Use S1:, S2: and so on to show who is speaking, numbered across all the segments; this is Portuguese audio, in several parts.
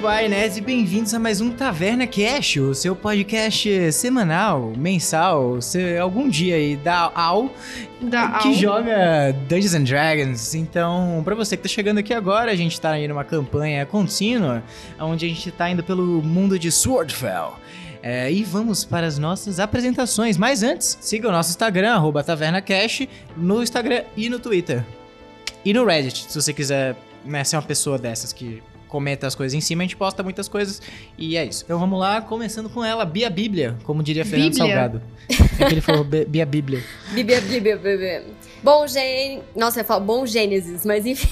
S1: Olá, Inés, e bem-vindos a mais um Taverna Cash, o seu podcast semanal, mensal, se- algum dia aí da AU,
S2: Da
S1: que
S2: Al.
S1: joga Dungeons and Dragons. Então, pra você que tá chegando aqui agora, a gente tá aí numa campanha contínua, onde a gente tá indo pelo mundo de Swordfell. É, e vamos para as nossas apresentações. Mas antes, siga o nosso Instagram, arroba TavernaCash, no Instagram e no Twitter. E no Reddit, se você quiser né, ser uma pessoa dessas que comenta as coisas em cima, a gente posta muitas coisas. E é isso. Então vamos lá, começando com ela, Bia Bíblia, como diria Fernando
S2: Bíblia?
S1: Salgado. É que ele falou Bi- Bia Bíblia.
S3: Bibia, bibia, bibia. Bom gen... Nossa, eu falo bom Gênesis, mas enfim.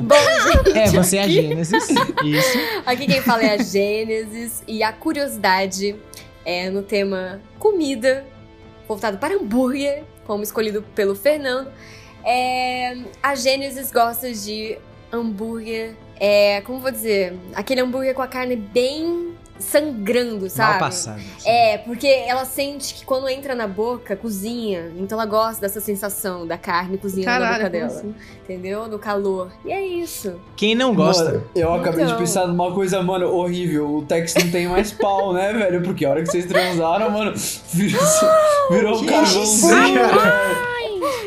S3: bom Gênesis.
S1: É, você é a Gênesis. Isso.
S3: Aqui quem fala é a Gênesis e a curiosidade é no tema comida, voltado para hambúrguer, como escolhido pelo Fernando. É, a Gênesis gosta de hambúrguer, é, como vou dizer, aquele hambúrguer com a carne bem sangrando, sabe?
S1: Mal passado.
S3: É, porque ela sente que quando entra na boca, cozinha. Então ela gosta dessa sensação da carne cozinhando na boca
S2: Caralho, como
S3: dela.
S2: assim?
S3: Entendeu? Do calor. E é isso.
S1: Quem não gosta?
S4: Mano, eu acabei
S3: Então.
S4: de pensar numa coisa, mano, horrível. O Tex não tem mais pau, né, velho? Porque a hora que vocês transaram, mano, virou, virou um
S1: Que
S4: carvãozinho.
S1: isso,
S4: velho.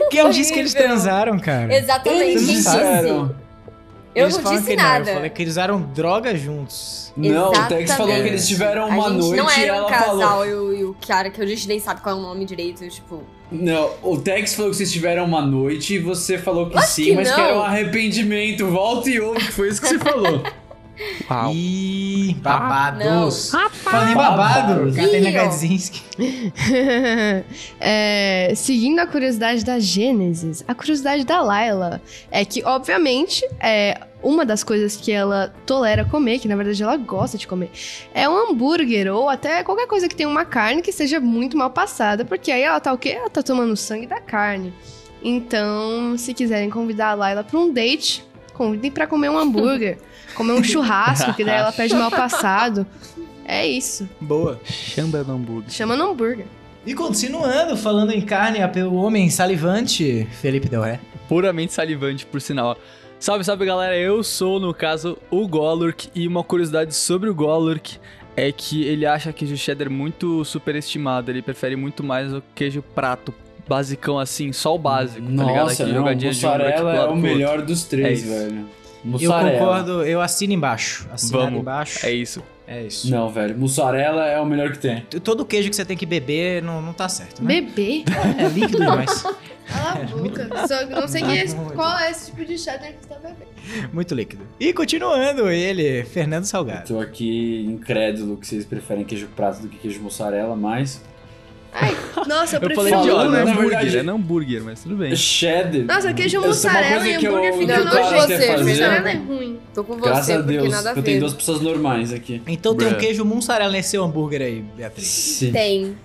S1: Quem disse é um que eles
S3: horrível.
S1: transaram, cara?
S4: É.
S3: Exatamente.
S4: Eles
S3: Quem disse?
S4: disseram.
S3: Eu
S1: eles
S3: não
S1: falam
S3: disse
S1: que
S3: nada.
S1: Não, eu falei que eles usaram droga juntos.
S4: Não, o Tex falou que
S3: Exatamente.
S4: eles tiveram
S3: a
S4: uma
S3: gente
S4: noite
S3: não
S4: e
S3: era
S4: ela
S3: um casal
S4: falou.
S3: e o- e o Kiara, que a gente nem sabe qual é o nome direito, tipo.
S4: Não, o Tex falou que vocês tiveram uma noite e você falou que sim,
S3: que
S4: mas que
S3: não.
S4: era um arrependimento. Volta e ouve, que foi isso que você falou.
S5: Uau.
S1: Ih, babados. Falando em babado,
S4: Babados.
S1: Katarina
S3: Ih, ó.
S1: Gadzinski.
S2: É, seguindo a curiosidade da Gênesis, a curiosidade da Layla é que, obviamente, é uma das coisas que ela tolera comer, que na verdade ela gosta de comer, é um hambúrguer ou até qualquer coisa que tenha uma carne que seja muito mal passada, porque aí ela tá o quê? Ela tá tomando sangue da carne. Então, se quiserem convidar a Layla pra um date, convidem pra comer um hambúrguer, comer um churrasco, que daí ela pede mal passado. É isso.
S1: Boa.
S5: Chamba do hambúrguer.
S2: Chama no hambúrguer.
S1: E continuando, falando em carne, a- o homem salivante, Felipe Del Ré.
S5: Puramente salivante, por sinal. Salve, salve galera, eu sou, no caso, o Golurk. E uma curiosidade sobre o Golurk é que ele acha queijo cheddar muito superestimado. Ele prefere muito mais o queijo prato, basicão assim, só o básico, tá ligado?
S4: Nossa,
S5: Aquele
S4: não,
S5: jogadinha de um pra
S4: mussarela
S5: tipo
S4: é
S5: lado
S4: o
S5: pro outro.
S4: melhor dos
S5: É
S4: três,
S5: isso.
S4: velho.
S1: Eu
S4: Mussarela.
S1: concordo, eu assino embaixo. Assinado
S5: Vamos.
S1: embaixo.
S5: É isso.
S1: É isso.
S4: Não, velho, mussarela é o melhor que tem.
S1: T- Todo queijo que você tem que beber não, não tá certo, né?
S2: Bebê.
S1: É líquido demais.
S2: Cala a boca. Só que não sei quem é esse- qual é esse tipo de cheddar que você tá bebendo.
S1: Muito líquido. E continuando, ele, Fernando Salgado.
S4: Tô aqui incrédulo que vocês preferem queijo prato do que queijo mussarela, mas.
S2: Ai, nossa, eu
S5: Eu
S2: prefiro.
S5: falei de
S4: Falando,
S5: ó, não é
S4: na
S5: hambúrguer,
S4: verdade-
S5: é não hambúrguer, mas tudo bem.
S4: Cheddar.
S2: Nossa, queijo
S4: Essa é uma
S2: mussarela
S4: coisa
S2: e
S4: que eu-
S2: hambúrguer fica
S4: eu
S3: nojento,
S4: quase
S3: gente,
S4: sei fazer.
S3: né?
S2: Mussarela é ruim.
S3: Tô com você,
S4: Graças a
S3: porque
S4: Deus,
S3: nada a
S4: eu
S3: ver.
S4: tenho duas pessoas normais aqui.
S1: Então tem um
S5: Bruh.
S1: queijo mussarela nesse seu hambúrguer aí, Beatriz.
S4: Sim.
S3: Tem.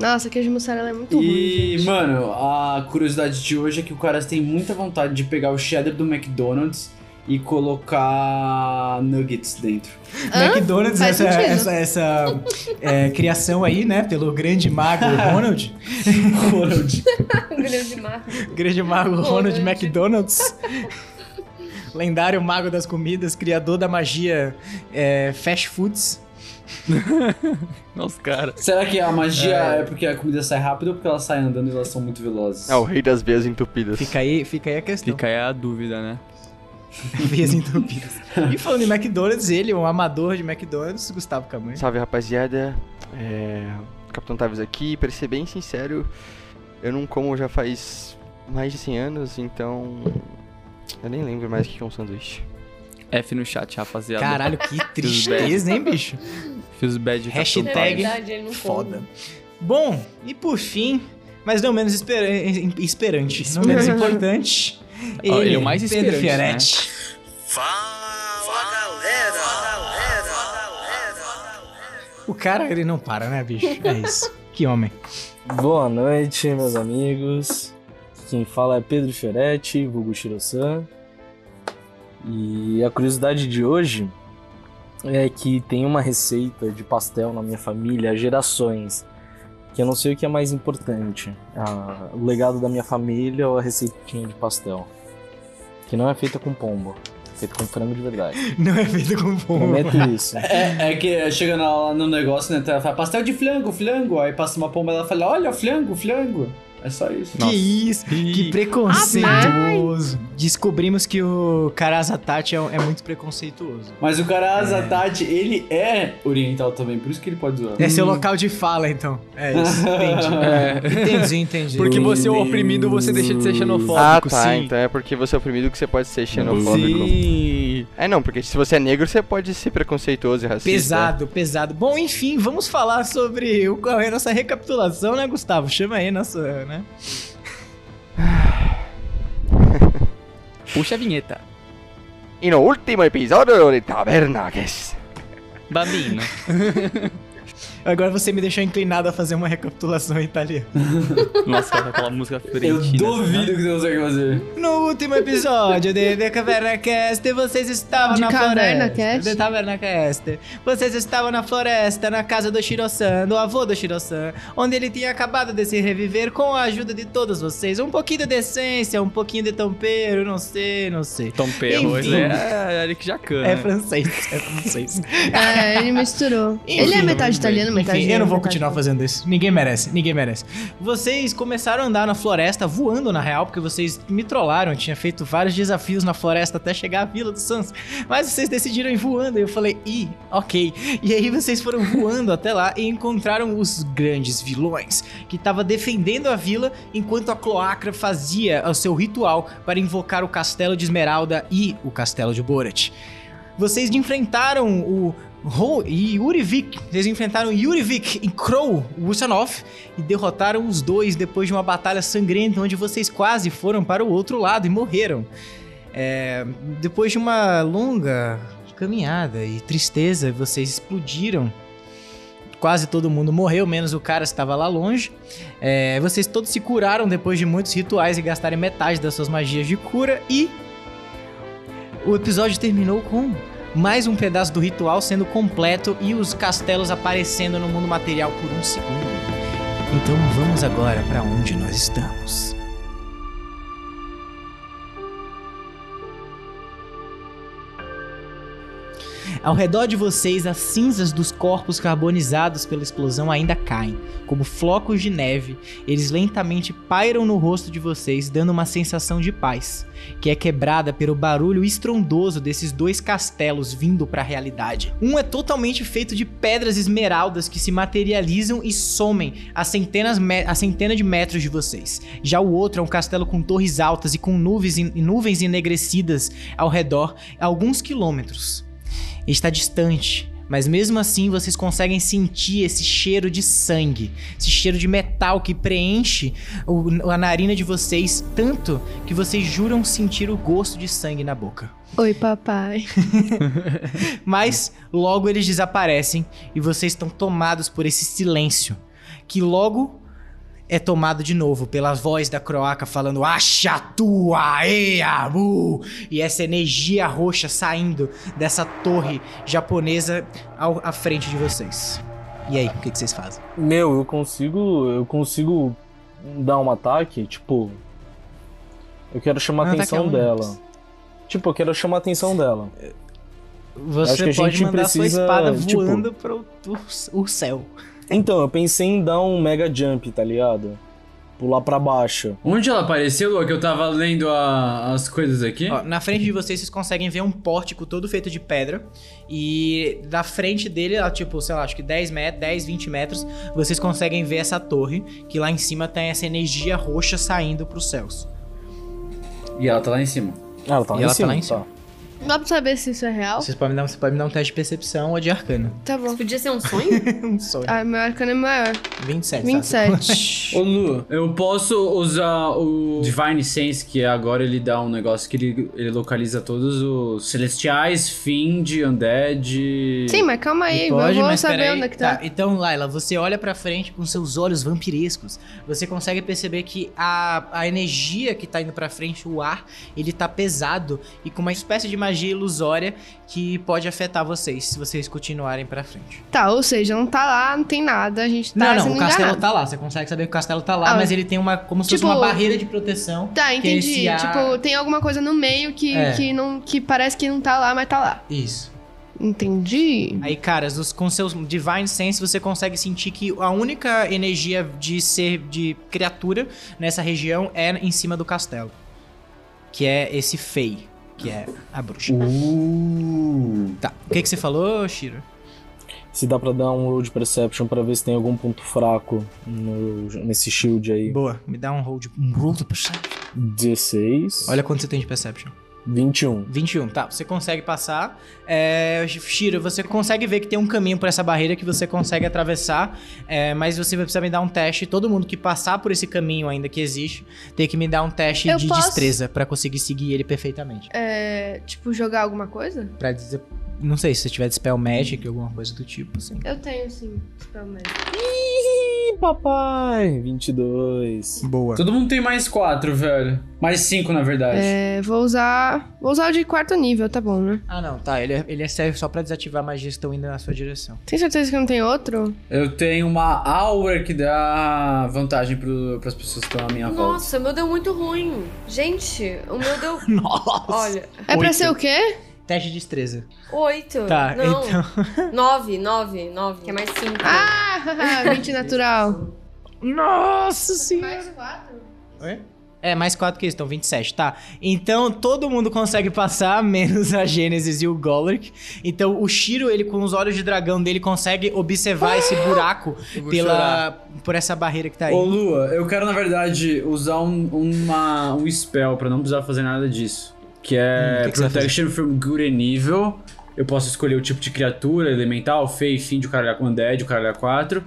S2: Nossa, queijo mussarela é muito ruim.
S4: E, mano, a curiosidade de hoje é que o cara tem muita vontade de pegar o cheddar do McDonald's e colocar nuggets dentro.
S2: Hã?
S1: McDonald's,
S2: Faz
S1: essa,
S2: sentido.
S1: essa, essa é, criação aí, né? Pelo grande mago Ronald.
S4: Ronald.
S3: Grande marca.
S1: grande mago Ronald,
S2: Ronald.
S1: McDonald's. Lendário mago das comidas, criador da magia é, fast foods.
S5: Nossa, cara.
S4: Será que a magia é. porque a comida sai rápido ou porque ela sai andando e elas são muito velozes?
S6: É o rei das veias entupidas.
S1: Fica aí, fica aí a questão.
S5: Fica aí a dúvida, né?
S1: Vias entupidas. E falando em McDonald's, ele, um amador de McDonald's, Gustavo Camanho.
S6: Salve rapaziada, é... Capitão Tavis aqui, pra ser bem sincero, eu não como já faz mais de 100 anos, então eu nem lembro mais o que é um sanduíche.
S5: F no chat, rapaziada.
S1: Caralho, que tristeza, hein, bicho?
S5: Fiz bad tá Capitão
S1: Hashtag-
S3: Na
S5: Tag.
S3: verdade, ele não come.
S1: Foda. Bom, e por fim, mas não menos espera- em- esperante, não menos importante.
S5: Ó, ele é o mais
S1: Pedro
S5: esperante,
S1: Fioretti. O cara, ele não para, né, bicho? É isso. Que homem.
S7: Boa noite, meus amigos. Quem fala é Pedro Fioretti, vulgo Shiro-san. E a curiosidade de hoje é que tem uma receita de pastel na minha família há gerações. Que eu não sei o que é mais importante, a- o legado da minha família ou a receitinha de pastel. Que não é feita com pombo. Feito com frango de verdade.
S1: Não é feito com pomba.
S7: Prometo isso.
S4: É, é que chega na- lá no negócio, né? Ela fala pastel de flango, flango. Aí passa uma pomba ela fala: olha, flango, flango. É só isso.
S1: Que isso, que preconceituoso. Descobrimos que o Karazatati é, é muito preconceituoso.
S4: Mas o cara Azatati, ele é oriental também, por isso que ele pode zoar.
S1: É seu
S5: Hum.
S1: local de fala, então. É isso, entendi.
S5: É.
S1: Entendi, entendi.
S5: Porque você é o oprimido, você deixa de ser xenofóbico,
S6: Ah, tá.
S5: sim.
S6: Então é porque você é oprimido que você pode ser xenofóbico.
S5: Sim.
S6: É não, porque se você é negro, você pode ser preconceituoso e
S5: é
S6: racista.
S1: Pesado, pesado. Bom, enfim, vamos falar sobre o, qual é a nossa recapitulação, né, Gustavo? Chama aí nossa, né?
S5: Puxa a vinheta.
S6: E no último episódio de Taberna Guest.
S5: Bambino.
S1: Agora você me deixou inclinado a fazer uma recapitulação em italiano.
S5: Nossa, aquela música né? frentina.
S4: Eu duvido que você consegue fazer.
S1: No último episódio de The Caverna Cast, vocês estavam
S2: De
S1: na
S2: Caverna
S1: floresta.
S2: Cast?
S1: The Taverna Cast. Vocês estavam na floresta, na casa do Shirosan, do avô do Shirosan, onde ele tinha acabado de se reviver com a ajuda de todos vocês. Um pouquinho de decência, um pouquinho de tompeiro, não sei, não sei.
S5: Tom Perros
S1: Enfim.
S5: é é Eric Jacan.
S1: É
S5: né?
S1: francês, é francês.
S2: É, ele misturou. ele é
S1: Enfim,
S2: metade italiano, metade
S1: Enfim, eu não vou
S2: metade-
S1: continuar fazendo isso. Ninguém merece, ninguém merece. Vocês começaram a andar na floresta voando, na real, porque vocês me trollaram. Eu tinha feito vários desafios na floresta até chegar à Vila do Sans. Mas vocês decidiram ir voando. E eu falei, ih, ok. E aí vocês foram voando até lá e encontraram os grandes vilões que estava defendendo a vila enquanto a cloacra fazia o seu ritual para invocar o castelo de Esmeralda e o castelo de Borat. Vocês enfrentaram o Ho e Yurivik. Vocês enfrentaram Yurivik e Crow Wusanov e derrotaram os dois depois de uma batalha sangrenta onde vocês quase foram para o outro lado e morreram. É, depois de uma longa caminhada e tristeza, vocês explodiram. Quase todo mundo morreu, menos o cara que estava lá longe. É, vocês todos se curaram depois de muitos rituais e gastarem metade das suas magias de cura. E o episódio terminou com mais um pedaço do ritual sendo completo e os castelos aparecendo no mundo material por um segundo. Então vamos agora para onde nós estamos. Ao redor de vocês, as cinzas dos corpos carbonizados pela explosão ainda caem, como flocos de neve. Eles lentamente pairam no rosto de vocês, dando uma sensação de paz, que é quebrada pelo barulho estrondoso desses dois castelos vindo para a realidade. Um é totalmente feito de pedras esmeraldas que se materializam e somem a centenas me- a centena de metros de vocês. Já o outro é um castelo com torres altas e com nuvens, en- nuvens enegrecidas ao redor, a alguns quilômetros está distante. Mas mesmo assim vocês conseguem sentir esse cheiro de sangue, esse cheiro de metal que preenche o- a narina de vocês, tanto que vocês juram sentir o gosto de sangue na boca.
S2: Oi, papai.
S1: Mas logo eles desaparecem e vocês estão tomados por esse silêncio, que logo é tomado de novo pela voz da croaca falando Acha tua eabu! E essa energia roxa saindo dessa torre japonesa ao- à frente de vocês. E aí, o que, que vocês fazem?
S7: Meu, eu consigo. Eu consigo dar um ataque, tipo. Eu quero chamar
S1: Ah,
S7: a
S1: ataque é
S7: atenção
S1: um.
S7: dela. Tipo, eu quero chamar a atenção dela. Acho que
S1: Você
S7: a
S1: pode
S7: gente
S1: mandar sua
S7: precisa,
S1: espada
S7: tipo-
S1: voando para o, o céu.
S7: Então, eu pensei em dar um mega jump, tá ligado? Pular pra baixo.
S4: Onde ela apareceu, Lua, que eu tava lendo a- as coisas aqui?
S1: Ó, na frente de vocês, vocês conseguem ver um pórtico todo feito de pedra. E da frente dele, a, tipo, sei lá, acho que 10 metros, 10, 20 metros, vocês conseguem ver essa torre, que lá em cima tem essa energia roxa saindo pros céus.
S4: E ela tá lá em cima.
S7: Ah, ela tá lá
S1: E
S7: em
S1: ela tá
S7: cima.
S1: lá em cima.
S7: tá.
S2: Não dá pra saber se isso é real?
S1: Vocês podem me dar, você pode me dar um teste de percepção ou de arcano.
S2: Tá bom.
S3: Isso podia ser um sonho?
S1: um sonho.
S2: Ah, meu arcano é maior.
S1: 27. tá?
S2: 27.
S4: Ô Lu, eu posso usar o Divine Sense, que agora ele dá um negócio que ele, ele localiza todos os celestiais, Fiend, Undead.
S2: Sim, mas calma aí,
S1: Pode,
S2: eu vou
S1: mas
S2: saber
S1: peraí.
S2: onde é que tá.
S1: Então, Laila, você olha pra frente com seus olhos vampirescos. Você consegue perceber que a, a energia que tá indo pra frente, o ar, ele tá pesado e com uma espécie de magia ilusória que pode afetar vocês se vocês continuarem pra frente.
S2: Tá, ou seja, não tá lá, não tem nada, a gente tá
S1: não,
S2: sendo
S1: não, o castelo
S2: enganado.
S1: tá lá. Você consegue saber que o castelo tá lá,
S2: Ah,
S1: mas ele tem uma. como se
S2: tipo-
S1: fosse uma barreira de proteção.
S2: Tá, entendi.
S1: esse ar-
S2: Tipo, tem alguma coisa no meio que,
S1: É.
S2: que, não, que parece que não tá lá, mas tá lá.
S1: Isso.
S2: Entendi.
S1: Aí, caras, os- com seus Divine Sense, você consegue sentir que a única energia de ser de criatura nessa região é em cima do castelo. Que é esse Fei, que é a bruxa.
S7: Uh.
S1: Tá. O que, que você falou, Shiro?
S7: Se dá pra dar um roll de perception pra ver se tem algum ponto fraco no- nesse shield aí.
S1: Boa, me dá um roll de um roll do perception.
S7: 16.
S1: Olha quanto você tem de perception.
S7: 21.
S1: 21, tá. Você consegue passar. É, Shiro, você consegue ver que tem um caminho por essa barreira que você consegue atravessar, é, mas você vai precisar me dar um teste. Todo mundo que passar por esse caminho ainda que existe, tem que me dar um teste
S2: Eu
S1: de
S2: posso-
S1: destreza pra conseguir seguir ele perfeitamente.
S2: É, tipo, jogar alguma coisa?
S1: Pra dizer... Não sei, se você tiver de Spell Magic, alguma coisa do tipo, assim.
S2: Eu tenho, sim. Spell Magic.
S7: Ih, papai! 22.
S1: Boa.
S4: Todo mundo tem mais quatro, velho. Mais cinco, na verdade.
S2: É, vou usar... Vou usar o de quarto nível, tá bom, né?
S1: Ah, não, tá. Ele, é- ele serve só pra desativar magias que estão indo na sua direção.
S2: Tem certeza que não tem outro?
S4: Eu tenho uma aura que dá vantagem pro, pras pessoas que estão à minha volta.
S3: Nossa, o meu deu muito ruim. Gente, o meu deu.
S1: Nossa!
S3: Olha,
S2: É pra
S1: Oito.
S2: ser o quê?
S1: Teste de destreza.
S3: oito.
S1: Tá,
S3: Não,
S1: então...
S3: nove, nove, nove. Que é mais cinco.
S2: Ah, 20 natural.
S1: Nossa senhora!
S2: quatro?
S1: Oi? É, mais 4 que isso, então 27, tá? Então todo mundo consegue passar, menos a Gênesis e o Golurk. Então o Shiro, ele com os olhos de dragão dele, consegue observar esse buraco
S5: Ah! Eu vou chorar.
S1: pela, por essa barreira que tá aí.
S4: Ô Lua, eu quero na verdade usar um, uma, um spell pra não precisar fazer nada disso. Que é
S1: Hum, o que que você vai
S4: Protection from Good and Evil. Eu posso escolher o tipo de criatura, elemental, fei, fim de o caralho com dead, o caralho 4.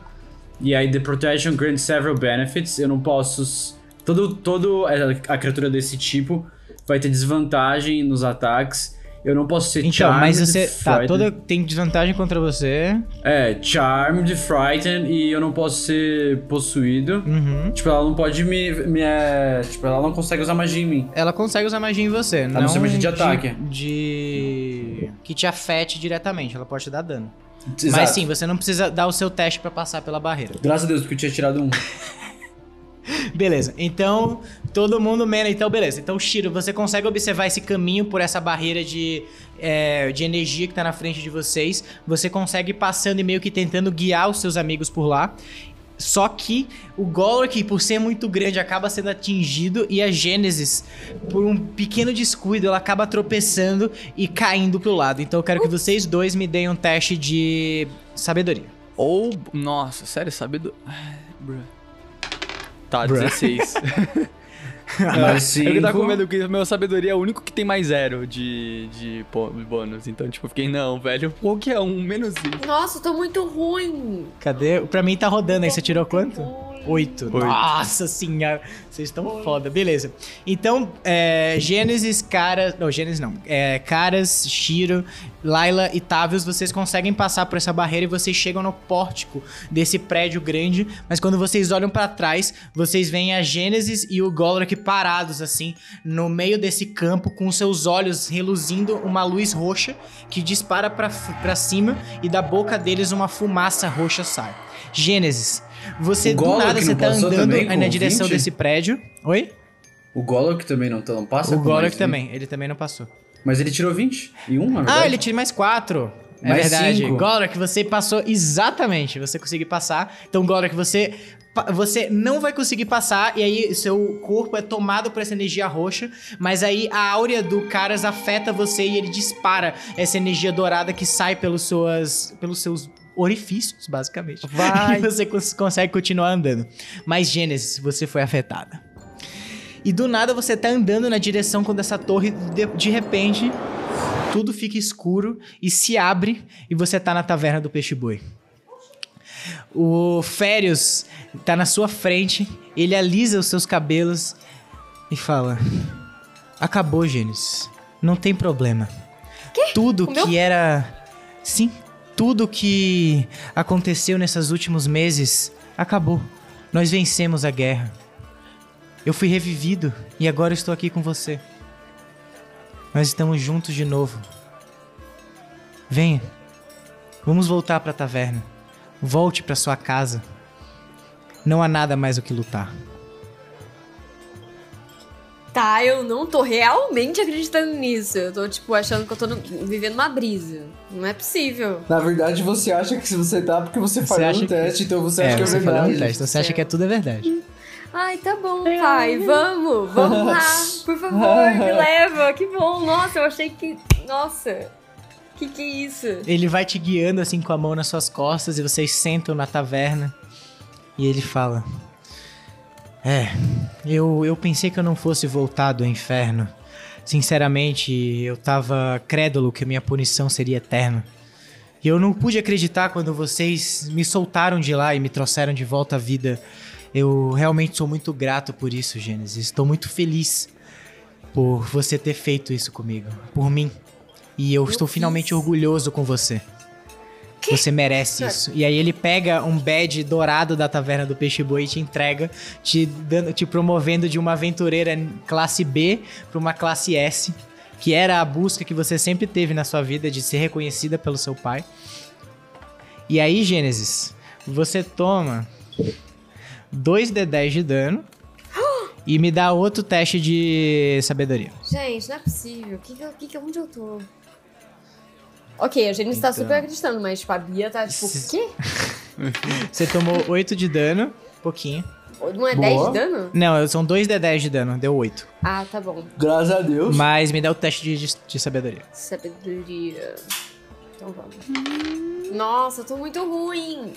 S4: E aí The Protection grants several benefits. Eu não posso. s- Todo, todo a- a criatura desse tipo vai ter desvantagem nos ataques. Eu não posso ser
S1: Então, mas
S4: charmed,
S1: você. Tá,
S4: frightened-
S1: toda tem desvantagem contra você.
S4: É, Charmed, Frightened e eu não posso ser possuído.
S1: Uhum.
S4: Tipo, ela não pode me. me é, tipo, ela não consegue usar magia em mim.
S1: Ela consegue usar magia em você,
S4: não
S1: não
S4: ser magia de ataque.
S1: De, de- que te afete diretamente, ela pode te dar dano. Mas
S4: Exato.
S1: sim, você não precisa dar o seu teste pra passar pela barreira.
S4: Graças a Deus, porque eu tinha tirado um.
S1: Beleza, então todo mundo mena, então beleza. Então, Shiro, você consegue observar esse caminho por essa barreira de, é, de energia que tá na frente de vocês. Você consegue ir passando e meio que tentando guiar os seus amigos por lá. Só que o Golurk, por ser muito grande, acaba sendo atingido e a Gênesis, por um pequeno descuido, ela acaba tropeçando e caindo pro lado. Então eu quero que vocês dois me deem um teste de sabedoria.
S5: Ou. Nossa, sério, sabedo. Ai, bruh. Tá,
S1: Bruh.
S5: 16.
S4: Mas É, sim.
S5: Eu que
S8: tá
S5: tava com medo que meu sabedoria é o único que tem mais zero de, de pô- de bônus. Então, tipo, eu fiquei, não, velho, qual que é um menos um?
S3: Nossa, eu tô muito ruim.
S1: Cadê? Pra mim tá rodando aí. Você tirou quanto?
S3: Ruim.
S1: Oito.
S5: Oito.
S1: Nossa senhora, vocês estão foda. Beleza. Então, é, Gênesis, Caras. Não, Gênesis não. É, Caras, Shiro, Laila e Tavius, vocês conseguem passar por essa barreira e vocês chegam no pórtico desse prédio grande. Mas quando vocês olham pra trás, vocês veem a Gênesis e o Goldrake parados, assim, no meio desse campo, com seus olhos reluzindo uma luz roxa que dispara pra f- pra cima e da boca deles uma fumaça roxa sai. Gênesis, você
S4: O
S1: do
S4: Golok
S1: nada
S4: não
S1: você tá
S4: passou
S1: andando
S4: também com
S1: aí na direção
S4: 20?
S1: desse prédio. Oi?
S4: Uhum. O Golok também não, tá- não passa
S1: o
S4: por mais
S1: Gorok
S4: um.
S1: também, ele também não passou.
S4: Mas ele tirou 20 e um, na verdade.
S1: Ah, ele tira mais quatro. É
S4: Mais
S1: verdade.
S4: cinco.
S1: Gorok, você passou exatamente, você conseguiu passar. Então, Gorok, você pa- você não vai conseguir passar e aí seu corpo é tomado por essa energia roxa, mas aí a áurea do Caras afeta você e ele dispara essa energia dourada que sai pelos suas pelos seus orifícios, basicamente.
S5: Vai.
S1: E você cons- consegue continuar andando. Mas, Gênesis, você foi afetada. E do nada você tá andando na direção quando essa torre, de, de repente, tudo fica escuro e se abre e você tá na taverna do Peixe Boi. O Férios tá na sua frente, ele alisa os seus cabelos e fala: Acabou, Gênesis. Não tem problema. Tudo
S3: O meu-
S1: que era. Sim, tudo que aconteceu nesses últimos meses acabou. Nós vencemos a guerra. Eu fui revivido e agora estou aqui com você. Nós estamos juntos de novo. Venha. Vamos voltar para a taverna. Volte para sua casa. Não há nada mais o que lutar.
S3: Tá, eu não tô realmente acreditando nisso. Eu tô, tipo, achando que eu tô no- vivendo uma brisa. Não é possível.
S8: Na verdade, você acha que se você tá, porque você,
S1: Você
S8: falhou
S1: acha
S8: no
S1: que-
S8: teste, então você acha que é
S1: você falou
S8: verdade.
S1: um teste, então você acha que é tudo é verdade.
S3: Ai, tá bom, pai. Vamos, vamos lá. Por favor, me leva. Que bom. Nossa, eu achei que. Nossa. Que que é isso?
S1: Ele vai te guiando assim com a mão nas suas costas e vocês sentam na taverna. E ele fala: É, eu, eu pensei que eu não fosse voltar do inferno. Sinceramente, eu tava crédulo que minha punição seria eterna. E eu não pude acreditar quando vocês me soltaram de lá e me trouxeram de volta à vida. Eu realmente sou muito grato por isso, Gênesis. Estou muito feliz por você ter feito isso comigo, por mim. E eu, estou
S3: fiz.
S1: finalmente orgulhoso com você. Você merece
S3: Cara.
S1: isso. E aí ele pega um badge dourado da Taverna do Peixe Boi e te entrega, te, dando, te promovendo de uma aventureira classe B para uma classe S, que era a busca que você sempre teve na sua vida de ser reconhecida pelo seu pai. E aí, Gênesis, você toma 2 D10 de dano e me dá outro teste de sabedoria.
S3: Gente, não é possível. Que que, eu- que, que, onde eu tô? Ok, a gente está
S1: Então.
S3: super acreditando, mas tipo, a Bia tá tipo, o
S1: Se-
S3: quê?
S1: Você tomou 8 de dano, pouquinho.
S3: Não é
S8: Boa.
S3: 10 de dano?
S1: Não, são 2 D10 de dano, deu 8.
S3: Ah, tá bom.
S8: Graças a Deus.
S1: Mas me dá o teste de, de- de sabedoria.
S3: Sabedoria. Então vamos.
S1: Hum.
S3: Nossa, eu tô muito ruim.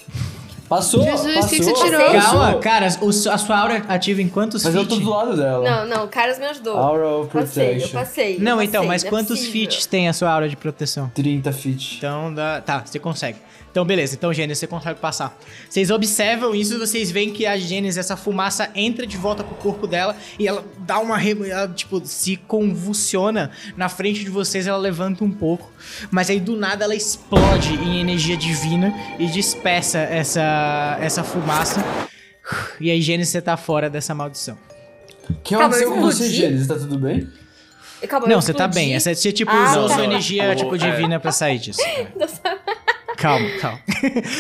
S8: Passou,
S2: Jesus,
S8: passou.
S2: o que que você tirou?
S8: passou.
S1: Calma, cara, o su- a sua aura ativa em quantos
S8: Mas eu tô
S1: feats?
S8: do lado dela.
S3: Não, não, o Caras me ajudou.
S8: Aura of
S3: passei, eu
S8: Protection.
S3: passei. eu
S1: Não, então,
S3: passei,
S1: mas
S3: não é
S1: quantos
S3: possível.
S1: feats tem a sua aura de proteção?
S8: 30 feet.
S1: Então dá. Tá, você consegue. Então, beleza. Então, Gênesis, você consegue passar. Vocês observam isso e vocês veem que a Gênesis, essa fumaça, entra de volta pro corpo dela e ela dá uma. re- Ela, tipo, se convulsiona na frente de vocês, ela levanta um pouco. Mas aí do nada ela explode em energia divina e dispersa essa, essa fumaça. E aí, Gênesis, você tá fora dessa maldição.
S8: O que
S3: Calma,
S8: aconteceu
S3: eu
S8: com você,
S3: explodi?
S8: Gênesis? Tá tudo bem?
S3: Acabou, eu
S1: Não, você tá
S3: explodi.
S1: bem. Essa- Você, tipo,
S3: Ah,
S1: usou
S3: tá.
S1: sua energia,
S5: Acabou,
S1: tipo,
S5: é.
S1: divina pra sair disso. calma, calma.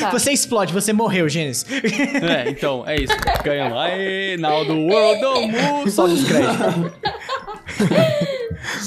S3: Tá.
S1: Você explode, você morreu, Gênesis.
S5: É, então, é isso. Ganhamos. Aê, Naldo World do Mundo. Só os créditos.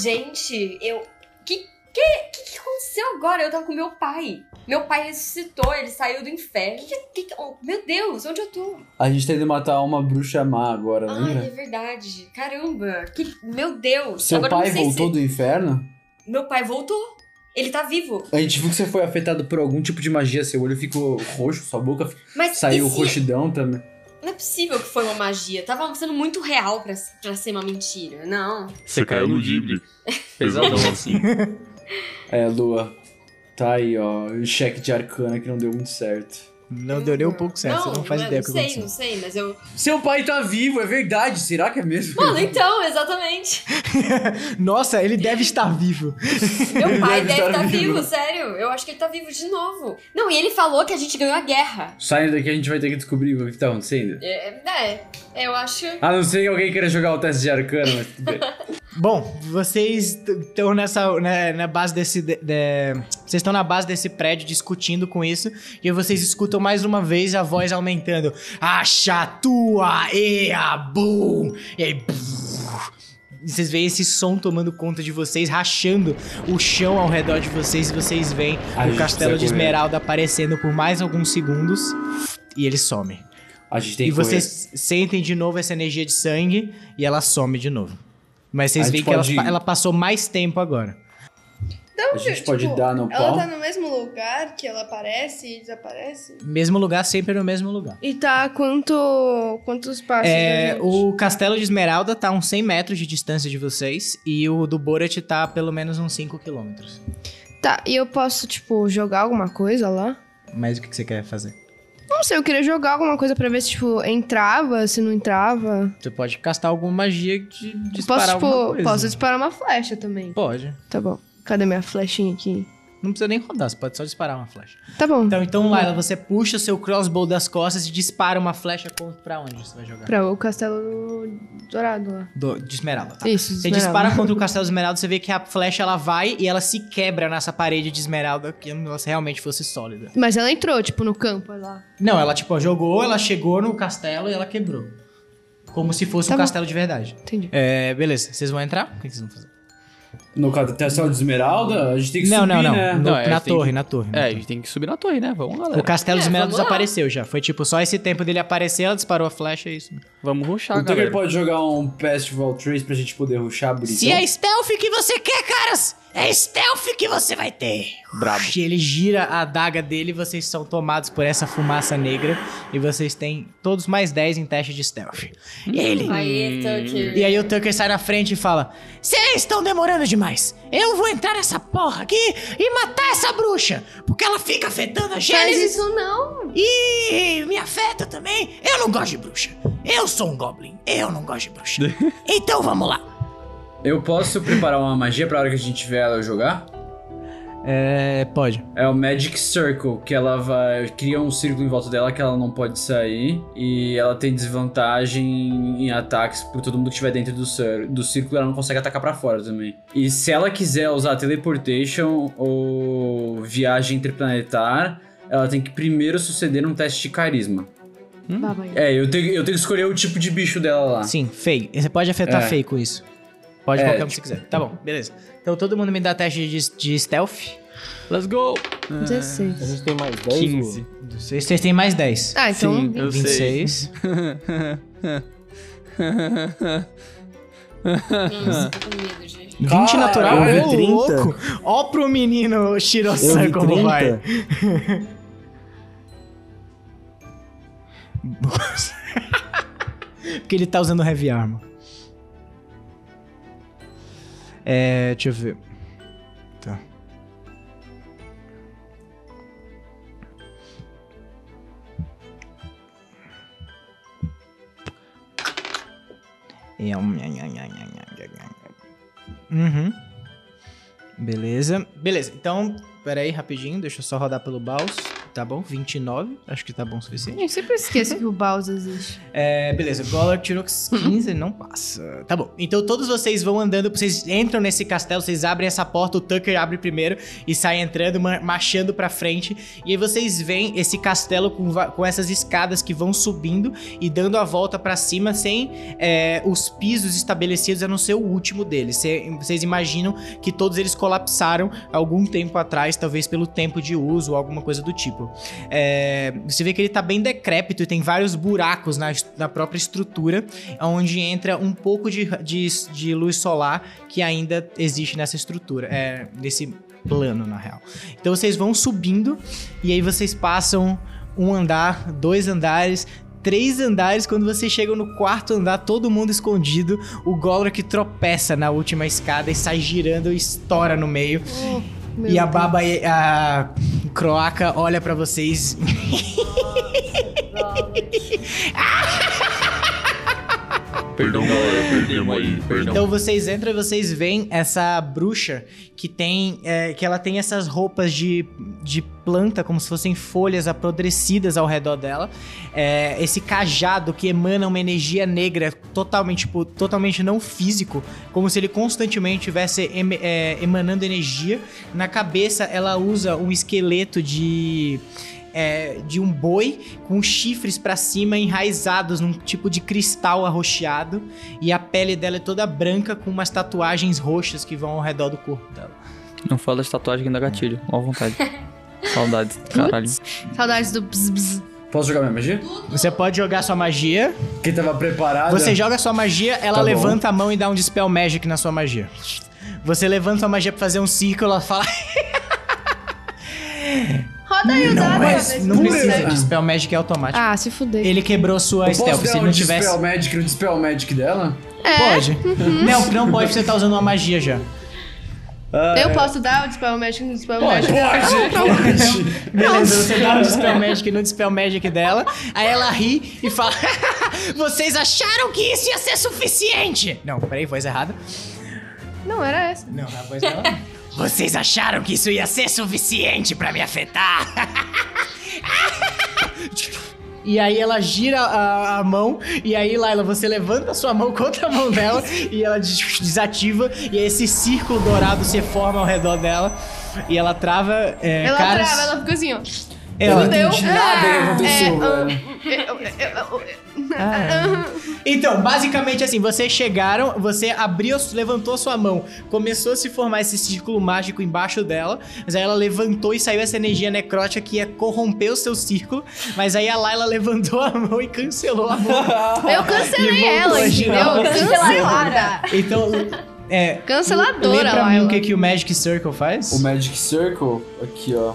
S3: Gente, eu. Que, que, que que aconteceu agora? Eu tava com meu pai. Meu pai ressuscitou, ele saiu do inferno. Que que- que- oh, meu Deus, onde eu tô?
S8: A gente tá indo matar uma bruxa má agora,
S3: Ai, é
S8: lembra?
S3: verdade. Caramba. Que, meu Deus.
S8: né? Seu
S3: agora eu
S8: pai
S3: não sei
S8: voltou
S3: se...
S8: do inferno?
S3: Meu pai voltou. Ele tá vivo.
S4: A gente viu que você foi afetado por algum tipo de magia, seu olho ficou roxo, sua boca
S3: Mas
S4: saiu
S3: e se-
S4: roxidão também.
S3: Não é possível que foi uma magia. Tava sendo muito real pra, pra ser uma mentira. Não.
S5: Você caiu no Ghibli. Pesadão, assim.
S8: É, Lua. Tá aí, ó. O cheque de arcana que não deu muito certo.
S1: Não deu nem um pouco certo, você não faz ideia
S3: não
S1: do que
S3: sei,
S1: aconteceu.
S3: não sei, mas eu.
S4: Seu pai tá vivo, é verdade. Será que é mesmo?
S3: Mano, então, exatamente.
S1: Nossa, ele deve estar vivo.
S3: Meu pai
S8: Deve
S3: deve
S8: estar
S3: estar
S8: vivo.
S3: tá vivo. sério. Eu acho que ele tá vivo de novo. Não, e ele falou que a gente ganhou a guerra.
S4: Saindo daqui a gente vai ter que descobrir o que tá acontecendo.
S3: É, é, eu acho.
S4: A não ser que alguém queira jogar o teste de arcana, mas tudo bem.
S1: Bom, vocês estão nessa. né, na base desse. de- de- vocês estão na base desse prédio discutindo com isso. E aí vocês escutam mais uma vez a voz aumentando. Acha tua ea boom! E aí. E vocês veem esse som tomando conta de vocês, rachando o chão ao redor de vocês, e vocês veem
S8: A
S1: o
S8: gente
S1: castelo
S8: precisa
S1: de
S8: correr.
S1: esmeralda aparecendo por mais alguns segundos. E ele some.
S8: A gente tem
S1: E
S8: que correr.
S1: vocês sentem de novo essa energia de sangue e ela some de novo. Mas vocês
S8: A
S1: veem
S8: gente
S1: que ela,
S8: pode
S1: pa-
S8: ir.
S1: ela passou mais tempo agora.
S2: Então,
S8: A gente
S2: tipo,
S8: pode dar
S4: um
S8: no
S2: Ela
S8: pau?
S2: tá no mesmo lugar que ela aparece e desaparece?
S1: Mesmo lugar, sempre no mesmo lugar.
S2: E tá a quanto, quantos passos
S1: É,
S2: da gente?
S1: o castelo de Esmeralda tá a uns 100 metros de distância de vocês e o do Borat tá a pelo menos uns 5 quilômetros.
S2: Tá, e eu posso, tipo, jogar alguma coisa lá?
S1: Mas o que, que você quer fazer?
S2: Não sei, eu queria jogar alguma coisa pra ver se, tipo, entrava, se não entrava.
S1: Você pode castar alguma magia de disparar
S2: Posso,
S1: alguma
S2: tipo,
S1: coisa.
S2: posso disparar uma flecha também.
S1: Pode.
S2: Tá bom. Cadê minha flechinha aqui?
S1: Não precisa nem rodar, você pode só disparar uma flecha.
S2: Tá bom.
S1: Então, então Laila, você puxa o seu crossbow das costas e dispara uma flecha contra- pra onde você vai jogar?
S2: Pra o castelo do do dourado lá.
S1: Do- de esmeralda, tá?
S2: Isso,
S1: Você
S2: esmeralda.
S1: dispara contra o castelo de esmeralda, você vê que a flecha ela vai e ela se quebra nessa parede de esmeralda, que ela realmente fosse sólida.
S2: Mas ela entrou, tipo, no campo lá.
S1: Não, ela tipo jogou, ela chegou no castelo e ela quebrou. Como se fosse
S2: Tá
S1: um
S2: bom.
S1: castelo de verdade.
S2: Entendi.
S1: É, beleza. Vocês vão entrar? O que que vocês vão fazer?
S8: No caso, até a sala de esmeralda, a gente tem que
S1: não,
S8: subir,
S1: não, não,
S8: né?
S1: No-
S5: Não, é,
S1: na
S5: tem
S1: torre,
S5: que-
S1: na torre. na
S5: É, a
S1: torre.
S5: gente tem que subir na torre, né? Vamos,
S1: O
S5: galera.
S1: castelo
S3: É,
S1: de esmeralda
S3: vamos lá.
S1: desapareceu já. Foi tipo só esse tempo dele aparecer, ela disparou a flecha e isso.
S5: Vamos ruxar,
S8: O Tucker
S5: Tá, galera.
S8: pode jogar um Festival Trace pra gente poder ruxar a brisa.
S1: Se é stealth que você quer, caras, é stealth que você vai ter. Brabo. Ele gira a adaga dele, vocês são tomados por essa fumaça negra e vocês têm todos mais 10 em teste de stealth. E ele.
S3: Aí, tá Tucker.
S1: E aí o Tucker sai na frente e fala: Vocês estão demorando demais. Eu vou entrar nessa porra aqui e matar essa bruxa, porque ela fica afetando a
S3: Faz
S1: Gênesis
S3: isso não.
S1: e me afeta também. Eu não gosto de bruxa. Eu sou um goblin. Eu não gosto de bruxa. então vamos lá.
S4: Eu posso preparar uma magia pra hora que a gente tiver ela jogar?
S1: É, pode.
S4: É o Magic Circle, que ela vai. cria um círculo em volta dela que ela não pode sair. E ela tem desvantagem em ataques por todo mundo que estiver dentro do, cir- do círculo, ela não consegue atacar pra fora também. E se ela quiser usar teleportation ou viagem interplanetar, ela tem que primeiro suceder um teste de carisma.
S2: Baba aí.
S4: É, eu tenho, eu tenho que escolher o tipo de bicho dela lá.
S1: Sim, Fei. Você pode afetar
S4: É.
S1: Fei com isso. Pode
S4: É,
S1: qualquer um que você
S7: tipo-
S1: quiser. Tá bom, beleza. Então todo mundo me dá teste de, de stealth.
S5: Let's go!
S1: É.
S2: 16.
S7: A gente tem mais 10,
S5: 15.
S1: Vocês, vocês têm mais 10.
S2: Ah, então.
S5: Sim, eu sei.
S1: 26.
S3: Nossa, tô com medo, gente.
S1: 20 natural,
S7: eu vi
S1: ô
S7: 30.
S1: louco. Ó pro menino
S7: Eu
S1: Shirosan
S7: vi
S1: como
S7: 30.
S1: vai. Porque ele tá usando heavy armor. É, deixa eu ver. Tá. É um- Uhum. Beleza. Beleza, então, peraí, rapidinho, deixa eu só rodar pelo Baus. Tá bom, 29, acho que tá bom o suficiente.
S2: Eu sempre esqueço que o Baus existe.
S1: É, beleza, Goller tirou 15, não passa. Tá bom. Então todos vocês vão andando, vocês entram nesse castelo, vocês abrem essa porta, o Tucker abre primeiro e sai entrando, ma- marchando pra frente. E aí vocês veem esse castelo com, va- com essas escadas que vão subindo e dando a volta pra cima sem é, os pisos estabelecidos, a não ser o último deles. Cê- vocês imaginam que todos eles colapsaram algum tempo atrás, talvez pelo tempo de uso ou alguma coisa do tipo. É, você vê que ele tá bem decrépito e tem vários buracos na, est- na própria estrutura, onde entra um pouco de, de, de luz solar que ainda existe nessa estrutura, é, nesse plano, na real. Então vocês vão subindo e aí vocês passam um andar, dois andares. Três andares, quando vocês chegam no quarto andar, todo mundo escondido, o Golrak tropeça na última escada e sai girando e estoura no meio.
S2: Oh, Meu
S1: E a
S2: Deus.
S1: Baba, e a Croaca olha pra vocês.
S5: Perdão, galera. Perdemos aí.
S1: Então
S5: Perdão.
S1: vocês entram e vocês veem essa bruxa que tem, é, que ela tem essas roupas de, de planta, como se fossem folhas apodrecidas ao redor dela. É, esse cajado que emana uma energia negra, totalmente, tipo, totalmente não físico, como se ele constantemente estivesse em- é, emanando energia. Na cabeça ela usa um esqueleto de é, de um boi com chifres pra cima enraizados num tipo de cristal arroxeado e a pele dela é toda branca com umas tatuagens roxas que vão ao redor do corpo dela.
S5: Não fala de tatuagem que dá gatilho. Ó, à vontade. Saudades. Caralho.
S2: Saudades do bzz, bzz.
S4: Posso jogar minha magia?
S1: Você pode jogar sua magia.
S4: Quem tava preparado.
S1: Você joga sua magia, ela
S4: Ah, Tá bom.
S1: levanta a mão e dá um dispel magic na sua magia. Você levanta sua magia pra fazer um círculo, ela fala.
S2: Roda aí o dado pra ver se
S1: não
S2: consegue.
S1: precisa. Dispel magic é automático.
S2: Ah, se fuder.
S1: Ele quebrou sua
S4: Eu
S1: stealth.
S4: posso
S1: Se
S4: dar
S1: não
S4: um
S1: tivesse.
S4: Dispel Magic no Dispel Magic dela?
S1: Pode. Não, não pode, porque você tá usando uma magia já. É.
S2: Eu posso dar o Dispel Magic no Dispel Magic?
S1: Beleza, você dá um Dispel Magic no Dispel Magic dela, aí ela ri e fala: Vocês acharam que isso ia ser suficiente? Não, peraí, voz errada.
S2: Não, era essa.
S1: Não, a voz dela. Vocês acharam que isso ia ser suficiente pra me afetar? E aí ela gira a, a mão. E aí, Laila, você levanta a sua mão contra a mão dela. e ela des- desativa. E esse círculo dourado se forma ao redor dela. E ela trava. É,
S2: Ela
S1: caras-
S2: trava, ela fica assim, ó. ah, é,
S1: ela-
S2: Fudeu.
S8: nada que
S1: né,
S8: aconteceu,
S2: um,
S1: Então, basicamente assim, vocês chegaram, você abriu, levantou sua mão, começou a se formar esse círculo mágico embaixo dela, mas aí ela levantou e saiu essa energia necrótica que ia corromper o seu círculo, mas aí a Layla levantou a mão e cancelou a mão.
S2: Eu cancelei
S1: E
S2: ela,
S1: voltou a
S2: entendeu?
S1: girar.
S2: Canceladora.
S1: Então, é. Lê
S2: Canceladora,
S1: pra mim
S2: Laila.
S1: o que, que o Magic Circle faz?
S8: O Magic Circle, aqui ó.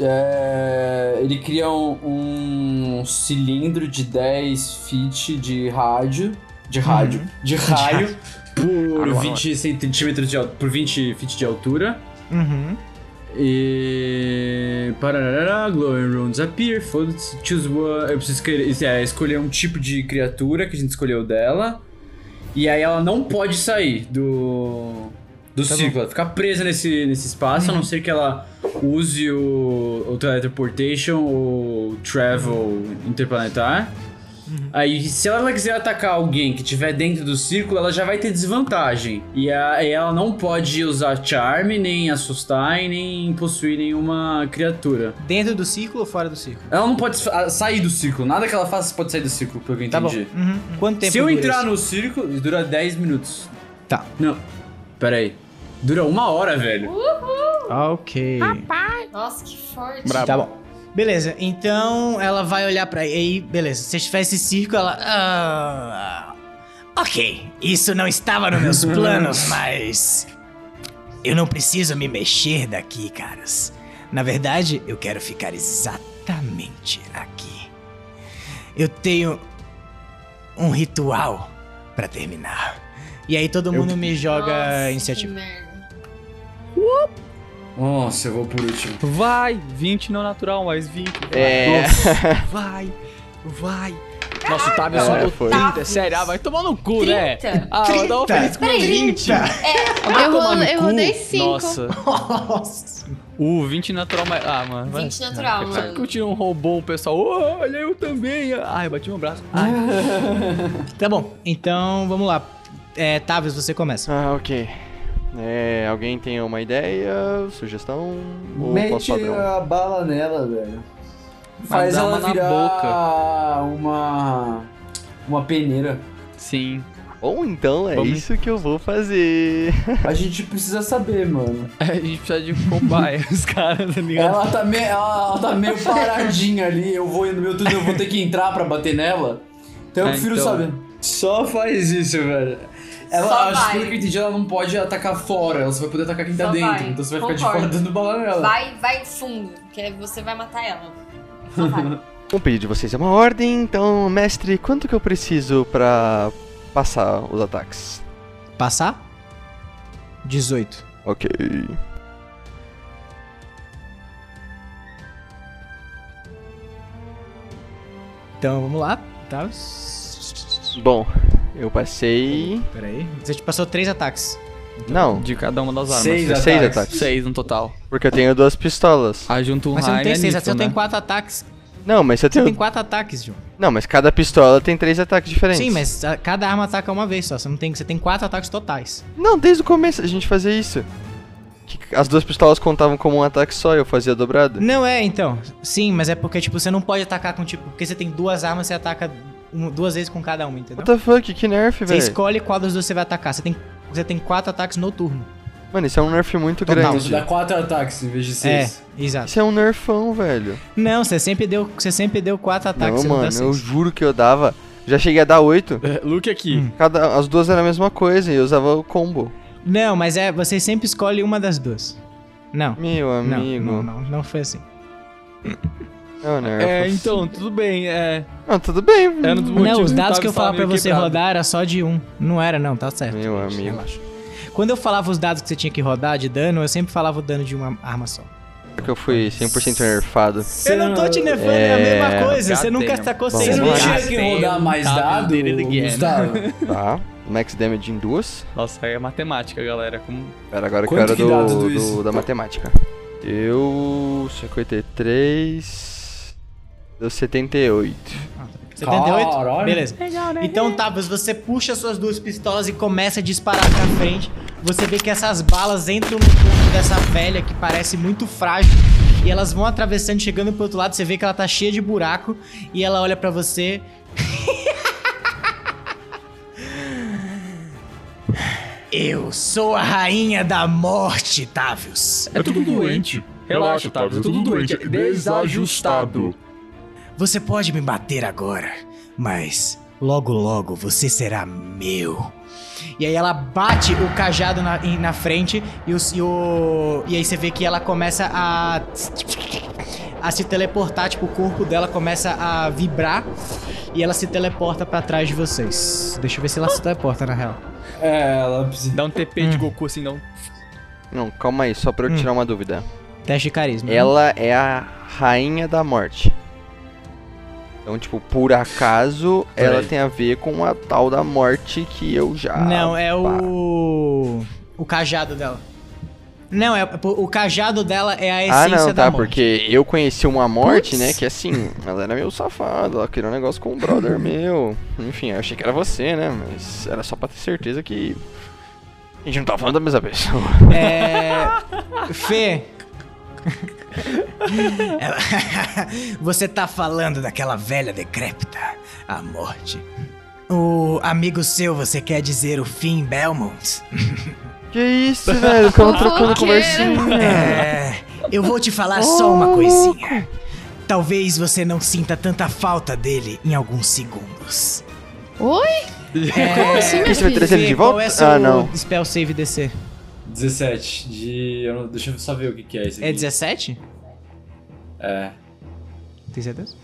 S8: É, ele cria um, um cilindro de 10 feet de rádio. De rádio. De raio.
S4: Por
S6: Agora.
S4: 20 centímetros de al- por 20 feet de altura.
S1: Uhum.
S4: E. Pararará, glowing runes appear. Foda-se. Choose one. Eu preciso escolher, é, escolher um tipo de criatura que a gente escolheu dela. E aí ela não pode sair do. Do
S1: Tá
S4: círculo, ela fica presa nesse, nesse espaço,
S1: Uhum.
S4: a não ser que ela use o, o teleportation ou travel
S1: Uhum.
S4: interplanetar. Aí, se ela quiser atacar alguém que estiver dentro do círculo, ela já vai ter desvantagem. E, a- e ela não pode usar charme, nem assustar e nem possuir nenhuma criatura.
S1: Dentro do círculo ou fora do círculo?
S4: Ela não pode sa- sair do círculo. Nada que ela faça pode sair do círculo, pelo que eu
S1: Tá bom.
S4: entendi.
S1: Uhum. Quanto tempo
S4: Se eu
S1: dura
S4: entrar
S1: isso?
S4: no círculo, dura 10 minutos.
S1: Tá.
S4: Não. Pera aí. Dura uma hora, velho. Ah,
S1: Ok.
S3: Nossa, que forte.
S6: Brabo.
S1: Tá bom. Beleza, então ela vai olhar pra aí, beleza. Se tiver esse circo, ela. "Ah, ok, isso não estava nos meus planos, mas. Eu não preciso me mexer daqui, caras. Na verdade, eu quero ficar exatamente aqui. Eu tenho um ritual pra terminar. E aí todo mundo me joga
S3: Nossa,
S1: iniciativa.
S3: que merda.
S4: Nossa, eu vou por último.
S5: Vai! 20 não natural, mas 20.
S6: É.
S5: Vai! Vai! Nossa, o
S1: É,
S5: Tab
S6: Agora
S5: só
S6: foi.
S5: 30, sério. Ah, vai tomar no cu, né?
S3: 30.
S5: Ah, eu tava
S1: Tá.
S5: feliz com 20. Vai
S2: Eu
S5: tomar
S2: ro-
S5: no
S2: eu
S5: cu.
S2: rodei cinco.
S5: Nossa.
S1: Nossa!
S5: O 20 natural, mas. Ah, mano. vai.
S3: 20 natural,
S5: Sabe que
S3: mano.
S5: eu tiro um robô, o pessoal. "Oh, olha eu também. Ai, bati meu braço. Ai.
S1: Tá bom, então vamos lá. É, Tavius, você começa.
S6: Ah, ok. É, alguém tem uma ideia, sugestão? Ou posso um
S8: Mete
S6: padrão?
S8: a bala nela, velho. Faz
S5: dá
S8: ela
S5: uma na
S8: virar
S5: boca.
S8: uma. Uma peneira.
S2: Ah.
S5: Sim.
S6: Ou então é
S5: Vamos-
S6: isso que eu vou fazer.
S8: A gente precisa saber, mano.
S5: A gente precisa de um cobaia, os caras, tá ligado?
S8: Ela tá, me... ela, ela tá meio paradinha ali. Eu vou indo no meu tudo, eu vou ter que entrar pra bater nela. Então eu
S5: É,
S8: prefiro
S5: então.
S8: saber. Só faz isso, velho. Ela,
S3: Só
S8: acho que
S3: vai.
S8: pelo que eu entendi, ela não pode atacar fora, ela só vai poder atacar quem tá
S3: Só
S8: dentro.
S3: vai.
S8: Então você vai ficar de
S3: Concordo.
S8: fora dando bala nela.
S3: Vai, vai fundo, que é, você vai matar ela. Só vai.
S6: Um pedido de vocês é uma ordem, então, mestre, quanto que eu preciso pra passar os ataques?
S1: Passar? 18.
S6: Ok.
S1: Então vamos lá, tá?
S6: Bom, eu passei.
S1: Pera aí. Você te passou três ataques.
S6: Não,
S5: De cada uma das armas.
S8: Seis
S6: seis,
S8: ataques.
S6: ataques.
S5: Seis no total.
S6: Porque eu tenho duas pistolas.
S5: Aí junto um
S1: Mas você não
S5: Ryan
S1: tem
S5: é
S1: seis,
S5: nível,
S1: você
S5: né?
S1: tem quatro ataques.
S6: Não, mas eu
S1: Você
S6: tenho.
S1: tem quatro ataques, João.
S6: Não, mas cada pistola tem três ataques diferentes.
S1: Sim, mas a- cada arma ataca uma vez só. Você, não tem, você tem quatro ataques totais.
S6: Não, desde o começo a gente fazia isso. Que As duas pistolas contavam como um ataque só, eu fazia dobrado.
S1: Não é, então. Sim, mas é porque, tipo, você não pode atacar com, tipo... Porque você tem duas armas, você ataca um- duas vezes com cada uma, entendeu?
S6: What the fuck, que nerf,
S1: Você
S6: velho.
S1: escolhe qual das duas você vai atacar. Você tem, você tem quatro ataques no turno.
S6: Mano, isso é um nerf muito
S1: Total.
S8: Isso dá
S6: grande.
S8: quatro ataques em vez de
S1: É,
S8: seis.
S1: exato.
S6: Isso é um nerfão, velho.
S1: Não, você sempre deu, você sempre deu quatro ataques, você
S6: não, mano,
S1: não dá
S6: eu
S1: seis.
S6: juro que eu dava. Já cheguei a dar oito.
S5: É, Luke aqui.
S6: Cada, as duas eram a mesma coisa e eu usava o combo.
S1: Não, mas é, você sempre escolhe uma das duas. Não.
S6: Meu
S1: Não,
S6: amigo.
S1: não, não, não foi assim.
S6: É um nerf.
S5: É, então, tudo bem. É,
S6: Não, tudo bem.
S5: é um dos motivos
S1: não, os
S5: que
S1: dados
S5: o Tavis
S1: que eu
S5: tava
S1: falava pra
S5: meio
S1: você
S5: quebrado.
S1: rodar era só de um. Não era, não, tá certo.
S6: Meu amigo.
S1: Relaxa. Quando eu falava os dados que você tinha que rodar de dano, eu sempre falava o dano de uma arma só.
S6: Porque eu fui 100% nerfado.
S1: Eu não tô te nerfando, é a mesma coisa. Você nunca
S5: Goddamn.
S1: atacou
S6: Vamos
S1: seis
S8: Você não
S6: lá.
S1: vezes.
S8: tinha que rodar mais
S5: Tá,
S8: dado,
S5: dele do Guiana.
S8: Gustavo?
S6: Tá. Max damage em duas.
S5: Nossa, é matemática, galera. Como...
S6: Pera, agora que
S8: Quanto
S6: eu era
S8: que
S6: do,
S8: dá tudo
S6: do-
S8: isso?
S6: da matemática. Eu. 53. Deu 78.
S1: 78?
S4: Caralho.
S1: Beleza. Então tá, mas você puxa suas duas pistolas e começa a disparar pra frente. Você vê que essas balas entram no corpo dessa velha que parece muito frágil. E elas vão atravessando, chegando pro outro lado. Você vê que ela tá cheia de buraco. E ela olha pra você. Eu sou a rainha da morte, Tavius.
S5: É tudo doente. Relaxa, tá? É tudo doente. É desajustado.
S1: Você pode me bater agora, mas logo logo você será meu. E aí ela bate o cajado na, em- na frente e, os- e o- e aí você vê que ela começa a a se teleportar, tipo o corpo dela começa a vibrar e ela se teleporta pra trás de vocês. Deixa eu ver se ela se teleporta na real.
S8: É, ela precisa.
S5: Dá um TP de Goku assim, dá um.
S6: Não, calma aí, só pra eu
S1: Hum.
S6: tirar uma dúvida.
S1: Teste de carisma. né?
S6: Ela é a rainha da morte. Então, tipo, por acaso, ela
S4: aí.
S6: tem a ver com a tal da morte que eu já.
S1: Não, é o o cajado dela. Não, é o cajado dela é a
S6: Ah,
S1: essência
S6: não,
S1: da
S6: tá,
S1: morte.
S6: porque eu conheci uma morte,
S2: Putz.
S6: né? Que assim, ela era meio safada, ela queria um negócio com um brother meu. Enfim, eu achei que era você, né? Mas era só pra ter certeza que. A gente não tá falando da mesma pessoa.
S1: É. Fê. Ela- Você tá falando daquela velha decrépita, a morte. O amigo seu, você quer dizer o Finn Belmont?
S6: Que isso, velho? Ficava trocando
S2: Fofoqueira.
S6: conversinha.
S1: É. Eu vou te falar só uma coisinha. Talvez você não sinta tanta falta dele em alguns segundos.
S2: Oi? Como assim, minha
S6: Você vai trazer ele
S2: filha?
S6: de volta? ah, não.
S1: é Spell Save DC?
S4: 17 de. eu não- deixa eu só ver o que, que é esse. aqui.
S1: 17?
S4: É.
S1: Tem certeza?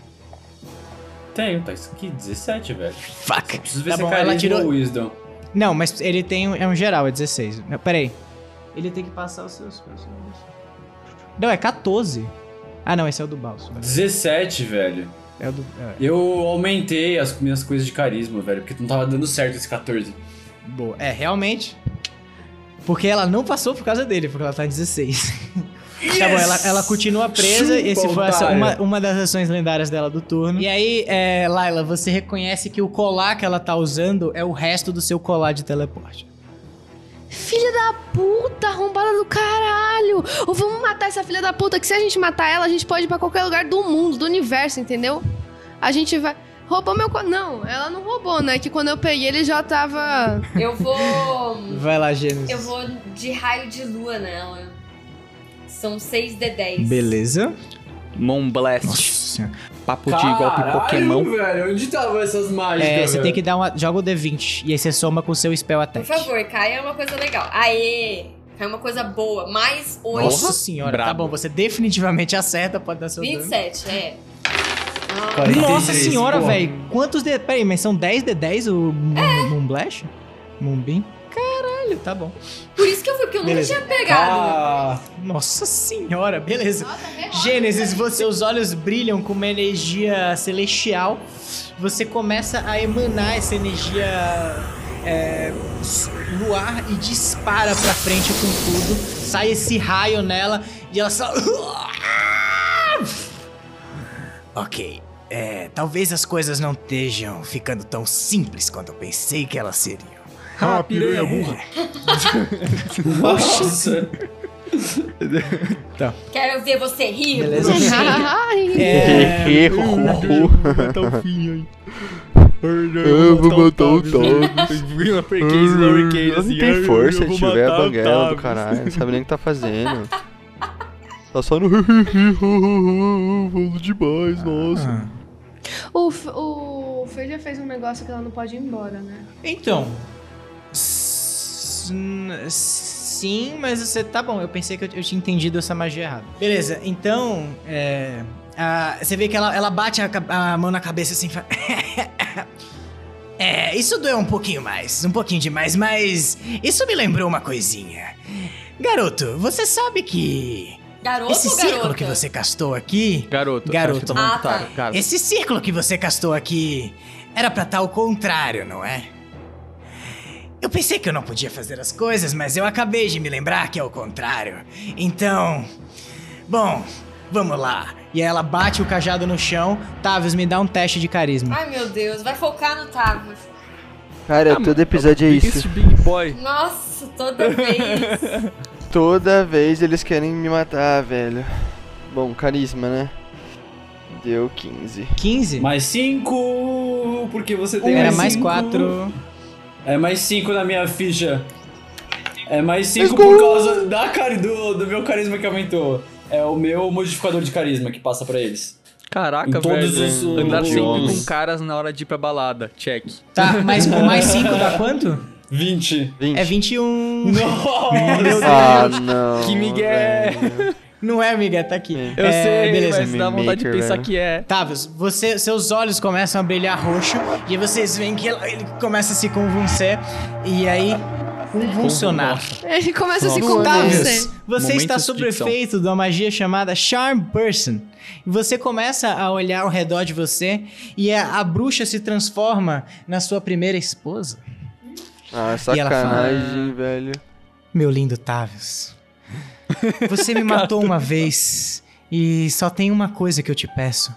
S4: Tenho, tá isso aqui, 17, velho.
S1: Fuck.
S4: Preciso ver
S1: Tá
S4: se
S1: bom,
S4: é
S1: ela
S4: carisma
S1: tirou-
S4: ou wisdom.
S1: Não, mas ele tem. um- É um geral, é 16. Não, Peraí. Ele tem que passar os seus personagens. Não, é 14. Ah, não, esse é o do Balso.
S4: 17, velho.
S1: É o do. é,
S4: Eu aumentei as minhas coisas de carisma, velho, porque não tava dando certo esse 14.
S1: boa. É, realmente. Porque ela não passou por causa dele, porque ela tá 16. Tá bom, ela, ela continua presa.
S4: Chupa,
S1: Esse foi essa-
S4: otário.
S1: uma, uma das ações lendárias dela do turno. E aí, é, Laila, você reconhece que o colar que ela tá usando é o resto do seu colar de teleporte.
S2: Filha da puta, arrombada do caralho! Ou vamos matar essa filha da puta, que se a gente matar ela, a gente pode ir pra qualquer lugar do mundo, do universo, entendeu? A gente vai. Roubou meu. co- Não, ela não roubou, né? Que quando eu peguei ele já tava.
S3: Eu vou.
S1: Vai lá, Gênesis.
S3: Eu vou de raio de lua nela. São 6 de 10.
S1: Beleza.
S5: Mon
S1: Nossa
S5: Blast.
S1: senhora.
S5: Papo de golpe
S8: Caralho,
S5: Pokémon.
S8: velho, onde estavam essas mágicas?
S1: É, você
S8: velho?
S1: tem que dar uma. Joga o D20 e aí você soma com o seu spell
S3: Por
S1: attack.
S3: favor, caia uma coisa legal. Aê! Caiu uma coisa boa. Mais 8.
S1: Nossa tá senhora, tá
S5: Brabo.
S1: bom, você definitivamente acerta, pode dar seu dano.
S3: 27, é.
S8: Quarenta e
S1: Nossa
S8: três,
S1: senhora,
S8: porra.
S1: velho. Quantos de. Peraí, mas são 10 de 10 o Moon-
S3: É.
S1: Moonblast? Moonbeam? Caralho, tá bom.
S3: Por isso que eu fui, porque eu nunca
S1: Beleza.
S3: tinha pegado.
S8: Ah,
S1: Nossa senhora, beleza.
S3: Nossa, é relógio.
S1: Gênesis, você- seus olhos brilham com uma energia celestial. Você começa a emanar essa energia é, s- no ar e dispara pra frente com tudo. Sai esse raio nela e ela só. Ok. É, talvez as coisas não estejam ficando tão simples quanto eu pensei que elas seriam.
S5: Ah, piranha burra.
S4: Nossa!
S3: Quero ver você rir,
S1: Beleza.
S3: bruxa.
S2: Ai.
S6: É,
S5: Tá o fim aí.
S6: Eu vou matar
S8: um
S6: o Tavius.
S5: Vila Perkins da Hurricane
S6: Hum, Não
S5: assim.
S6: tem
S5: "Ah,
S6: força,
S5: eu
S6: se
S5: vou um
S6: tiver
S1: tá
S6: a
S5: matar o
S6: banguela do
S5: Tavius."
S6: caralho, não sabe nem o que tá fazendo. Tá só no. Falando demais, nossa.
S2: O, F- o Fê já fez um negócio que ela não pode ir embora, né?
S1: Então. s- n- Sim, mas você. Tá bom, eu pensei que eu, eu tinha entendido essa magia errada. Beleza, então. é, a- você vê que ela, ela bate a, ca- a mão na cabeça assim e fala. é, isso doeu um pouquinho mais, um pouquinho demais, mas. Isso me lembrou uma coisinha. Garoto, você sabe que.
S3: Garoto
S1: Esse
S3: ou
S1: círculo
S3: garota?
S1: que você castou aqui.
S5: Garoto.
S1: Garoto.
S5: acho que tá bom,
S3: Ah, tá.
S5: tá, cara.
S1: Esse círculo que você castou aqui era pra estar ao contrário, não é? Eu pensei que eu não podia fazer as coisas, mas eu acabei de me lembrar que é o contrário. Então. Bom, vamos lá. E aí ela bate o cajado no chão. Tavius, me dá um teste de carisma.
S3: Ai, meu Deus, vai focar no Tavius.
S6: Cara,
S5: Ah,
S6: todo episódio é isso.
S5: Big Boy.
S3: Nossa, toda vez.
S6: Toda vez eles querem me matar, velho. Bom, carisma, né? Deu 15.
S5: É
S1: 15?
S8: Mais 5, porque você tem
S1: Era mais
S8: cinco.
S1: 4.
S8: É mais 5 na minha ficha. É mais 5 por causa da cari do, do meu carisma que aumentou. É o meu modificador de carisma que passa pra eles.
S5: Caraca,
S8: Em todos
S5: velho.
S8: os-
S5: Andar
S8: os-
S5: sempre com caras na hora de ir pra balada. Check.
S1: Tá, mas com mais 5 dá quanto?
S8: 20.
S6: 20.
S1: É 21.
S8: Nossa!
S6: Ah, não.
S5: Que migué.
S6: velho.
S1: Não é, amiga, tá aqui.
S6: É.
S5: Eu
S1: É,
S5: sei,
S1: beleza. né?
S5: mas dá vontade de
S6: Maker,
S5: pensar
S6: velho.
S5: que é.
S1: Tavius, você, seus olhos começam a brilhar roxo e aí vocês veem que ela- ele começa a se convulsar e aí convulsionar.
S2: Ele começa a se
S5: Nossa.
S1: Tavius,
S2: convencer.
S1: você está
S5: Momentos
S1: sob o
S5: de dicção.
S1: efeito de uma magia chamada Charm Person. E você começa a olhar ao redor de você e a, a bruxa se transforma na sua primeira esposa. E
S6: Ah,
S1: ela
S6: sacanagem, velho.
S1: Meu lindo Tavius, você me matou uma vez e só tem uma coisa que eu te peço.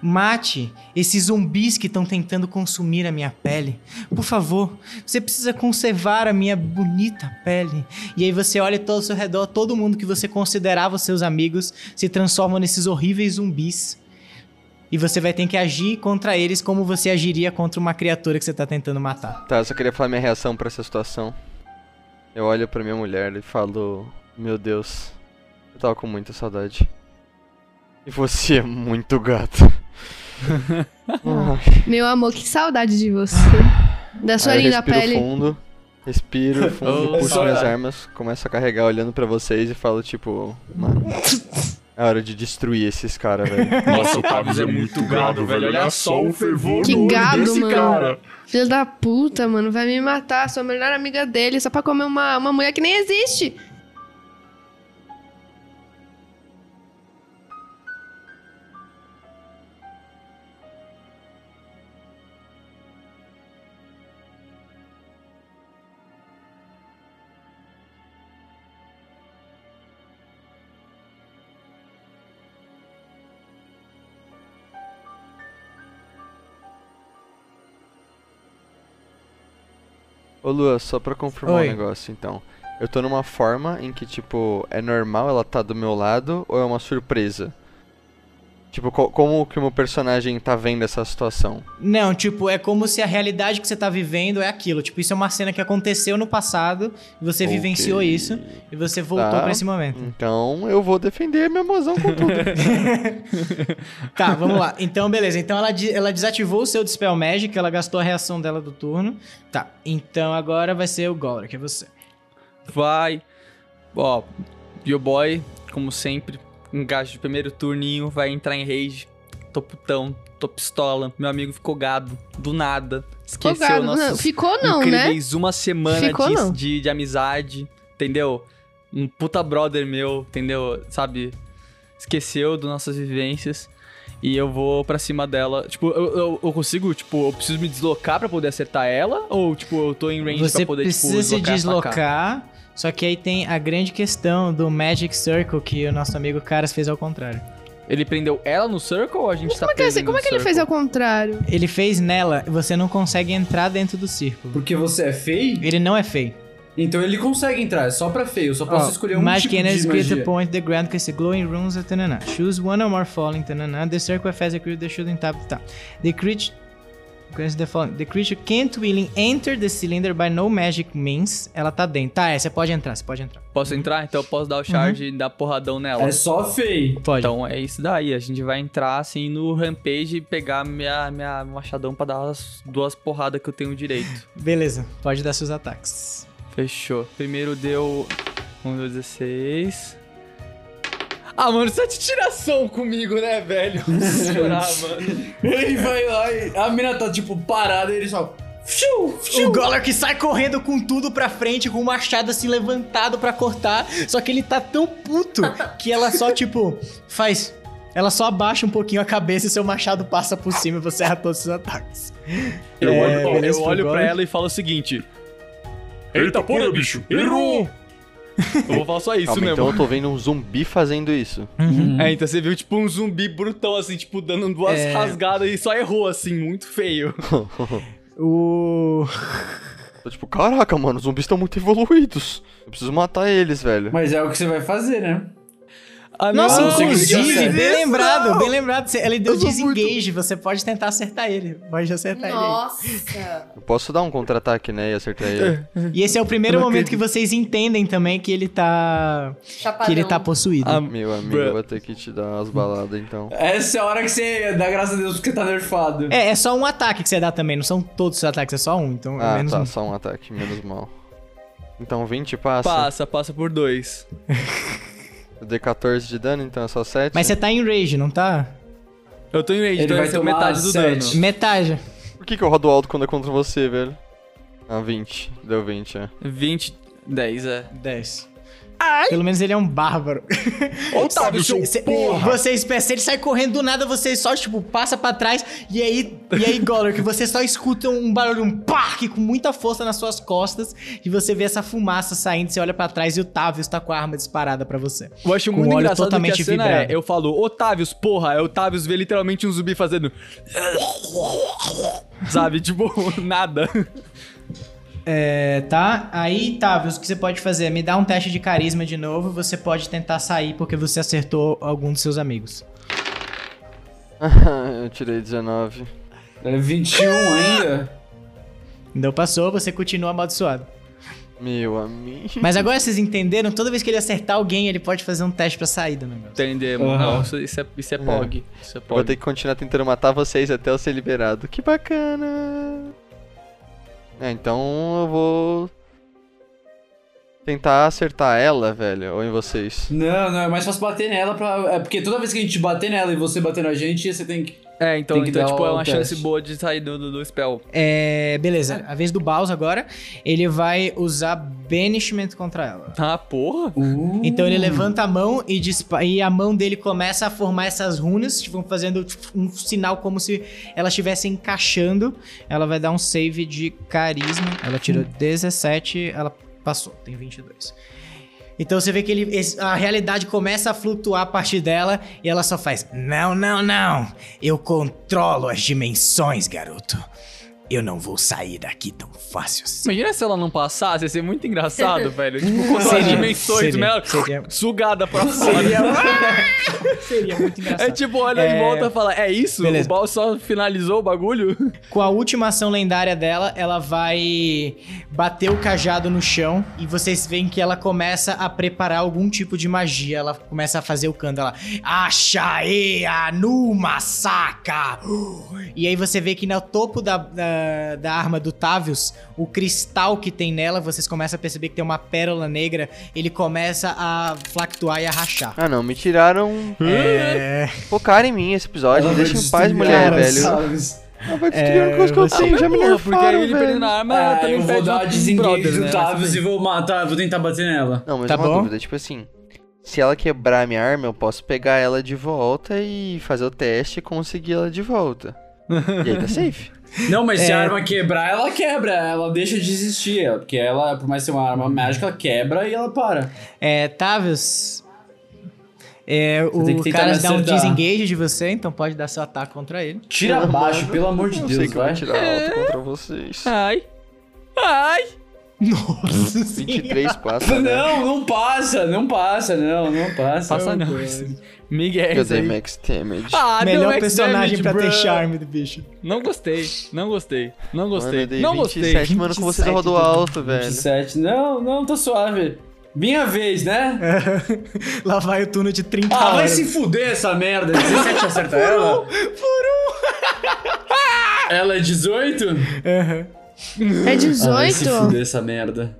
S1: Mate esses zumbis que estão tentando consumir a minha pele. Por favor, você precisa conservar a minha bonita pele. E aí você olha todo ao seu redor, todo mundo que você considerava os seus amigos se transformam nesses horríveis zumbis. E você vai ter que agir contra eles como você agiria contra uma criatura que você está tentando matar.
S6: Tá, eu só queria falar minha reação pra essa situação. Eu olho pra minha mulher e falo: Meu Deus, eu tava com muita saudade. E você é muito gato. Ah,
S2: Meu amor, que saudade de você. Da sua
S6: aí eu
S2: linda
S6: respiro
S2: pele.
S6: fundo, respiro fundo,
S5: Oh,
S6: puxo minhas
S8: saudade.
S6: armas, começo a carregar olhando pra vocês e falo: Tipo, mano, é hora de destruir esses caras, velho.
S9: Nossa, o Tavis é muito gado, velho. Olha só o fervor
S2: Que
S9: no olho
S2: gado,
S9: desse
S2: mano.
S9: cara.
S2: Filho da puta, mano, vai me matar, sou a melhor amiga dele, só pra comer uma, uma mulher que nem existe.
S6: Ô Lua, só pra confirmar
S1: Oi.
S6: um negócio, então. Eu tô numa forma em que, tipo, é normal ela tá do meu lado ou é uma surpresa? Tipo, co- como que o meu personagem tá vendo essa situação?
S1: Não, tipo, é como se a realidade que você tá vivendo é aquilo. Tipo, isso é uma cena que aconteceu no passado, e você
S6: Ok.
S1: vivenciou isso e você voltou
S6: Tá.
S1: pra esse momento.
S6: Então eu vou defender meu mozão com tudo.
S1: Tá, vamos lá. Então, beleza. Então ela, de- ela desativou o seu Dispel Magic, ela gastou a reação dela do turno. Tá, então agora vai ser o Goldrack, é você.
S5: Vai. Ó, Yo Boy, como sempre, engaja de primeiro turninho, vai entrar em rage. Tô putão, tô pistola. Meu amigo ficou gado, do nada.
S2: Ficou
S5: Esqueceu
S2: gado.
S5: nossos
S2: Não, ficou não, né?
S5: incríveis uma semana
S2: Ficou
S5: de,
S2: não.
S5: de, de amizade, entendeu? Um puta brother meu, entendeu? Sabe? Esqueceu das nossas vivências. E eu vou pra cima dela. Tipo, eu, eu, eu consigo, tipo, eu preciso me deslocar pra poder acertar ela? Ou, tipo, eu tô em range
S1: você
S5: pra poder, tipo,
S1: precisa se
S5: deslocar,
S1: deslocar.
S5: atacar?
S1: Só que aí tem a grande questão do Magic Circle que o nosso amigo Caras fez ao contrário.
S5: Ele prendeu ela no circle ou a gente tá
S2: Como é que,
S5: preso
S2: assim,
S5: ainda
S2: como é
S5: no
S2: que ele
S5: circle?
S2: fez ao contrário?
S1: Ele fez nela, você não consegue entrar dentro do círculo.
S8: Porque você é feio?
S1: Ele não é feio.
S8: Então ele consegue entrar, é só pra feio. Eu só posso
S1: Ó,
S8: escolher um
S1: Magic
S8: tipo
S1: energy
S8: de
S1: creates
S8: magia.
S1: a point the ground can see glowing runes tanana. Choose one or more falling tanana. The circle affects the creature that shooting tap tá. The creature grants the following. The creature can't willing enter the cylinder by no magic means. Ela tá dentro. Tá, é, você pode entrar, você pode entrar.
S5: Posso entrar? Então eu posso
S2: Uhum.
S5: dar o charge e dar porradão nela.
S8: É só feio.
S1: Pode.
S5: Então é isso daí, a gente vai entrar assim no rampage e pegar minha, minha machadão pra dar as duas porradas que eu tenho direito.
S1: Beleza, pode dar seus ataques.
S5: Fechou. Primeiro deu. 1, 2, 16. Ah, mano, você tá de tiração comigo, né, velho? Preciso chorar, mano.
S8: Ele vai lá e a mina tá tipo parada e ele só. Fiu, fiu.
S1: O Goller que sai correndo com tudo pra frente, com o machado assim levantado pra cortar. Só que ele tá tão puto que ela só, tipo, faz. Ela só abaixa um pouquinho a cabeça e seu machado passa por cima e você erra todos os seus ataques.
S5: Eu
S1: É,
S5: olho,
S1: beleza
S5: eu
S1: pro
S5: olho pra
S1: Golek.
S5: ela e falo o seguinte:
S9: Eita porra, bicho. Errou!
S5: Eu vou falar só isso
S6: Calma,
S5: mesmo.
S6: então eu tô vendo um zumbi fazendo isso.
S5: É, então você viu tipo um zumbi brutão, assim, tipo, dando duas
S1: É.
S5: rasgadas e só errou, assim, muito feio.
S1: O.
S6: Tô tipo, caraca, mano, os zumbis estão muito evoluídos. Eu preciso matar eles, velho.
S4: Mas é o que você vai fazer, né?
S5: Ah,
S1: Nossa,
S4: não,
S1: inclusive,
S4: não,
S1: bem
S5: assim.
S4: não.
S1: lembrado, bem lembrado. Você- Ele deu
S5: Eu sou muito-
S1: disengage, você pode tentar acertar ele. Pode acertar
S3: Nossa!
S6: Eu posso dar um contra-ataque, né, e acertar ele.
S1: ele. E esse é o primeiro
S5: Eu não
S1: momento que vocês entendem também que ele tá.
S3: Chapadão.
S1: que ele tá possuído.
S5: Ah,
S6: Meu amigo,
S5: Bruh.
S6: eu vou ter que te dar umas baladas, então.
S4: Essa é a hora que você dá graças a Deus porque tá nerfado.
S1: É, é só um ataque que você dá também, não são todos os ataques, é só um, então é
S6: Ah,
S1: menos
S6: tá,
S1: um.
S6: só um ataque, menos mal. Então 20 passa.
S5: Passa, passa por dois.
S6: Eu dei 14 de dano, então é só 7.
S1: Mas você tá em rage, não tá?
S5: Eu tô em rage,
S4: Ele
S5: então
S4: vai
S5: esse é
S4: tomar
S5: metade do
S4: sete.
S5: dano.
S1: Metade.
S6: Por que, que eu rodo alto quando é contra você, velho? Ah, 20. Deu 20, é.
S5: 20, 10, é.
S1: 10. Pelo menos ele é um bárbaro.
S5: Otávio,
S1: Sabe,
S5: seu
S1: cê-
S5: porra!
S1: Vocês percebem, ele sai correndo do nada, você só, tipo, passa pra trás. E aí, e aí Goller, que você só escuta um barulho, um pá, que com muita força nas suas costas. E você vê essa fumaça saindo, você olha pra trás e o Tavius tá com a arma disparada pra você.
S5: Eu acho
S1: Com
S5: muito
S1: o olho
S5: engraçado
S1: totalmente
S5: que a cena
S1: vidrado.
S5: é, eu falo, Otávios, porra, é Otávios vê literalmente um zumbi fazendo... Sabe, tipo, nada.
S1: É, tá? Aí, Tavius, o que você pode fazer? Me dá um teste de carisma de novo. Você pode tentar sair porque você acertou algum dos seus amigos.
S6: eu tirei 19.
S4: É 21 ainda.
S1: Não passou, você continua amaldiçoado.
S6: Meu amigo.
S1: Mas agora vocês entenderam? Toda vez que ele acertar alguém, ele pode fazer um teste pra sair do negócio.
S5: Entendemos.
S4: Aham.
S5: Não, isso, isso é, isso é POG. Isso é
S6: Eu Vou
S5: POG.
S6: ter que continuar tentando matar vocês até eu ser liberado. Que bacana! É, então eu vou. Tentar acertar ela, velho, ou em vocês.
S4: Não, não, é mais fácil bater nela pra. É porque toda vez que a gente bater nela e você bater na gente, você tem que.
S5: É, então,
S4: Tem que
S5: então
S4: dar
S5: tipo, é
S4: o
S5: uma
S4: teste.
S5: chance boa de sair do, do, do spell.
S1: É, beleza. A vez do Baus agora, ele vai usar Banishment contra ela.
S5: Ah, porra.
S4: Uh.
S1: Então ele levanta a mão e, dispa- e a mão dele começa a formar essas runas, tipo, fazendo um sinal como se ela estivesse encaixando. Ela vai dar um save de carisma. Ela tirou 17, ela passou, tem 22. Então você vê que ele, esse- a realidade começa a flutuar a partir dela e ela só faz: Não, não, não! Eu controlo as dimensões, garoto. Eu não vou sair daqui tão fácil assim.
S5: Imagina se ela não passasse, ia ser muito engraçado, velho. Tipo, com as
S1: Seria,
S5: dimensões,
S1: seria,
S5: ela
S1: seria.
S5: sugada pra fora.
S1: Seria muito engraçado.
S5: É tipo, olha
S1: É.
S5: de volta e fala, é isso?
S1: Beleza.
S5: O Bal só finalizou o bagulho?
S1: Com a última ação lendária dela, ela vai bater o cajado no chão e vocês veem que ela começa a preparar algum tipo de magia. Ela começa a fazer o canto. Ela. Achaea numa saca! E aí você vê que no topo da, da, da arma do Tavius, o cristal que tem nela, vocês começam a perceber que tem uma pérola negra. Ele começa a fluctuar e a rachar.
S6: Ah não, me tiraram.
S1: É.
S6: Focar em mim esse episódio.
S4: Ela
S6: Me
S4: vai
S6: deixa em paz,
S4: destruir
S6: mulher,
S4: ela,
S6: velho.
S4: Sabes?
S6: Ela vai destruir a coisa que eu tenho, já me
S5: Porra, porque aí
S6: nerfaram,
S5: ele perdendo
S6: velho.
S5: a arma, ela
S4: Ah,
S5: também
S4: eu vou
S5: perde
S4: dar tá?
S5: um
S4: desengage
S5: brother, né?
S4: do Tavius e vou matar, vou tentar bater nela.
S6: Não, mas
S1: Tá
S6: é uma
S1: bom.
S6: dúvida, tipo assim... Se ela quebrar minha arma, eu posso pegar ela de volta e fazer o teste e conseguir ela de volta. E aí tá safe.
S4: Não, mas se
S1: É.
S4: a arma quebrar, ela quebra, ela deixa de existir. ela- Porque ela, por mais ser uma
S6: Uhum.
S4: arma mágica, ela quebra e ela para.
S1: É, Tavius. É,
S4: tem que
S1: o
S4: tentar
S1: cara
S4: me
S1: dá um
S4: acertar.
S1: desengage de você, então pode dar seu ataque contra ele.
S4: Tira abaixo, pelo amor de
S6: eu sei
S4: Deus,
S6: que eu vou
S4: vai.
S6: tirar alto contra vocês.
S5: Ai. Ai.
S1: Nossa
S6: 23 passa, né?
S4: Não, não passa, não passa, não, não passa.
S5: Passa não. Miguel.
S6: Eu dei max damage.
S5: é Ah, deu
S1: Melhor
S5: max
S1: personagem
S5: damage,
S1: pra ter
S5: bruh.
S1: charme do bicho.
S5: Não gostei, não gostei, não
S6: Mano,
S5: gostei,
S6: eu dei
S5: não
S6: 27,
S5: gostei.
S6: mano, com vocês
S1: 27,
S6: eu rodo alto, velho.
S4: 27, não, não, tá suave. Minha vez, né?
S6: É.
S1: Lá vai o turno de 30
S4: Ah, vai
S1: horas.
S4: se fuder essa merda. 17 acerta ela? Por um. Ela é 18?
S2: É
S4: Ah, vai se
S2: 18?
S4: fuder essa merda.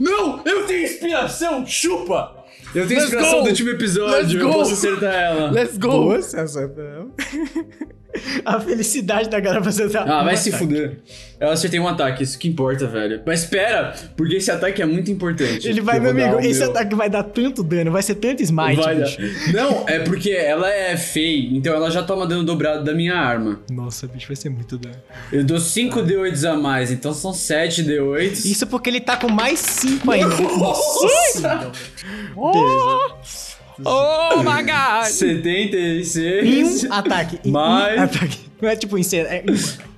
S4: Não, eu tenho inspiração, chupa! Eu tenho
S5: Let's
S4: inspiração
S5: go!
S4: do último episódio,
S5: Let's
S4: eu
S5: go!
S4: posso acertar ela.
S5: Let's go!
S1: Nossa, essa não. é A felicidade da galera você tá.
S4: Ah, vai se fuder. Eu acertei um ataque, isso que importa, velho. Mas espera, porque esse ataque é muito importante.
S1: Ele vai,
S4: Eu
S1: meu
S4: vou dar
S1: amigo,
S4: o
S1: esse
S4: meu.
S1: ataque é vai dar tanto dano, vai ser tanto smite,
S4: Vai dar.
S1: bicho.
S4: Não, é porque ela é feia, então ela já toma dano dobrado da minha arma.
S1: Nossa, bicho, vai ser muito dano.
S4: Eu dou 5 D8s a mais, então são 7 D8s.
S1: Isso porque ele tá com mais 5 ainda. Nossa senhora.
S5: Oh my god!
S4: 76.
S1: Em um ataque. Em
S4: Mais-
S1: um ataque. Não é tipo em cena. É... em um.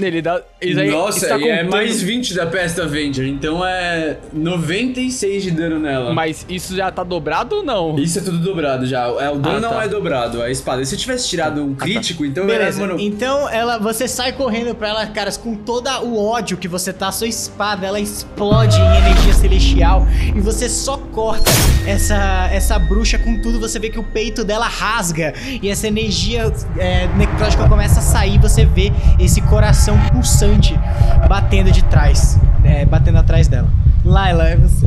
S5: Ele dá. Ele aí
S4: Nossa,
S5: está
S4: e é
S5: contando-
S4: mais 20 da Pest Avenger, então é 96 de dano nela.
S5: Mas isso já tá dobrado ou não?
S4: Isso é tudo dobrado já. É, O dano
S5: Ah,
S4: não
S5: tá. Ah,
S4: é dobrado, é a espada. E se eu tivesse tirado um crítico, então
S1: Beleza.
S4: era, mano.
S1: Então ela, você sai correndo pra ela, caras, com todo o ódio que você tá, sua espada, ela explode em energia celestial e você só corta essa, essa bruxa com tudo. Você vê que o peito dela rasga e essa energia é, necrótica começa a sair. Você vê esse coração pulsante batendo de trás, né, batendo atrás dela. Laila, é você.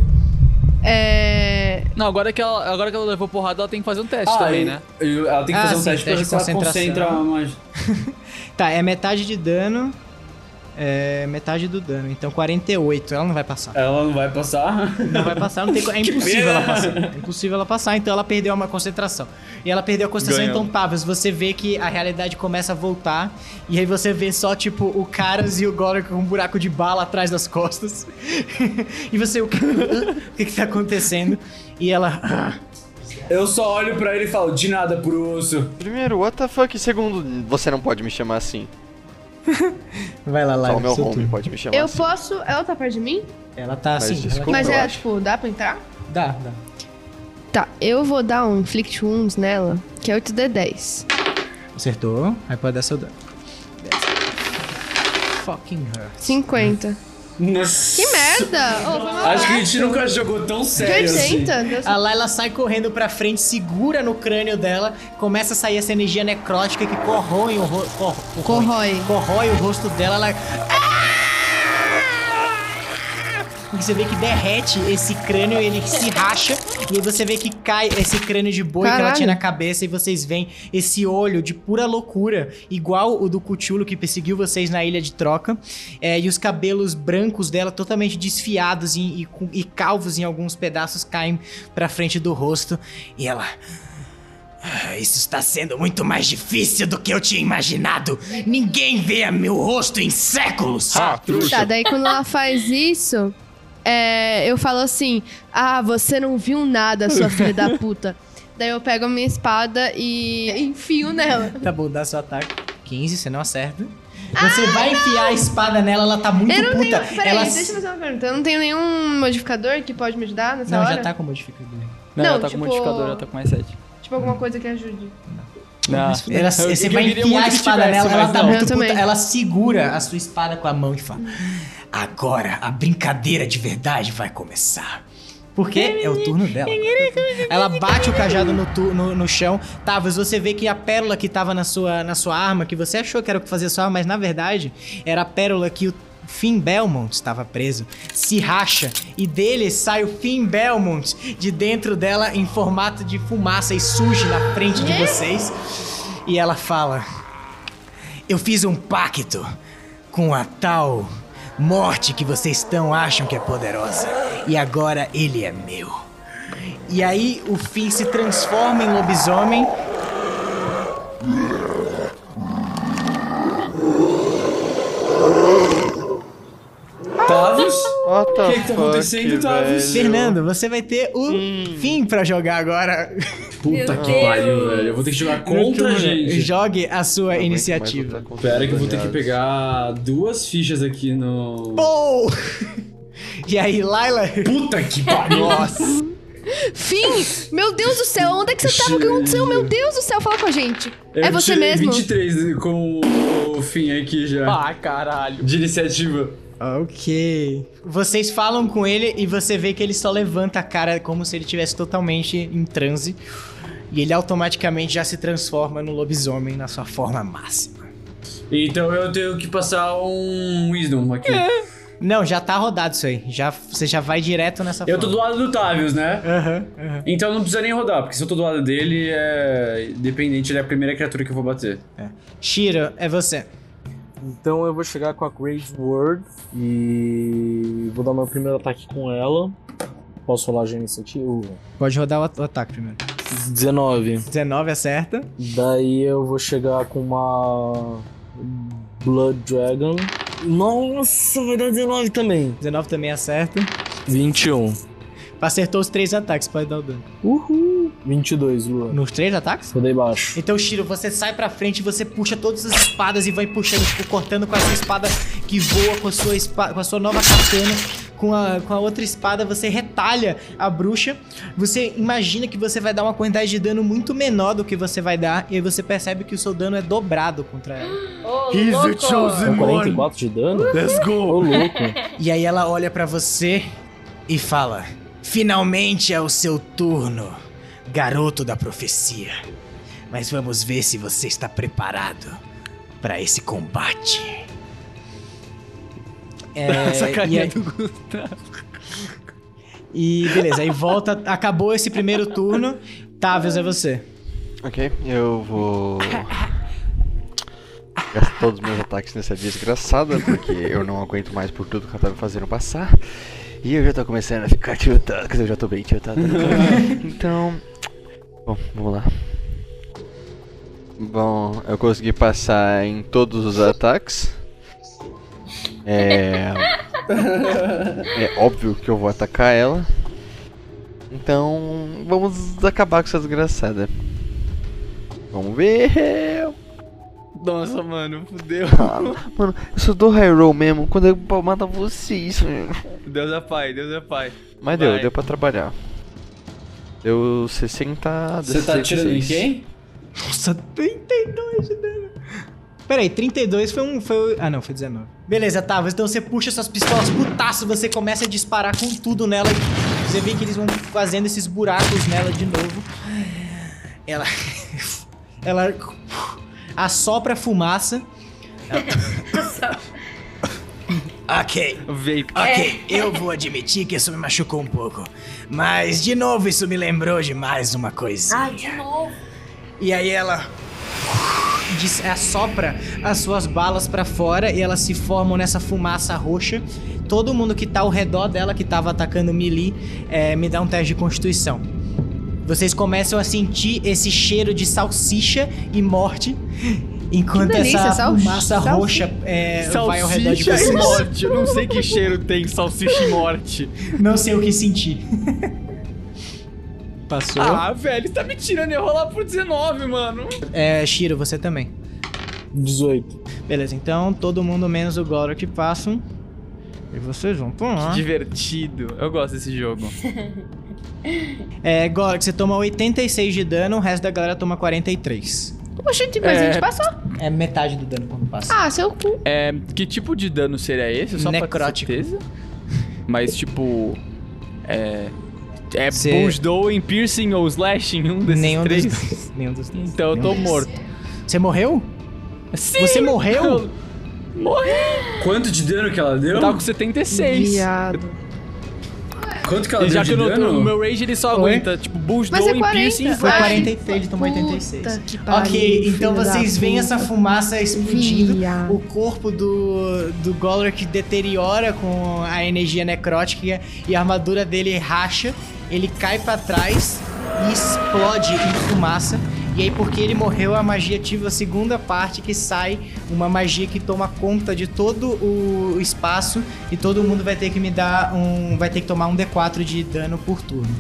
S2: É.
S5: Não, agora que, ela, agora que ela levou porrada, ela tem que fazer um teste também,
S4: ah, e-
S5: né?
S4: e Ela tem que
S1: Ah,
S4: fazer um
S1: sim,
S4: teste pra
S1: teste
S4: ver
S1: de
S4: se ela
S1: concentração.
S4: concentra a magia.
S1: Tá, é metade de dano. É metade do dano, então 48. Ela não vai passar.
S4: Ela não vai passar.
S1: Não vai passar, não tem co- É impossível ela passar. É impossível ela passar, então ela perdeu uma concentração. E ela perdeu a concentração
S5: Ganhou.
S1: então, Tavius, você vê que a realidade começa a voltar. E aí você vê só, tipo, o Caras e o Gorok com um buraco de bala atrás das costas. e você, o que, o que que tá acontecendo? E ela. "Ah,
S4: Eu só olho pra ele e falo, de nada pro urso.
S6: Primeiro, what the fuck? Segundo, você não pode me chamar assim.
S1: Vai lá,
S6: Só
S1: lá.
S6: Tá o meu home pode me chamar
S2: Eu
S6: assim.
S2: posso. Ela tá perto de mim?
S1: Ela tá
S6: Mas
S1: assim.
S6: desculpa.
S1: ela-
S2: Mas
S6: eu
S2: é,
S6: acho.
S2: tipo, dá pra entrar?
S1: Dá, dá.
S2: Tá, eu vou dar um Inflict Wounds nela, que é 8D10.
S1: Acertou. Aí pode dar seu dano. Fucking hurt.
S2: 50.
S4: Nossa.
S2: Que merda! Ô, foi uma
S4: Acho que a gente
S2: barata.
S4: nunca jogou tão
S2: É,
S4: sério assim.
S2: 80? Deus-
S1: A Layla sai correndo pra frente, segura no crânio dela, começa a sair essa energia necrótica que corrói o rosto.
S2: Corrói.
S1: Corrói o rosto dela, ela. E você vê que derrete esse crânio, ele se racha, e aí você vê que cai esse crânio de boi que ela
S2: Caralho.
S1: tinha na cabeça, e vocês veem esse olho de pura loucura, igual o do Cutulo que perseguiu vocês na Ilha de Troca, é, e os cabelos brancos dela totalmente desfiados e, e com- e calvos em alguns pedaços caem pra frente do rosto, e ela. "Ah, Isso está sendo muito mais difícil do que eu tinha imaginado. Ninguém vê meu rosto em séculos.
S9: Ah,
S2: Tá,
S9: trouxa.
S2: daí quando ela faz isso, é, eu falo assim: Ah, você não viu nada, sua filha da puta. Daí eu pego a minha espada e enfio nela.
S1: Tá bom, dá seu ataque. 15, você não acerta. Você vai enfiar a espada nela, ela tá muito
S2: Ah, Eu não
S1: puta.
S2: tenho. Peraí,
S1: ela
S2: deixa eu fazer uma pergunta. Eu não tenho nenhum modificador que pode me ajudar nessa
S1: Não,
S2: hora?
S1: já tá com modificador.
S5: Não,
S2: Não,
S5: ela tá
S2: tipo-
S5: com modificador, ela tá com mais 7.
S2: Tipo, alguma coisa que ajude.
S5: Não,
S1: Ah, Ela, você vai enfiar a espada nela, ela tá
S2: não.
S1: muito
S2: Eu
S1: puta.
S2: também.
S1: Ela segura a sua espada com a mão e fala: Agora a brincadeira de verdade vai começar. Porque é o turno dela. Ela bate o cajado no, tu- no, no chão. Tavas, você vê que a pérola que tava na sua, na sua arma, que você achou que era o que fazia sua arma, mas na verdade era a pérola que o Finn Belmont estava preso, se racha e dele sai o Finn Belmont de dentro dela em formato de fumaça e surge na frente de vocês. E ela fala: Eu fiz um pacto com a tal morte que vocês tão acham que é poderosa. E agora ele é meu. E aí o Finn se transforma em lobisomem.
S4: Tavius?
S6: What the
S4: O que que tá acontecendo,
S6: fuck,
S4: Tavis?
S6: velho?
S1: Fernando, você vai ter o Finn pra jogar agora.
S4: Puta
S3: Meu
S4: que
S3: Deus.
S4: pariu, velho. Eu vou ter que jogar contra a gente.
S1: Jogue a sua
S6: Não aguento mais
S1: iniciativa.
S6: lutar contra
S4: Pera que eu vou ter que
S6: aliados.
S4: pegar duas fichas aqui no...
S1: Pou! E aí, Laila?
S4: Puta que pariu.
S6: Nossa!
S2: Fim! Meu Deus do céu, onde é que você tava? O que aconteceu? Meu Deus do céu, fala com a gente.
S4: Eu
S2: é você
S4: tirei
S2: mesmo?
S4: 23 com o fim aqui já.
S5: Ah, caralho.
S4: De iniciativa.
S1: Ah, Ok. Vocês falam com ele e você vê que ele só levanta a cara como se ele estivesse totalmente em transe. E ele automaticamente já se transforma no lobisomem na sua forma máxima.
S2: É.
S4: Então eu tenho que passar um Wisdom aqui.
S1: Não, já tá rodado isso aí. Já, você já vai direto nessa
S4: Eu tô do
S1: forma.
S4: lado do Tavius, né?
S1: Aham,
S5: É.
S1: aham.
S4: Então não precisa nem rodar, porque se eu tô do lado dele, é. Independente, ele é a primeira criatura que eu vou bater.
S1: Shiro, é você.
S7: Então eu vou chegar com a Great Word e vou dar meu primeiro ataque com ela. Posso rolar já a iniciativa? Uh.
S1: Pode rodar o at- o ataque primeiro.
S7: 19.
S1: 19 acerta.
S7: Daí eu vou chegar com uma Blood Dragon. Nossa, vai dar 19 também.
S1: 19 também acerta.
S7: 21.
S1: Acertou os três ataques, pode dar o dano.
S7: Uhul. 22, Lua.
S1: Nos três ataques?
S7: Rodei baixo.
S1: Então, Shiro, você sai pra frente, você puxa todas as espadas e vai puxando, tipo, cortando com a sua espada que voa, com a sua, espa- com a sua nova katana. Com a, com a outra espada, você retalha a bruxa. Você imagina que você vai dar uma quantidade de dano muito menor do que você vai dar. E aí você percebe que o seu dano é dobrado contra ela.
S3: Ô,
S9: He's the
S3: louco!
S9: chosen-
S7: Dá 44 de dano?
S9: Let's
S7: Ô,
S9: go!
S7: louco.
S1: E aí ela olha pra você e fala: Finalmente é o seu turno, garoto da profecia. Mas vamos ver se você está preparado pra esse combate. É,
S5: Essa
S1: e,
S5: carinha
S1: aí-
S5: do Gustavo.
S1: e beleza, aí volta. Acabou esse primeiro turno. Tavius, é você.
S6: Ok, eu vou. Gastar todos os meus ataques nessa desgraçada, porque eu não aguento mais por tudo que ela tá me fazendo passar. E eu já tô começando a ficar tiltado, quer dizer, eu já tô bem tiltado. né? então. Bom, vamos lá. Bom, eu consegui passar em todos os ataques. É. é óbvio que eu vou atacar ela. Então, vamos acabar com essa desgraçada. Vamos ver.
S5: Nossa, mano, fudeu.
S6: Ah, mano, eu sou do High Roll mesmo. Quando eu pau mata vocês. velho.
S5: Deus é pai, Deus é pai.
S6: Mas deu,
S5: Vai.
S6: deu pra trabalhar. Deu 60.
S4: Você tá
S6: 16.
S4: atirando em quem?
S1: Nossa, 32 de dano. né? Peraí, 32 foi um. Foi... Ah, não, foi 19. Beleza, Tavius, então você puxa suas pistolas putaço, você começa a disparar com tudo nela. e Você vê que eles vão fazendo esses buracos nela de novo. Ela. Ela. Assopra a fumaça. ok.
S5: Vape.
S1: Ok, eu vou admitir que isso me machucou um pouco. Mas, de novo, isso me lembrou de mais uma coisinha.
S3: Ah, de novo.
S1: E aí ela des- assopra as suas balas pra fora e elas se formam nessa fumaça roxa. Todo mundo que tá ao redor dela, que tava atacando melee, eh, me dá um teste de constituição. Vocês começam a sentir esse cheiro de salsicha e morte. Enquanto
S2: Que delícia,
S1: essa
S2: sal-
S1: fumaça
S2: salsi-
S1: roxa eh, vai ao redor de
S5: e
S1: vocês.
S5: morte. Eu não sei que cheiro tem salsicha e morte.
S1: Não sei o que sentir. Passou.
S5: Ah, velho, tá me tirando. Eu ia rolar por 19, mano.
S1: É, Shiro, você também.
S7: 18.
S1: Beleza, então todo mundo menos o Goro que passam. E vocês vão pular.
S5: Divertido. Eu gosto desse jogo.
S1: É, Goro, que você toma 86 de dano, o resto da galera toma 43.
S2: Oxi, mas a
S5: É.
S2: gente passou.
S1: É metade do dano quando passa.
S2: Ah, seu cu.
S5: É, que tipo de dano seria esse? Só
S1: Necrótico.
S5: pra ter certeza? Mas, tipo... É... É
S1: Cê-
S5: Bull's Doing, Piercing ou Slashing? Um desses
S1: Nenhum
S5: três?
S1: dos dois. Nenhum dos dois.
S5: Então eu tô
S1: Nenhum dos-
S5: morto.
S1: Você morreu?
S5: Sim!
S1: Você morreu?
S5: Morri!
S4: Quanto de dano que ela deu?
S5: Eu
S2: Tá
S5: tava com 76.
S2: Viado.
S4: Quanto que ela
S5: E
S4: deu
S5: já que
S4: de
S5: eu não tô,
S4: dano?
S5: o meu rage ele só
S1: Ué?
S5: aguenta, tipo, Bull's
S2: Mas é
S5: Doing,
S2: 40.
S5: Piercing
S1: Foi
S2: Ai,
S1: 43, tomou 86.
S2: Puta que pariu,
S1: Ok, então
S2: Tá filho da
S1: vocês veem
S2: puta.
S1: essa fumaça explodindo.
S2: Viado.
S1: O corpo do, do Golork deteriora com a energia necrótica e a armadura dele racha. Ele cai pra trás e explode em fumaça. E aí, porque ele morreu, a magia ativa a segunda parte que sai uma magia que toma conta de todo o espaço. E todo mundo vai ter que me dar um. Vai ter que tomar um D4 de dano por turno.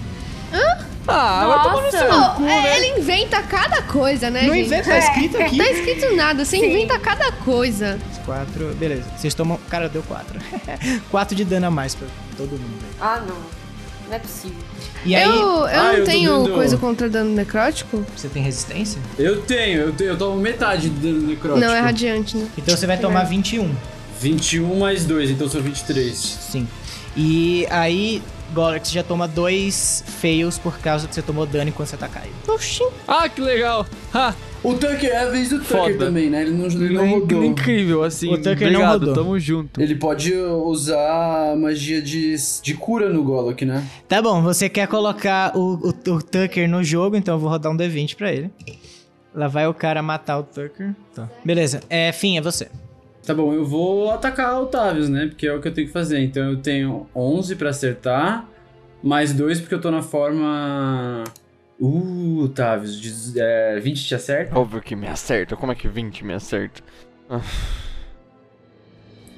S5: Ah, vai tomar no seu
S2: Não,
S5: cu,
S2: é,
S5: velho.
S2: ele inventa cada coisa, né,
S1: no
S2: gente?
S1: invento né? tá escrito aqui.
S2: Tá escrito nada, você inventa cada coisa.
S1: Quatro, beleza. Vocês tomam. Cara, deu quatro. quatro de dano a mais pra todo mundo. velho.
S3: Ah, não. Não é possível.
S1: E aí,
S2: eu eu
S4: Ah,
S2: não
S4: eu tô
S2: tenho
S4: vendo-
S2: coisa contra dano necrótico?
S1: você tem resistência?
S4: Eu tenho, eu tenho, eu tomo metade do dano necrótico.
S2: Não, é radiante, né?
S1: Então você vai tomar 21.
S4: 21 mais 2, então são 23.
S1: Sim. E aí, Golax já toma dois fails por causa que você tomou dano enquanto você tá caído.
S5: Ah, que legal. Ha,
S8: O Tucker, é a vez do Tucker
S5: Foda.
S8: também, né? Ele não, ele não
S5: Inc-
S8: rodou.
S5: Incrível, assim.
S1: O Tucker não
S5: obrigado,
S1: rodou.
S5: tamo junto.
S8: Ele pode usar magia de, de cura no Golok, né?
S1: Tá bom, você quer colocar o, o, o Tucker no jogo, então eu vou rodar um D20 pra ele. Lá vai o cara matar o Tucker. Tá. Beleza, é, fim, é você.
S4: Tá bom, eu vou atacar o Tavius, né? Porque é o que eu tenho que fazer. Então eu tenho 11 pra acertar, mais 2 porque eu tô na forma. Uh, Tavius, dez- é, 20 te acerta?
S6: Óbvio que me acerta. Como é que 20 me acerta?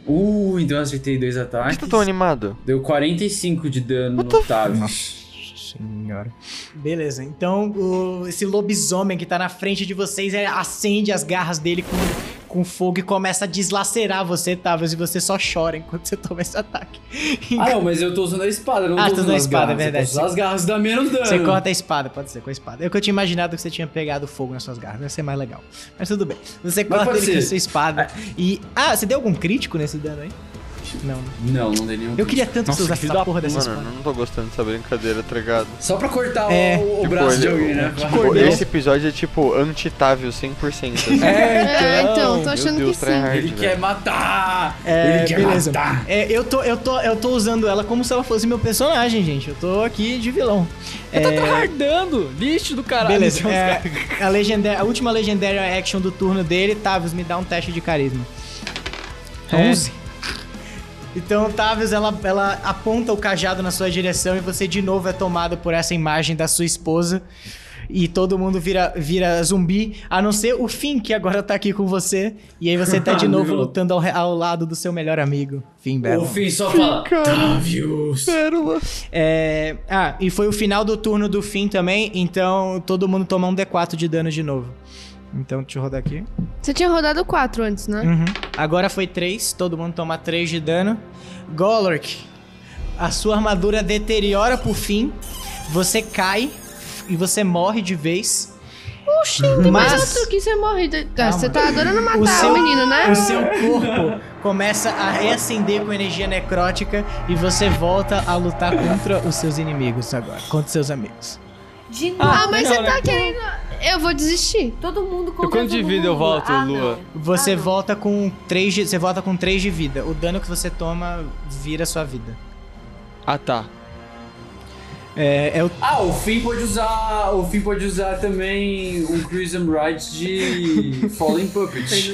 S4: Uh, então eu acertei dois
S6: Por
S4: ataques.
S6: que tu tá tão animado?
S4: Deu 45 de dano
S6: What the
S4: no Tavius.
S1: Senhora. Beleza, então o- esse lobisomem que tá na frente de vocês é, acende as garras dele com, com fogo e começa a deslacerar você, Tavius, e você só chora enquanto você toma esse ataque.
S4: Ah, não, mas eu tô usando a espada, não
S1: Ah,
S4: tô
S1: tu
S4: usando
S1: usou a
S4: as
S1: espada, é
S4: garras. Eu
S1: verdade.
S4: posso usar as garras dá menos dano.
S1: Você corta a espada, pode ser, com a espada. Eu que eu tinha imaginado que você tinha pegado fogo nas suas garras, ia ser mais legal. Mas tudo bem. Você
S4: Mas
S1: corta
S4: pode
S1: ele com a
S4: ser. É.
S1: sua espada e. Ah, você deu algum crítico nesse dano aí? Não. né?
S4: Não, não dei nenhum.
S1: Eu queria tanto que
S5: Nossa,
S1: você
S5: que
S1: usasse
S5: filho
S1: essa
S5: da
S1: porra dessa
S6: Mano,
S1: espada.
S6: eu não tô gostando dessa brincadeira, tá ligado?
S4: Só pra cortar
S1: É.
S4: o, o
S6: Tipo,
S4: braço de
S6: ele-
S4: alguém, né?
S6: Tipo, esse episódio é tipo anti-Távio 100%. Assim.
S5: É,
S2: É, então, tô
S6: Meu
S2: achando
S6: Deus, tá
S2: que sim.
S6: tryhard,
S4: Ele
S6: velho.
S4: quer matar!
S1: É,
S4: ele quer
S1: beleza.
S4: matar!
S1: É, eu, tô, eu, tô, eu tô usando ela como se ela fosse meu personagem, gente. Eu tô aqui de vilão. É,
S5: Tá Tardando! Lixo do caralho!
S1: beleza.
S5: Então, os
S1: É,
S5: caras-
S1: a, legendar- a última legendária action do turno dele, Tavius, me dá um teste de carisma.
S5: É.
S1: 11. Então, Tavius, ela, ela aponta o cajado na sua direção e você de novo é tomado por essa imagem da sua esposa. E todo mundo vira, vira zumbi, a não ser o Finn, que agora tá aqui com você. E aí você tá de
S4: Ah,
S1: novo
S4: meu.
S1: lutando ao, re- ao lado do seu melhor amigo, Finn
S4: O
S1: Balor.
S4: Finn só fala, Tavius!
S1: É, Ah, e foi o final do turno do fim também, então todo mundo toma um D4 de dano de novo. Então, deixa eu rodar aqui.
S2: Você tinha rodado quatro antes, né?
S1: Uhum. Agora foi 3, todo mundo toma 3 de dano. Golork, a sua armadura deteriora por fim, você cai e você morre de vez.
S2: Oxi, tem mais
S1: Mas-
S2: outro que você morre. de- Ah,
S1: Calma.
S2: você tá adorando matar
S1: O
S2: o,
S1: seu-
S2: menino, né?
S1: O seu corpo começa a reacender com energia necrótica e você volta a lutar contra os seus inimigos agora, contra os seus amigos.
S3: De novo.
S2: Ah, mas
S5: Não,
S2: você
S5: né?
S2: tá querendo... Eu vou desistir.
S3: Todo mundo contra
S5: Eu quando
S3: todo
S5: divido, eu
S3: mundo.
S5: volto,
S3: ah,
S5: Lua.
S3: não.
S1: Você
S3: Ah, não.
S1: volta com 3 de, você volta com 3 de vida. O dano que você toma vira sua vida.
S5: Ah, tá.
S1: É, é o
S4: Ah, o Finn pode usar. O Finn pode usar também um Crimson Rides de Fallen Puppet.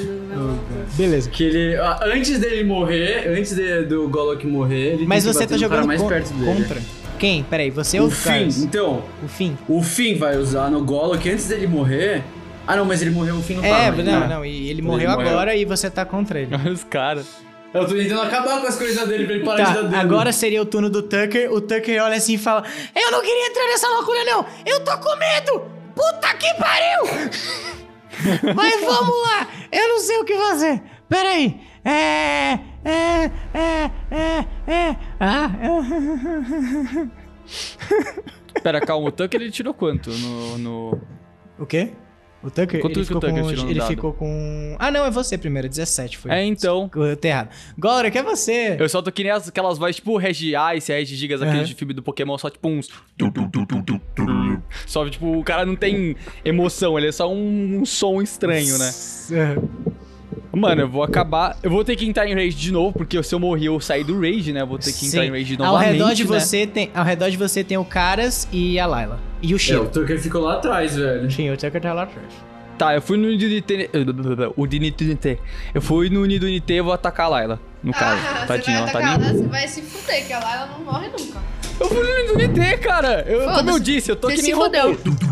S1: beleza.
S4: que ele. ah, Antes dele morrer, antes de- do Golok morrer, ele
S1: Mas
S4: tem que
S1: você
S4: bater
S1: tá
S4: no
S1: jogando
S4: cara mais
S1: con-
S4: perto dele.
S1: contra quem? Peraí, você ou
S4: O
S1: o
S4: Finn,
S1: Carlos?
S4: então,
S1: O fim.
S4: o Finn vai usar no Golok antes dele morrer. Ah não, mas ele morreu, o Finn não
S1: É,
S4: tá mais,
S1: não,
S4: né?
S1: não, e ele
S4: Ele
S1: morreu
S4: morreu.
S1: agora e você tá contra ele.
S5: Olha os caras.
S4: Eu tô tentando acabar com as coisas dele pra ele parar de dar dano.
S1: Tá, agora seria o turno do Tucker. O Tucker olha assim e fala: Eu não queria entrar nessa loucura, não! Eu tô com medo! Puta que pariu! Mas vamos lá! Eu não sei o que fazer! Peraí! É. É. É. É. É. Ah.
S5: Pera, calma, o Tucker ele tirou quanto no. no...
S1: O quê? O Tucker?
S5: Quanto
S1: ele
S5: que o
S1: ficou
S5: Tucker
S1: com,
S5: tirou no
S1: Ele
S5: dado?
S1: ficou com. Ah, não, é você primeiro, 17 foi.
S5: É, então.
S1: Eu tô errado. Glória, que é você!
S5: Eu solto que nem as- aquelas vozes tipo Regi Ice, Regi Gigas,
S1: Aham.
S5: aqueles de filme do Pokémon, só tipo uns. Só tipo, o cara não tem emoção, ele é só um, um som estranho, né?
S1: é.
S5: Mano, eu vou acabar. Eu vou ter que entrar em Rage de novo, porque se eu morrer eu saí do Rage, né? Eu Vou ter que entrar
S1: Sim.
S5: em Rage
S1: Ao
S5: novamente.
S1: redor, de
S5: né?
S1: você tem, ao redor de você tem o Caras e a Layla. E o
S4: É, o
S1: Shiro.
S4: Tucker ficou lá atrás, velho.
S1: Sim, o Tucker tá lá atrás.
S5: Tá, eu fui no Unido NT. O Unido NT. Eu fui no Unido NT e vou atacar a Layla. No caso, tadinha, ela tá nem.
S2: Você Ah, vai se fuder, que ela, ela não morre nunca.
S5: Eu fui no Unido NT, cara! Eu, como eu
S2: Foda-se.
S5: disse, eu tô
S2: Você
S5: que
S2: se
S5: nem
S2: fudeu.
S5: robô.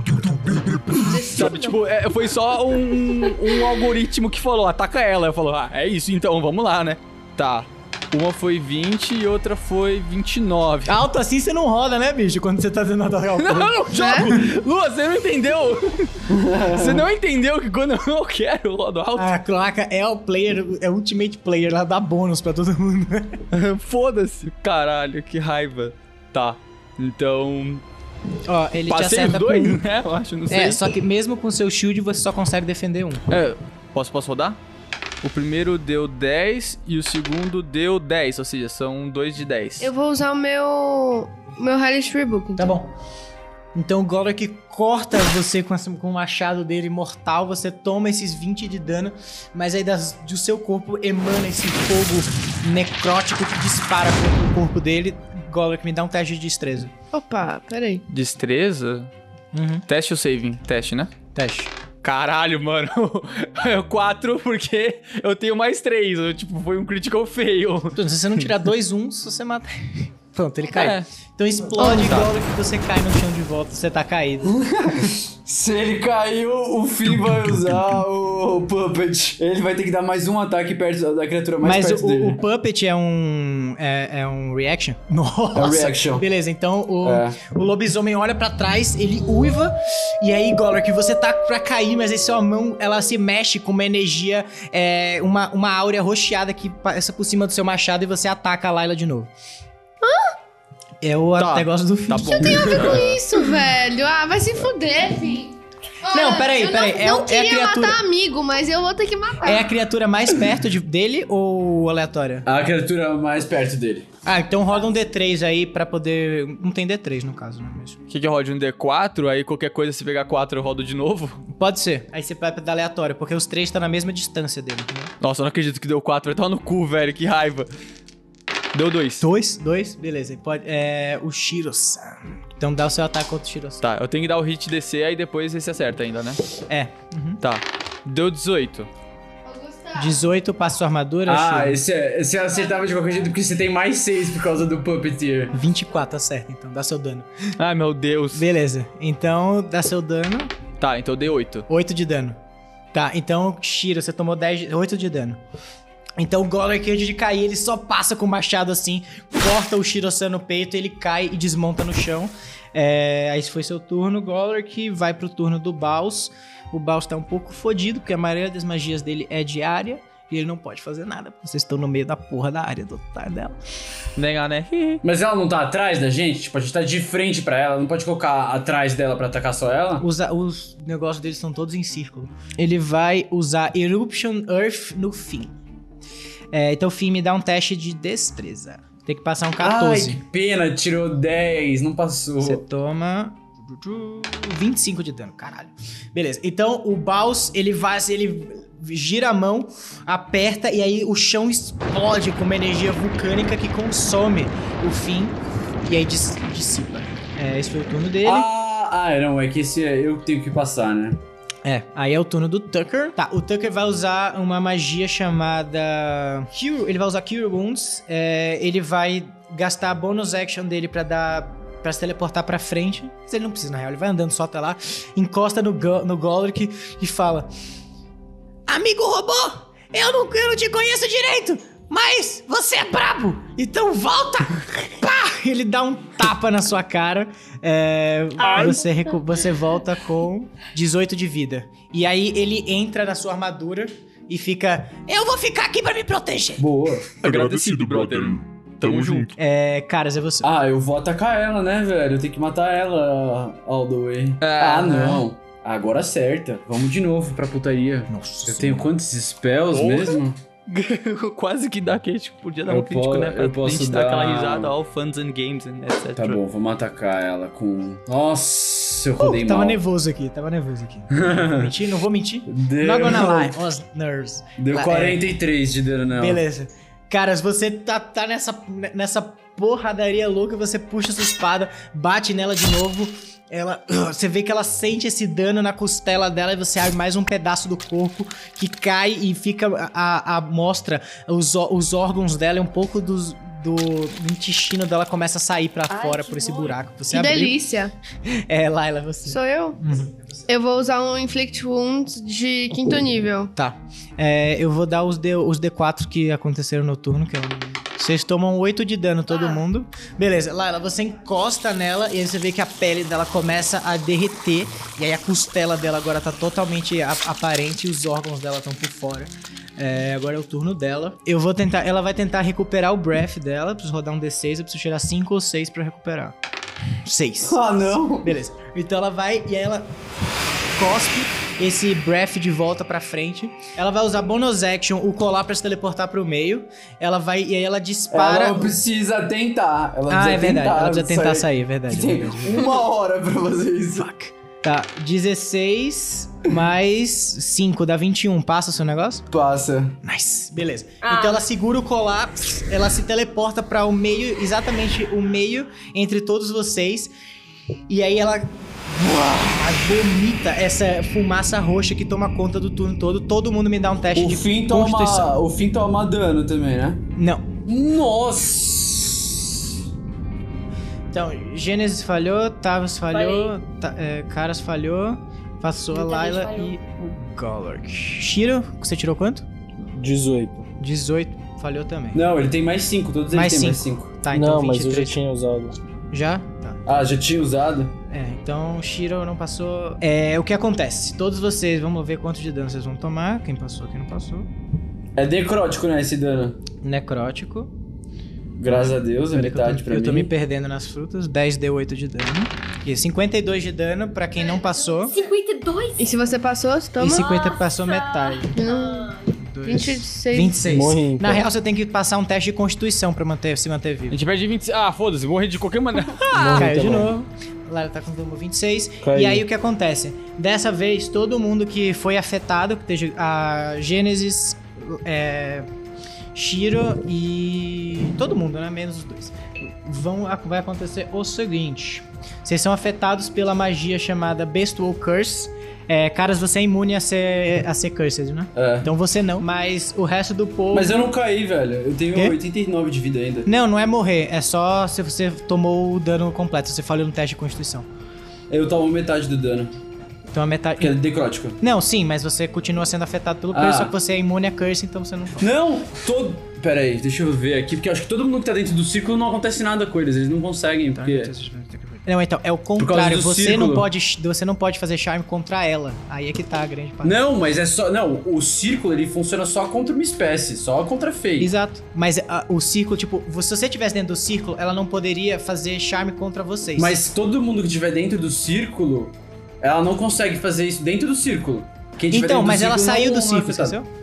S5: Sabe, tipo, é, foi só um, um algoritmo que falou, ataca ela. Eu falou, ah, é isso então, vamos lá, né? Tá. Uma foi 20 e outra foi 29.
S1: Alto assim você não roda, né, bicho? Quando você tá dando atacar o
S5: Ah, Não, não
S1: Né?
S5: jogo! Lua, você não entendeu! você não entendeu que quando eu quero, eu rodo alto.
S1: A Cloaca é o player, é o ultimate player, ela dá bônus pra todo mundo. né?
S5: Foda-se. Caralho, que raiva. Tá. Então.
S1: Ó, ele
S5: Passei
S1: te
S5: os
S1: acerta
S5: dois,
S1: com um.
S5: né? Eu acho, não sei.
S1: É, só que mesmo com seu shield você só consegue defender um.
S5: É, posso, posso rodar? O primeiro deu 10 e o segundo deu 10, ou seja, são dois de 10.
S2: Eu vou usar o meu. Meu Harry Storybook.
S1: Tá
S2: Então.
S1: bom. Então o Golok corta você com, essa- com o machado dele mortal, você toma esses 20 de dano, mas aí das- do seu corpo emana esse fogo necrótico que dispara contra o corpo dele. Golok, me dá um teste de destreza.
S2: Opa, peraí.
S5: Destreza?
S1: Uhum.
S5: Teste ou saving? Teste, né?
S1: Teste.
S5: Caralho, mano. Eu quatro porque eu tenho mais três. Eu, tipo, foi um critical fail.
S1: Então, se você não tirar dois uns, você mata. Pronto, ele cai.
S5: É.
S1: Então explode
S5: Tá.
S1: Golok e você cai no chão de volta, você tá caído.
S8: Se ele caiu, o Finn vai usar o Puppet. Ele vai ter que dar mais um ataque perto da criatura mais
S1: Mas
S8: perto
S1: o,
S8: dele.
S1: o Puppet é um. É, é um reaction? Nossa!
S8: É um reaction.
S1: Beleza, então o,
S8: É.
S1: o lobisomem olha pra trás, ele uiva, e aí, Golok, você tá pra cair, mas aí sua mão ela se mexe com uma energia, é, uma, uma áurea rocheada que passa por cima do seu machado e você ataca a Layla de novo. Hã? É o
S5: Tá.
S1: negócio do fim.
S5: Tá bom. Tem
S2: Que isso, velho? Ah, vai se fuder, Vim.
S1: Não, peraí,
S2: eu
S1: peraí,
S2: Não,
S1: é-
S2: não
S1: é a
S2: queria
S1: criatura-
S2: matar amigo, mas eu vou ter que matar.
S1: É a criatura mais perto de- dele ou aleatória?
S8: A criatura mais perto dele.
S1: Ah, então roda um D3 aí pra poder. Não tem D3 no caso, não é mesmo?
S5: O que, que eu rodo? Um D4? Aí qualquer coisa, se pegar 4, eu rodo de novo?
S1: Pode ser. Aí você vai pra dar aleatório, porque os três tá na mesma distância dele. né? entendeu?
S5: Nossa, eu não acredito que deu 4. Vai tomar no cu, velho. Que raiva. Deu 2.
S1: Dois? Dois? Beleza. Pode, é. O Shiro-san. Então dá o seu ataque contra o Shiro-san.
S5: Tá, eu tenho que dar o hit DC, aí depois esse acerta ainda, né?
S1: É. Uhum.
S5: Tá. Deu 18.
S2: Ô, Gustavo,
S1: 18 passa sua armadura,
S4: Ah,
S1: Shiro.
S4: esse, é- esse eu acertava de qualquer jeito porque você tem mais 6 por causa do Puppeteer.
S1: 24, acerta, então. Dá seu dano.
S5: Ai, meu Deus.
S1: Beleza. Então dá seu dano.
S5: Tá, então eu dei 8.
S1: 8 de dano. Tá, então, Shiro, você tomou 10, de- 8 de dano. Então o Golek, antes de cair, ele só passa com o machado assim, corta o Shiro-san no peito, ele cai e desmonta no chão. É, aí foi seu turno, Golek, vai pro turno do Baus. O Baus tá um pouco fodido, porque a maioria das magias dele é diária. E ele não pode fazer nada, porque vocês estão no meio da porra da área do otário dela.
S5: Legal, né?
S4: Mas ela não tá atrás da gente? Tipo, a gente tá de frente pra ela, não pode colocar atrás dela pra atacar só ela?
S1: Os, os negócios deles são todos em círculo. Ele vai usar Eruption Earth no fim. É, então, fim me dá um teste de destreza. Tem que passar um 14.
S4: Ai, que pena, tirou 10, não passou.
S1: Você toma 25 de dano, caralho. Beleza. Então o Baus, ele vai, ele gira a mão, aperta e aí o chão explode com uma energia vulcânica que consome o fim e aí dis- dissipa. É, esse foi o turno dele.
S4: Ah, ah, não, é que esse é- eu tenho que passar, né?
S1: É, aí é o turno do Tucker. Tá, o Tucker vai usar uma magia chamada. Cure, ele vai usar Cure Wounds. é, ele vai gastar a bonus action dele pra dar. Pra se teleportar pra frente. Mas ele não precisa, na real. Ele vai andando só até lá, encosta no, Go- no Golric e fala: Amigo robô, eu não, eu não te conheço direito, mas você é brabo, então volta! Pá! Ele dá um tapa na sua cara. é, você, recu- você volta com 18 de vida. E aí ele entra na sua armadura e fica: Eu vou ficar aqui pra me proteger.
S4: Boa.
S9: Agradecido, brother. Tamo junto.
S1: É, caras, é você.
S4: Ah, eu vou atacar ela, né, velho? Eu tenho que matar ela all the way. ah, não. Agora acerta. Vamos de novo pra putaria.
S1: Nossa.
S4: Eu tenho quantos spells
S5: Porra.
S4: mesmo?
S5: Quase que dá que tipo, podia dar
S4: Eu
S5: um crítico,
S4: po-
S5: né? Pra
S4: eu posso
S5: gente dar aquela
S4: dar-
S5: risada, all fans and games, né, and etc.
S4: Tá bom, vamos atacar ela com. Nossa, eu rodei
S1: Uh, tava
S4: mal.
S1: nervoso aqui, tava nervoso aqui. Não vou mentir, não vou mentir.
S4: Deu,
S1: Not gonna lie, os nerves.
S4: deu
S1: Lá, é.
S4: 43 de dano nela.
S1: Beleza. Caras, você tá, tá nessa, nessa porradaria louca, você puxa sua espada, bate nela de novo. Ela, você vê que ela sente esse dano na costela dela e você abre mais um pedaço do corpo que cai e fica a, a- a mostra os, ó- os órgãos dela e um pouco dos- do, do intestino dela começa a sair pra
S3: Ai,
S1: fora
S3: que
S1: por esse
S3: nojo.
S1: buraco. que Você
S2: Que
S1: abriu.
S2: delícia.
S1: É, Laila, você.
S2: Sou eu?
S1: Uhum.
S2: Eu vou usar um Inflict Wounds de quinto nível.
S1: Tá. É, eu vou dar os, D, os D4 que aconteceram no turno, que é um- Vocês tomam 8 de dano, todo
S2: Ah.
S1: mundo. Beleza, Laila, você encosta nela e aí você vê que a pele dela começa a derreter. E aí a costela dela agora tá totalmente a- aparente e os órgãos dela estão por fora. É, agora é o turno dela. Eu vou tentar. Ela vai tentar recuperar o breath dela. Eu preciso rodar um D6, eu preciso tirar 5 ou 6 pra recuperar. 6.
S8: Ah, não.
S1: Beleza. Então ela vai e aí ela cospe esse breath de volta pra frente. Ela vai usar bonus action, o colar pra se teleportar pro meio. Ela vai. E aí ela dispara.
S4: Ela precisa tentar. Ela
S1: ah,
S4: precisa
S1: é verdade.
S4: Tentar
S1: ela precisa tentar sair, é verdade. é
S4: Tem
S1: verdade.
S4: uma hora pra fazer isso.
S1: Tá, 16 mais 5 dá 21. Passa o seu negócio?
S4: Passa.
S1: Nice, beleza.
S3: Ah.
S1: Então ela segura o colar, ela se teleporta pra o meio, exatamente o meio entre todos vocês. E aí ela uah, vomita essa fumaça roxa que toma conta do turno todo. Todo mundo me dá um teste
S4: O
S1: de
S4: fim,
S1: constituição.
S4: toma, o fim toma dano também, né?
S1: Não.
S4: Nossa!
S1: Então, Gênesis falhou, Tavos falhou, Ta- é, Caras falhou, passou a
S3: Eu também
S1: Laila
S3: falhou.
S1: e o Golork. Shiro, você tirou quanto?
S7: 18.
S1: 18, falhou também.
S4: Não, ele tem mais 5, todos eles
S1: Mais
S4: têm mais 5.
S1: Tá, então
S7: não, mas eu já
S1: 23.
S7: tinha usado.
S1: já? Tá.
S4: Ah, já tinha usado?
S1: É, então Shiro não passou. É, o que acontece? Todos vocês, vamos ver quanto de dano vocês vão tomar. Quem passou, quem não passou.
S4: É necrótico, né, esse dano.
S1: Necrótico.
S4: Graças a Deus, é
S1: Peraí que eu tô-
S4: metade pra
S1: eu
S4: mim.
S1: tô me perdendo nas frutas. 10 deu 8 de dano. E 52 de dano pra quem não passou.
S3: 52?
S2: E se você passou, você
S1: E
S2: toma. um,
S1: 50 passou metade.
S2: Não,
S1: Dois.
S2: 26.
S1: 26.
S7: Morre, então.
S1: Na real, você tem que passar um teste de constituição pra manter, se manter
S5: A
S1: vivo.
S5: gente perde 20. Ah, foda-se, morri de qualquer maneira.
S7: Morre
S1: Caiu de
S7: também.
S1: novo. Lara tá com o 26.
S7: Caiu.
S1: E aí o que acontece? Dessa vez, todo mundo que foi afetado, que esteja a Gênesis, é, Shiro e. todo mundo, né? Menos os dois. Vão, vai acontecer o seguinte: vocês são afetados pela magia chamada Bestual Curse. É, caras, você é imune a ser, a ser cursed, né?
S4: É.
S1: Então você não, mas o resto do povo.
S4: Mas eu não caí, velho. Eu tenho
S1: Quê?
S4: 89 de vida ainda.
S1: Não, não é morrer, é só se você tomou o dano completo, você falhou no teste de constituição.
S4: Eu tomo metade do dano,
S1: Então a metade.
S4: porque é necrótico.
S1: Não, sim, mas você continua sendo afetado pelo curse,
S4: Ah.
S1: só que você é imune a curse, então você não.
S4: Não! Todo. Pera aí, deixa eu ver aqui, porque eu acho que todo mundo que tá dentro do círculo não acontece nada com eles, eles não conseguem,
S1: Tá,
S4: porque.
S1: Não, então, é o
S4: causa
S1: contrário.
S4: do
S1: Você
S4: círculo.
S1: não, pode, você não pode fazer charme contra ela. Aí é que tá a grande parte.
S4: Não, mas é só. Não, o círculo ele funciona só contra uma espécie, só contra feio.
S1: Exato. Mas ah, o círculo, tipo, se você estivesse dentro do círculo, ela não poderia fazer charme contra vocês.
S4: Mas todo mundo que tiver dentro do círculo, ela não consegue fazer isso dentro do círculo. Quem tiver
S1: Então,
S4: dentro
S1: mas
S4: do
S1: ela
S4: círculo
S1: saiu do
S4: não é
S1: círculo,
S4: afetado.
S1: esqueceu?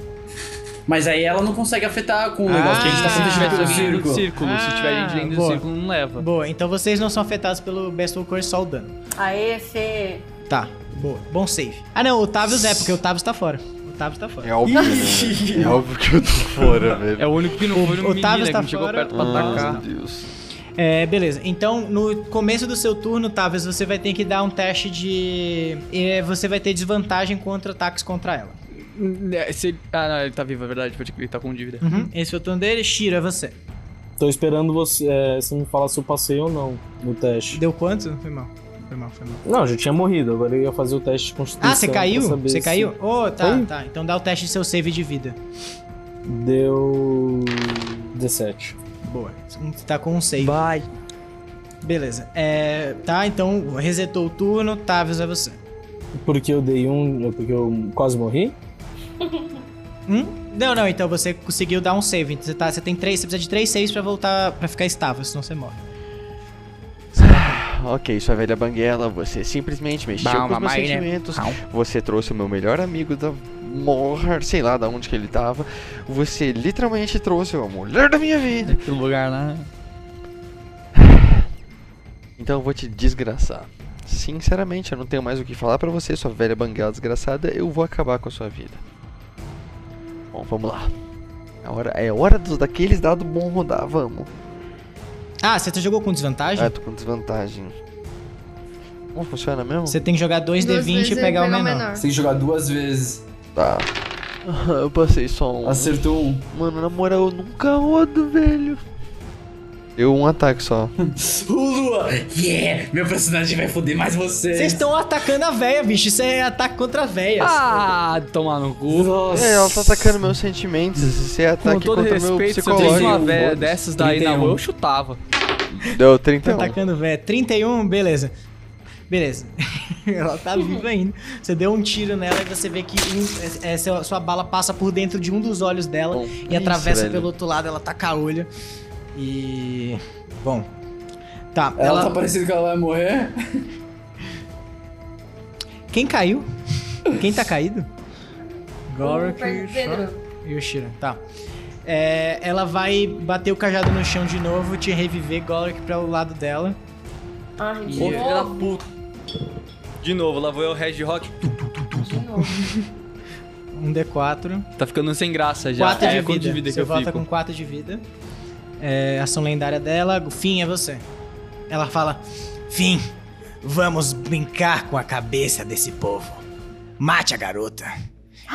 S4: Mas aí ela não consegue afetar com o
S1: Ah, é
S4: negócio que a gente tá
S1: se
S4: sempre dentro do
S5: alguém dentro do
S4: círculo.
S5: círculo. se tiver gente dentro
S1: boa.
S5: do círculo, não leva.
S1: Boa, então vocês não são afetados pelo Best of Curse, só o dano.
S3: Aê, Fê.
S1: Tá, boa. Bom save. Ah, não, o Tavius é, porque o Tavius tá fora. O Tavius tá fora.
S6: É óbvio, né? É óbvio que eu tô fora, velho.
S5: É o único que não foi no
S1: Otávio
S5: menina,
S1: está
S5: que não chegou
S1: fora.
S5: perto pra
S6: Ah,
S5: atacar.
S6: Meu Deus.
S1: É, beleza. Então, no começo do seu turno, Tavius, você vai ter que dar um teste de. é, você vai ter desvantagem contra ataques contra ela.
S5: É, se ele- Ah, não, ele tá vivo, é verdade. Pode crer, ele tá com dívida.
S1: Uhum. Esse foi o turno dele. Shiro, é você.
S7: Tô esperando você, é, você me falar se eu passei ou não no teste.
S1: Deu quanto? Foi mal. Foi mal, foi mal.
S7: Não, eu já tinha morrido, agora eu ia fazer o teste de constituição.
S1: Ah, você caiu?
S7: pra saber
S1: Você
S7: se
S1: caiu? Oh, tá,
S7: Foi.
S1: tá. Então dá o teste de seu save de vida.
S7: Deu. 17.
S1: Boa. Você tá com um save. Vai. Beleza. É, tá, então resetou o turno. Tavius, é você.
S7: Porque eu dei um. Porque eu quase morri?
S1: Hum? Não, não, então você conseguiu dar um save. Então Você, tá, você tem três, você precisa de três saves pra voltar, pra ficar estável, senão você morre.
S6: Ok, sua velha banguela, você simplesmente mexeu
S5: Bah,
S6: com os
S5: uma
S6: meus
S5: mãe, né?
S6: sentimentos.
S5: Não.
S6: Você trouxe o meu melhor amigo da morra, sei lá da onde que ele tava. Você literalmente trouxe a mulher da minha vida.
S5: Aquele lugar lá.
S6: Então eu vou te desgraçar. Sinceramente, eu não tenho mais o que falar pra você, sua velha banguela desgraçada. Eu vou acabar com a sua vida. Bom, vamos lá. A hora, é hora dos daqueles dados bom rodar, vamos.
S1: Ah, você jogou com desvantagem?
S6: Ah, eu tô com desvantagem. Como funciona mesmo?
S1: Você tem que jogar 2d20 e
S2: vezes
S1: pegar o
S2: ele
S1: menor.
S2: pega
S4: Você tem que jogar duas vezes.
S6: Tá. Eu passei só um.
S4: Acertou um.
S6: Mano, na moral, eu nunca rodo, velho. Deu um ataque só.
S4: Ô, Lua! Yeah! Meu personagem vai foder mais vocês.
S1: Vocês estão atacando a véia, bicho. Isso é ataque contra a véia.
S5: Ah, tomar no cu.
S4: Nossa.
S6: É, ela tá atacando meus sentimentos. Isso é
S5: Com
S6: ataque
S5: todo
S6: contra meu
S5: respeito, se eu
S6: psicológico.
S5: tivesse uma
S4: 31,
S5: véia
S4: foda-se.
S5: dessas daí na
S4: 31.
S5: rua, eu chutava.
S6: Deu
S1: Tá
S6: 31.
S1: atacando véia. 31, beleza. Beleza. Ela tá viva ainda. Você deu um tiro nela e você vê que um- é- é, sua, sua bala passa por dentro de um dos olhos dela
S6: Bom,
S1: e atravessa
S6: velho.
S1: pelo outro lado. Ela taca a olho. E. Bom. Tá,
S4: Ela,
S1: ela.
S4: tá parecendo que ela vai morrer?
S1: Quem caiu? Quem tá caído? Gork
S3: Mas, Pedro,
S1: e o Shira. Tá. É, ela vai bater o cajado no chão de novo, te reviver Golric pra o lado dela.
S3: Ai, de
S5: Ô, filha da
S3: novo,
S5: puta. De novo, lá vou eu, Red Rock.
S3: de novo.
S1: Um D4.
S5: Tá ficando sem graça já.
S1: 4 de,
S5: é, quanto
S1: vida.
S5: de vida que
S1: Você
S5: eu
S1: volta
S5: fico?
S1: com 4 de vida. É, ação lendária dela. Fim é você. Ela fala: Fim, vamos brincar com a cabeça desse povo. Mate a garota.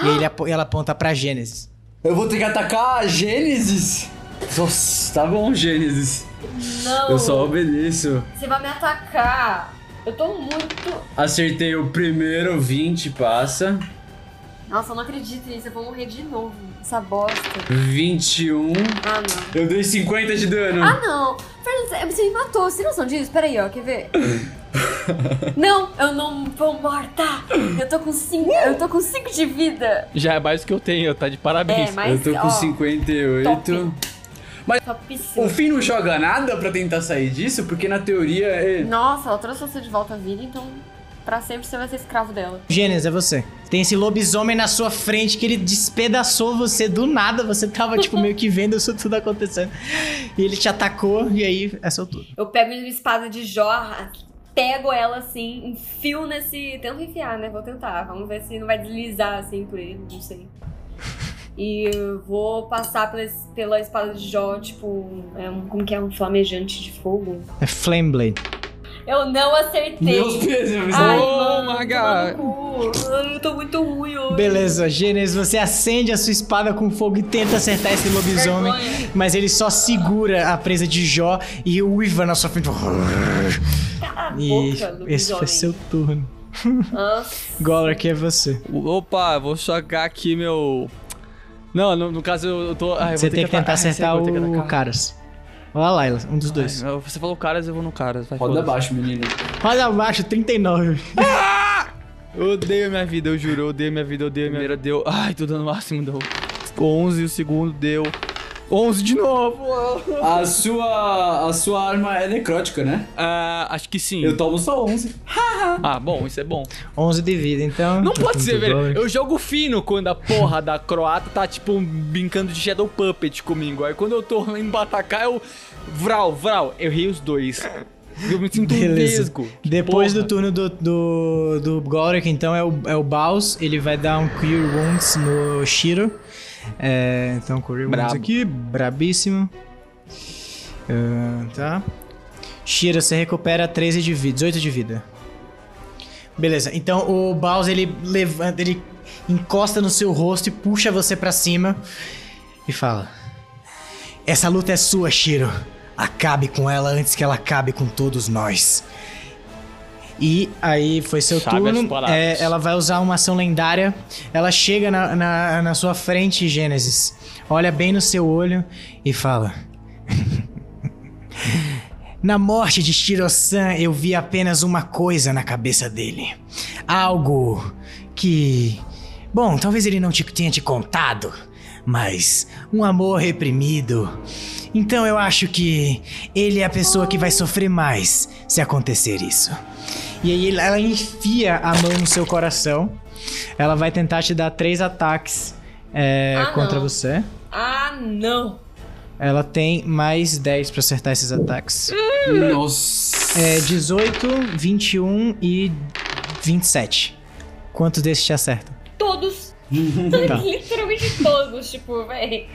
S1: E ele apo- ela aponta pra Gênesis.
S8: Eu vou ter que atacar a Gênesis? Nossa, tá bom, Gênesis.
S3: Não,
S4: Eu só obedeço.
S3: você vai me atacar. Eu tô muito...
S4: Acertei o primeiro 20, passa.
S3: Nossa, eu não acredito nisso, eu vou morrer de novo. Essa bosta.
S4: 21.
S3: Ah, não.
S4: Eu dei 50 de dano.
S3: Ah, não. Fernanda, você me matou. Você tem noção disso? Peraí, ó, quer ver? não, eu não vou morta. Eu tô com 5 eu tô com cinco de vida.
S5: Já é mais do que eu tenho, tá de
S3: É,
S5: parabéns.
S3: mas,
S4: Eu tô
S3: ó,
S4: com 58.
S3: topíssimo.
S4: O Finn não joga nada pra tentar sair disso, porque na teoria é.
S3: Nossa, ela trouxe você de volta à vida, então pra sempre você vai ser escravo dela.
S1: Gênesis, é você. Tem esse lobisomem na sua frente que ele despedaçou você do nada. Você tava, tipo, meio que vendo isso tudo acontecendo. E ele te atacou, e aí é seu turno.
S3: Eu pego minha espada de jorra, pego ela assim, enfio nesse. Tento enfiar, né? Vou tentar. Vamos ver se não vai deslizar assim por ele, não sei. E eu vou passar pela, es- pela espada de Jó, tipo, é um, como que é? Um flamejante de fogo.
S1: É Flameblade.
S3: Eu não acertei.
S4: Meus pêsames.
S3: Ai,
S5: Oh
S3: mano,
S5: my
S3: toma no cu. Ai, Eu tô muito ruim hoje.
S1: Beleza, Gênesis, você acende a sua espada com fogo e tenta acertar esse lobisomem.
S3: Vergonha.
S1: Mas ele só segura a presa de Jó e o Ivan na sua frente.
S3: Cala a
S1: E
S3: boca,
S1: esse foi
S3: lobisomem.
S1: seu turno.
S3: Nossa,
S1: Golar, que é você.
S5: Opa, vou jogar aqui meu. Não, no, no caso eu eu tô. Ah, eu
S1: você
S5: vou
S1: tem
S5: ter
S1: que tentar acertar
S5: eu vou ter que
S1: o
S5: atacar.
S1: Caras. Olha lá, Laila, um dos dois.
S5: Ai, eu- Você falou caras, eu vou no caras. Vai,
S4: Roda
S5: foda-se.
S4: abaixo, menino.
S1: Olha abaixo, 39.
S5: Eu odeio minha vida, eu juro. Eu odeio minha vida, eu odeio minha vida. Deu. Ai, tô dando o máximo, deu 11. O segundo deu 11 de novo.
S4: A sua. A sua arma é necrótica, né?
S5: Ah, acho que sim.
S4: Eu tomo só 11.
S5: Ah, bom, isso é bom.
S1: 11 de vida, então.
S5: Não pode ser, velho.
S1: Golar.
S5: Eu jogo fino quando a porra da croata tá, tipo, brincando de Shadow Puppet comigo. Aí quando eu tô indo pra atacar, eu. Vral, vral. Errei os dois. Eu me sinto um
S1: Beleza.
S5: vesgo. Que
S1: Depois
S5: porra.
S1: do turno do, do, do Golric, então, é o, é o Baus. Ele vai dar um Cure Wounds no Shiro. É, então, Cure Wounds
S5: Brabo.
S1: aqui, brabíssimo. Ah, tá. Shiro, você recupera 13 de vida, 18 de vida. Beleza, então o Baus, ele levanta, ele encosta no seu rosto e puxa você pra cima. E fala... Essa luta é sua, Shiro. Acabe com ela antes que ela acabe com todos nós. E aí foi seu
S5: Sabe as
S1: turno.
S5: palavras.
S1: É, ela vai usar uma ação lendária. Ela chega na, na, na sua frente, Gênesis. Olha bem no seu olho e fala. Na morte de Shiro-san, eu vi apenas uma coisa na cabeça dele. Algo que. Bom, talvez ele não te tenha te contado, mas um amor reprimido. Então eu acho que ele é a pessoa que vai sofrer mais se acontecer isso. E aí ela enfia a mão no seu coração. Ela vai tentar te dar três ataques é,
S3: Ah,
S1: contra
S3: não.
S1: você.
S3: ah não.
S1: Ela tem mais 10 pra acertar esses ataques.
S4: Nossa.
S1: É 18, 21 e 27. Quantos desses te acertam?
S3: Todos.
S1: Tá.
S3: Literalmente todos, tipo, véi.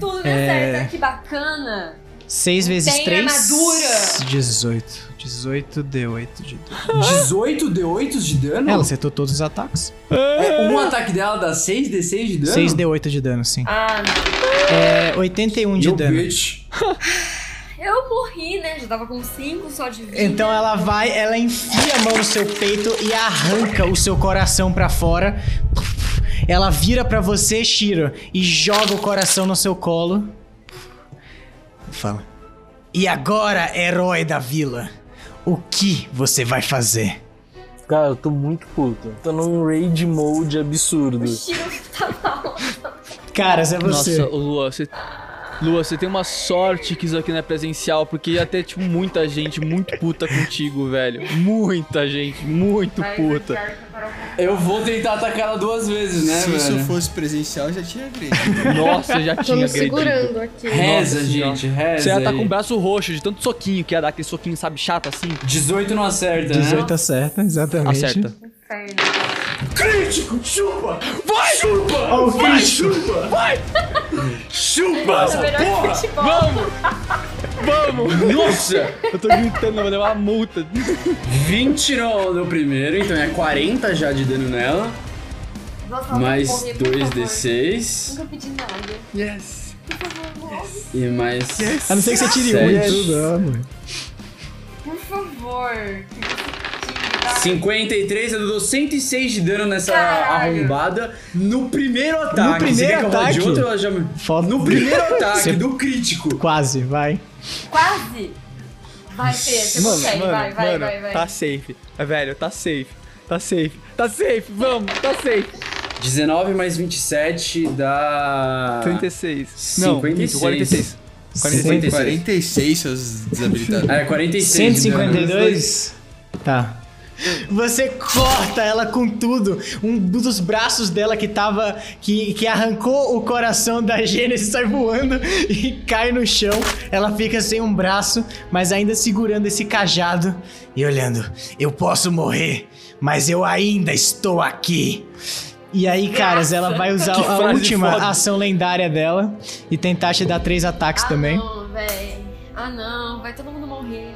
S3: Tudo deu certo, né? que bacana.
S1: 6 vezes
S3: Tem
S1: 3.
S3: armadura!
S1: 18. 18 deu 8 de dano.
S4: 18 D8 de dano?
S1: Ela acertou todos os ataques.
S4: Um ataque dela dá 6 D6 de dano?
S1: 6 deu 8 de dano, sim.
S3: Ah, não.
S1: É 81 de
S4: Yo,
S1: dano.
S4: bitch.
S3: Eu morri, né? Já tava com 5 só de vida.
S1: Então ela vai, ela enfia a mão no seu peito e arranca o seu coração pra fora. Ela vira pra você, Shiro, e joga o coração no seu colo. Fala. E agora, herói da vila, o que você vai fazer?
S7: Cara, eu tô muito puto. Tô num raid mode absurdo.
S3: O Shiro tá mal.
S1: Caras, é você.
S5: Nossa, Lua, você Lua, você tem uma sorte que isso aqui não é presencial, porque ia ter, tipo, muita gente muito puta contigo, velho. Muita gente, muito
S2: é
S5: puta.
S4: Eu vou tentar atacar ela duas vezes, né,
S6: Se
S4: velho?
S6: isso fosse presencial, já tinha agredido.
S5: Nossa, eu já
S2: tá. Tô
S5: tinha
S2: me
S5: agredido.
S2: segurando aqui.
S4: Reza,
S5: Nossa
S4: gente, reza.
S5: Você ia tá
S4: aí.
S5: com o braço roxo de tanto soquinho que ia dar aquele soquinho, sabe, chato assim.
S4: 18 não acerta, né?
S1: 18 acerta, exatamente.
S5: Acerta.
S10: Crítico, chupa! Vai! Chupa! vai, chupa! Vai! Chupa essa porra!
S5: Nossa! Eu tô gritando, eu vou levar uma multa.
S4: 20 no, no primeiro, então é 40 já de dano nela. Mais 2d6.
S3: Nunca pedi nada.
S4: Yes. E mais.
S1: A não ser que você tire um
S4: Sete.
S1: e tudo, ó, mano.
S3: Por favor. que você tire, tá?
S4: 53, eu dou 106 de dano nessa
S3: Caralho.
S4: arrombada. No primeiro ataque.
S1: primeiro
S4: Você quer que eu role de
S1: ataque?
S4: outro, ela já me-
S1: Foda.
S4: No primeiro ataque
S1: Você-
S4: do crítico.
S1: Quase, vai.
S3: Quase. Vai, Fê, você consegue. vai, vai,
S5: mano,
S3: vai, vai.
S5: tá safe. É, Velho, tá safe. Tá safe. Tá safe, vamos, tá safe.
S4: 19 mais 27 dá.
S5: 36. Não,
S4: 56.
S5: 46.
S4: 46.
S6: 46, seus desabilitados.
S4: É, 46. de dano.
S1: 152? Tá. Você corta ela com tudo. Um dos braços dela que tava. que, que arrancou o coração da Gênesis sai voando e cai no chão. Ela fica sem um braço, mas ainda segurando esse cajado e olhando. Eu posso morrer, mas eu ainda estou aqui. E aí, caras, ela vai usar
S5: Que
S1: a
S5: frase
S1: última
S5: foda.
S1: ação lendária dela e tentar te dar três ataques
S3: ah,
S1: também.
S3: não, véi. Ah, não. Vai todo mundo morrer.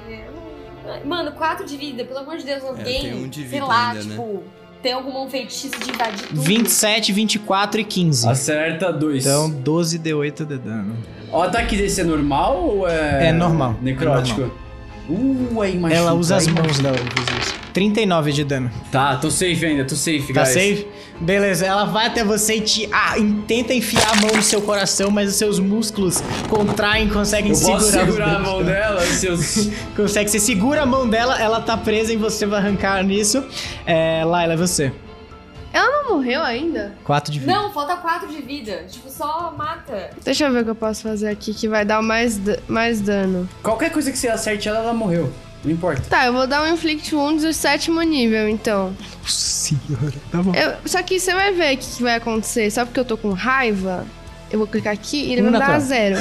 S3: Mano, 4 de vida. Pelo amor de Deus, alguém...
S6: tem um de
S3: sei
S6: vida
S3: lá,
S6: ainda, né?
S3: tipo... Tem algum feitiço de invadir tudo.
S1: 27, 24 e 15.
S4: Acerta 2.
S1: Então, 12 D8 de dano.
S4: O ataque desse é normal ou é.
S1: É normal.
S4: Necrótico? Uh, aí machuca.
S1: Ela usa as
S4: aí
S1: mãos dela, inclusive. 39 de dano.
S4: machuca. Tá, tô safe ainda, tô safe,
S1: Tá
S4: guys.
S1: safe? Beleza, ela vai até você e te, ah, e tenta enfiar a mão no seu coração, mas os seus músculos contraem, conseguem
S4: Eu
S1: segurar.
S4: posso
S1: os
S4: segurar a
S1: dedos
S4: mão dela, seus.
S1: Consegue, você segura a mão dela, ela tá presa e você vai arrancar nisso. É, Laila, é você.
S2: Não morreu ainda?
S1: 4 de vida.
S3: Não, falta 4 de vida. Tipo, só mata.
S2: Deixa eu ver o que eu posso fazer aqui que vai dar mais, da- mais dano.
S4: Qualquer coisa que você acerte ela, ela morreu. Não importa.
S2: Tá, eu vou dar um Inflict Wounds do sétimo nível, então.
S1: Senhora, tá bom.
S2: Eu- só que você vai ver o que, que vai acontecer. Só porque eu tô com raiva, eu vou clicar aqui e ele
S1: Um
S2: vai me dar
S1: natural.
S2: zero.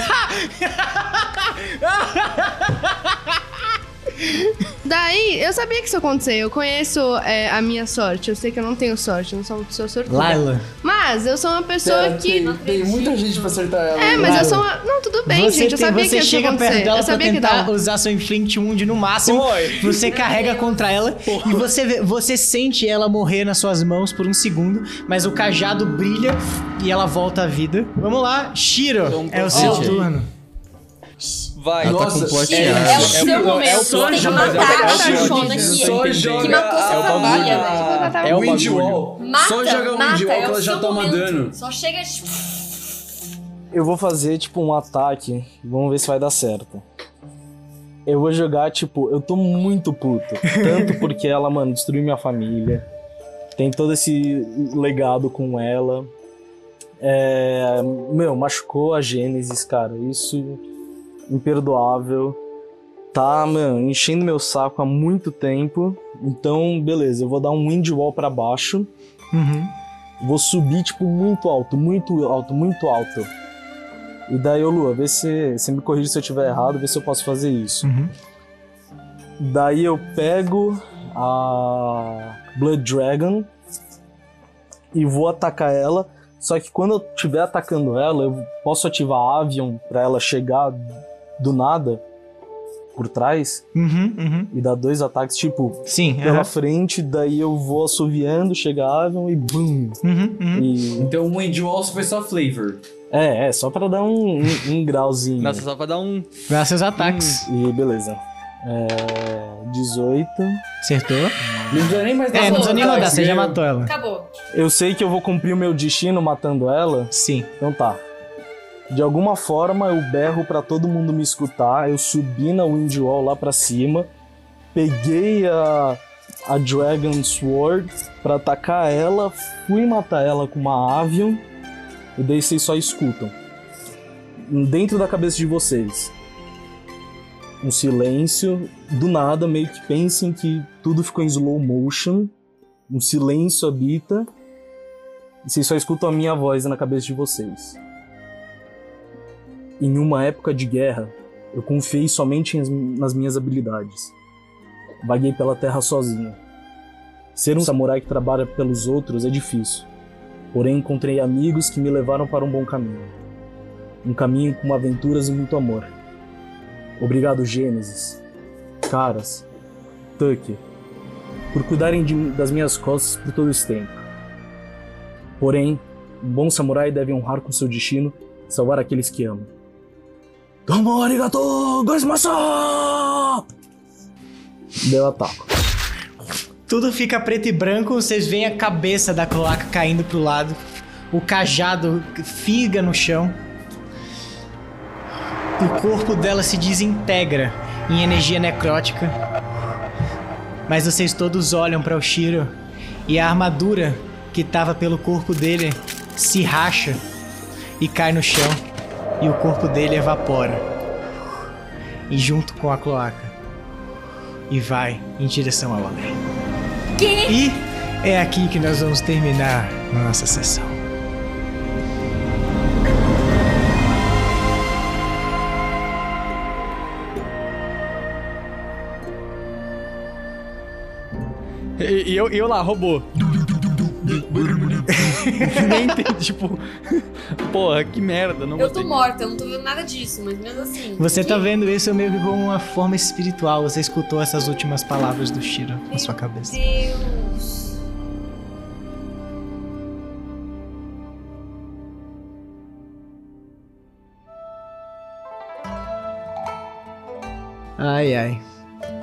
S2: Daí, eu sabia que isso ia acontecer. Eu conheço é, a minha sorte. Eu sei que eu não tenho sorte, eu não sou, sou sortuda.
S1: Laila,
S2: Mas eu sou uma pessoa
S4: Tá,
S2: que.
S4: tem, tem muita gente pra acertar ela.
S2: É, mas eu sou uma. Não, tudo bem,
S1: você,
S2: gente. Eu
S1: tem-
S2: sabia
S1: você
S2: que isso ia
S1: chega
S2: acontecer.
S1: perto dela
S2: eu
S1: pra
S2: sabia que
S1: tentar
S2: dava.
S1: usar seu Inflict Wound no máximo.
S5: Oi.
S1: Você carrega contra ela e você, vê- você sente ela morrer nas suas mãos por um segundo, mas o cajado brilha e ela volta à vida. Vamos lá, Shiro, é o seu
S6: Gente,
S1: turno.
S5: Vai.
S6: Ela
S5: Nossa,
S6: tá com
S3: É,
S6: posteado.
S3: é o
S5: É o-
S3: seu
S5: não, é o
S3: momento.
S5: plano
S3: Tem
S5: de
S3: que
S5: fazer
S3: matar
S5: a
S3: a chachona
S5: gente,
S3: aqui.
S5: eu tô
S4: Só
S5: entendendo.
S4: joga.
S3: Que matou sua
S5: É o bagulho.
S3: família,
S2: né?
S3: velho.
S5: É o
S4: Wind
S5: bagulho.
S4: Wall.
S3: Mata,
S4: Só joga o Wind
S3: mata,
S4: Wall
S3: é
S4: que
S3: o
S4: ela já
S3: seu
S4: toma
S3: momento.
S4: dano.
S3: Só chega tipo,
S7: Eu vou fazer, tipo, um ataque. Vamos ver se vai dar certo. Eu vou jogar, tipo, eu tô muito puto. Tanto porque ela, mano, destruiu minha família. Tem todo esse legado com ela. É, meu, machucou a Gênesis, cara. Isso. Imperdoável. Tá, mano, enchendo meu saco há muito tempo. Então, beleza, eu vou dar um wind wall pra baixo.
S1: Uhum.
S7: Vou subir, tipo, muito alto, muito alto, muito alto. E daí, ô Lua, vê se você me corrige se eu tiver errado, vê se eu posso fazer isso.
S1: Uhum.
S7: Daí eu pego a Blood Dragon e vou atacar ela. Só que quando eu estiver atacando ela, eu posso ativar a Avion pra ela chegar do nada por trás
S1: Uhum, uhum.
S7: e dar dois ataques, tipo,
S1: Sim,
S7: pela
S1: aham.
S7: frente. Daí eu vou assoviando, chega a Avion e BUM!
S1: Uhum, uhum.
S7: E
S4: Então o Wind Wall foi só flavor.
S7: É, é, só pra dar um, um- um grauzinho.
S5: Nossa, só pra dar um.
S1: Dá seus ataques.
S7: E beleza. É, 18.
S1: Acertou?
S4: Não precisa nem
S2: Tá
S4: mais dar
S1: É, não
S4: um
S1: precisa nem
S4: ataque,
S1: rodar, você já
S4: né?
S1: matou ela.
S3: acabou.
S7: Eu sei que eu vou cumprir o meu destino matando ela,
S1: Sim.
S7: então tá. De alguma forma eu berro pra todo mundo me escutar, eu subi na Windwall lá pra cima, peguei a, a Dragon Sword pra atacar ela, fui matar ela com uma Avion, e daí vocês só escutam. dentro da cabeça de vocês. Um silêncio, do nada, meio que pensem que tudo ficou em slow motion, um silêncio habita, e vocês só escutam a minha voz na cabeça de vocês. Em uma época de guerra, eu confiei somente em- nas minhas habilidades. Vaguei pela terra sozinho. Ser um samurai que trabalha pelos outros é difícil. Porém, encontrei amigos que me levaram para um bom caminho. Um caminho com aventuras e muito amor. Obrigado, Gênesis, Caras, Tuck, por cuidarem de- das minhas costas por todo esse tempo. Porém, um bom samurai deve honrar com seu destino e salvar aqueles que ama. Domo arigato gozaimasu! Deu ataque.
S1: Tudo fica preto e branco, vocês veem a cabeça da cloaca caindo pro lado, o cajado figa no chão. O corpo dela se desintegra em energia necrótica. Mas vocês todos olham para o Shiro e a armadura que tava pelo corpo dele se racha e cai no chão e o corpo dele evapora. E junto com a cloaca e vai em direção ao além.
S3: Que?
S1: E é aqui que nós vamos terminar a nossa sessão.
S5: E, e eu, e eu lá, robô. Nem entendi, tipo. Porra, que merda, não
S3: Eu tô
S5: gostei.
S3: morta, eu não tô vendo nada disso, mas mesmo assim.
S1: Você
S3: que-
S1: tá vendo isso meio que como uma forma espiritual. Você escutou essas últimas palavras do Shiro na sua cabeça.
S3: Deus.
S1: Ai, ai.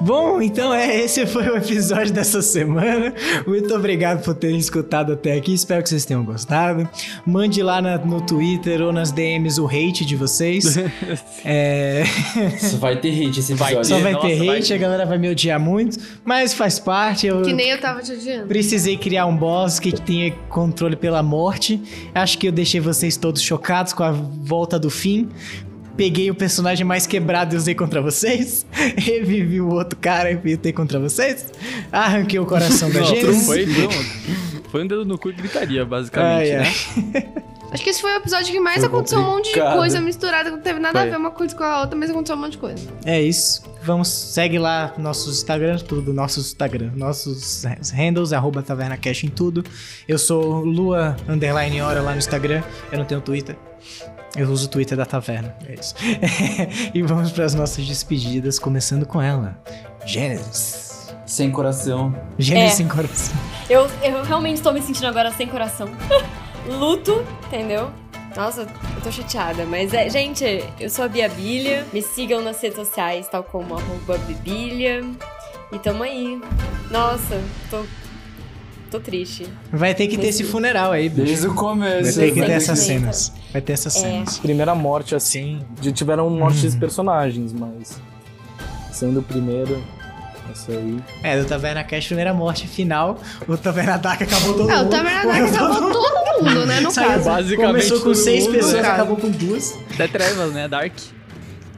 S1: Bom, então é esse foi o episódio dessa semana. Muito obrigado por terem escutado até aqui. Espero que vocês tenham gostado. Mande lá na- no Twitter ou nas DMs o hate de vocês. é...
S8: Isso vai ter hate esse
S5: Vai
S8: episódio.
S1: Só vai
S5: nossa,
S1: ter
S5: vai
S1: hate,
S5: ter.
S1: a galera vai me odiar muito, mas faz parte. Eu
S2: Que nem eu tava te odiando.
S1: precisei criar um boss que tenha controle pela morte. Acho que eu deixei vocês todos chocados com a volta do fim. Peguei o personagem mais quebrado e usei contra vocês. Revivi o outro cara e usei contra vocês. Arranquei o coração da
S5: Não,
S1: gente.
S5: foi, não. foi um dedo no cu e gritaria, basicamente,
S1: Ai, ai.
S5: né?
S2: Acho que esse foi o episódio que mais
S8: Foi
S2: aconteceu um monte de
S8: complicado.
S2: coisa misturada, que não teve nada
S5: Foi.
S2: a ver uma coisa com a outra, mas aconteceu um monte de coisa.
S1: É isso. Vamos, segue lá nossos Instagrams, tudo, nossos Instagram, nossos handles, arroba TavernaCash em tudo. Eu sou Lua Underline Hora lá no Instagram. Eu não tenho Twitter. Eu uso o Twitter da Taverna. É isso. e vamos para as nossas despedidas, começando com ela. Gênesis.
S8: Sem coração.
S1: Gênesis
S3: É.
S1: em coração.
S3: Eu, eu realmente tô me sentindo agora sem coração. Luto, entendeu? Nossa, eu tô chateada, mas é, gente, eu sou a Bia Bilha. Me sigam nas redes sociais, tal como arroba Bibilha. E tamo aí. Nossa, tô. tô triste.
S1: Vai ter que ter esse funeral aí, bicho.
S8: Desde o
S1: Vai
S8: começo.
S1: ter que ter
S8: né?
S1: essas cenas. Vai ter
S2: É.
S1: essas cenas.
S7: Primeira morte, assim.
S1: Sim.
S7: Já tiveram mortes de personagens, mas. Sendo o primeiro. Essa aí.
S1: É, do Taverna Cash, primeira morte final. O Taverna Dark acabou todo
S2: É,
S1: mundo.
S2: o Taverna Dark acabou todo mundo, né? No
S1: Saiu
S2: caso.
S5: Basicamente
S1: Começou com
S5: todo
S1: seis
S5: mundo,
S1: pessoas,
S5: né?
S1: acabou com duas.
S5: Até trevas, né? Dark.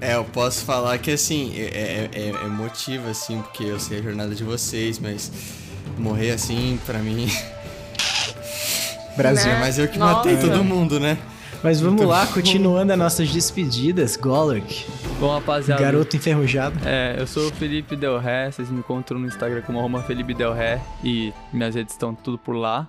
S11: É, eu posso falar que assim, é, é, é é emotivo, assim, porque eu sei a jornada de vocês, mas morrer assim, pra mim.
S1: Brasil.
S11: É, mas eu que
S3: Nossa.
S11: matei todo mundo, né?
S1: Né? Mas vamos lá, continuando as nossas despedidas, Golok,
S5: Bom, rapaziada.
S1: garoto enferrujado.
S5: É, eu sou o Felipe Del Ré, vocês me encontram no Instagram como arroba Felipe Del Ré e minhas redes estão tudo por lá.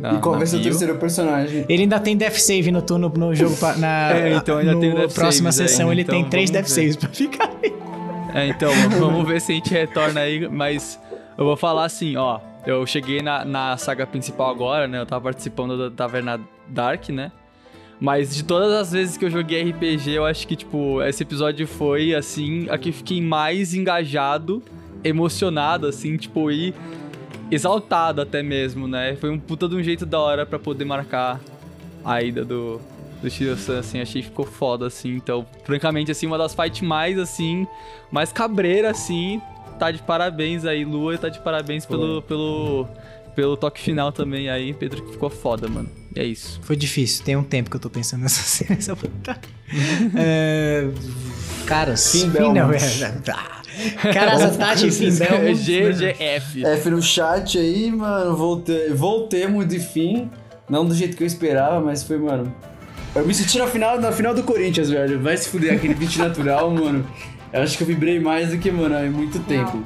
S5: na-
S8: E qual
S5: na
S8: vai ser o
S5: bio.
S8: terceiro personagem?
S1: Ele ainda tem death save no turno no jogo pa- na
S5: É, então ainda
S1: no
S5: tem o death
S1: próxima
S5: saves
S1: sessão,
S5: ainda,
S1: ele tem
S5: então
S1: três death
S5: vamos ver.
S1: saves pra ficar.
S5: É, então, vamos ver se a gente retorna aí, mas eu vou falar assim, ó. Eu cheguei na, na saga principal agora, né? Eu tava participando da Taverna Dark, né? Mas de todas as vezes que eu joguei RPG, eu acho que, tipo, esse episódio foi, assim, a que eu fiquei mais engajado, emocionado, assim, tipo, e exaltado até mesmo, né? Foi um puta de um jeito da hora pra poder marcar a ida do, do Shiro-san, assim, achei que ficou foda, assim. Então, francamente, assim, uma das fights mais, assim, mais cabreira, assim. Tá de parabéns aí, Lua, tá de parabéns pelo, pelo, pelo toque final também aí, Pedro, que ficou foda, mano. E é isso.
S1: Foi difícil, tem um tempo que eu tô pensando nessa cena. Essa puta. é... Caras.
S4: Finn
S5: né?
S4: Belmont.
S1: Finn- Tá. Caras Atati e Finn Belmont.
S5: GGF.
S4: F no chat aí, mano. Volte... Voltemos de fim. Não do jeito que eu esperava, mas foi, mano. Eu me senti na final, na final do Corinthians, velho. Vai se fuder, aquele beat natural, mano. Eu acho que eu vibrei mais do que, mano, há muito tempo.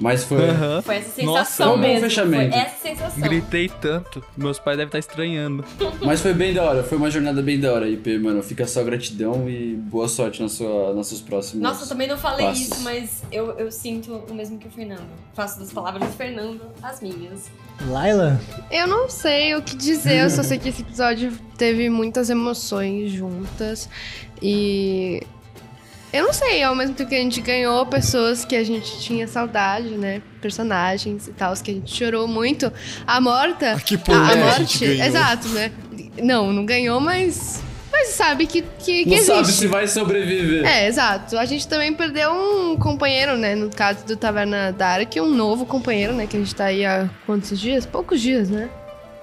S4: Mas foi.
S5: Aham.
S3: Foi essa
S5: Nossa,
S3: sensação
S4: foi um bom
S3: mesmo.
S4: fechamento.
S3: Foi essa sensação.
S5: Gritei tanto. Meus pais devem estar estranhando.
S4: Mas foi bem da hora, foi uma jornada bem da hora, IP, mano. Fica só gratidão e boa sorte na sua, nos seus próximos.
S3: Nossa, eu também não falei
S4: Passos.
S3: isso, mas eu, eu sinto o mesmo que o Fernando. Faço das palavras do Fernando as minhas.
S5: é
S1: Laila?
S2: Eu não sei o que dizer, eu só sei que esse episódio teve muitas emoções juntas. E. Eu não sei, ao mesmo tempo que a gente ganhou pessoas que a gente tinha saudade, né? Personagens e tal, que a gente chorou muito. A morta.
S6: Que
S2: A,
S6: porra
S2: a
S6: que a
S2: morte.
S6: gente ganhou.
S2: exato, né? Não, não ganhou, mas. Mas sabe que, que, que
S4: Não sabe
S2: existe.
S4: se vai sobreviver.
S2: É, exato. A gente também perdeu um companheiro, né? No caso do Taverna Dark, um novo companheiro, né? Que a gente tá aí há quantos dias? Poucos dias, né?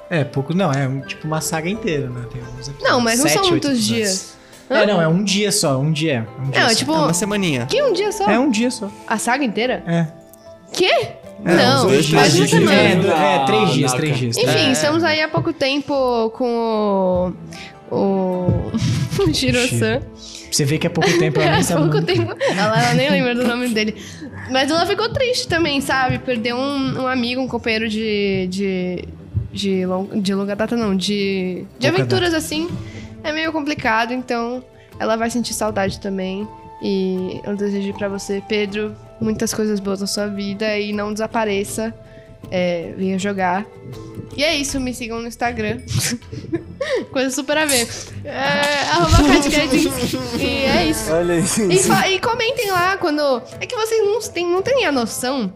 S1: É, pouco não, é um- tipo uma saga inteira, né? Tem alguns episódios,
S2: Não, mas não
S1: sete,
S2: são
S1: oito
S2: muitos
S1: episódios.
S2: dias.
S1: É, não, é um dia só, um dia. é Um dia
S2: Não,
S1: só.
S2: é tipo.
S6: Tá, uma semaninha.
S2: Que um dia só?
S1: É um dia só.
S2: A saga inteira?
S1: É.
S2: Quê?
S6: uns
S2: não,
S6: dois, três
S2: mais uma
S6: dias.
S2: semana.
S1: É, do- é, três
S4: Ah,
S1: dias,
S4: não,
S1: três
S4: cara.
S1: dias. três
S2: Enfim,
S5: É.
S2: estamos aí há pouco tempo com o. O. o Shiro-san.
S1: dias. Você vê que é pouco tempo, ela nem
S2: Há
S1: sabe o
S2: pouco
S1: nome.
S2: tempo. Ela, ela nem lembra do nome dele. Mas ela ficou triste também, sabe? Perdeu um, um amigo, um companheiro de. de. de, lon- de longa data, não, de.
S1: Pouca
S2: de aventuras assim. É meio complicado, então ela vai sentir saudade também. E eu desejo pra você, Pedro, muitas coisas boas na sua vida e não desapareça. É, venha jogar. E é isso, me sigam no Instagram. Coisa super a ver. É, arroba Kátia Guedes. E é isso.
S7: Olha aí.
S2: E, fa- e comentem lá quando. É que vocês não têm, não têm a noção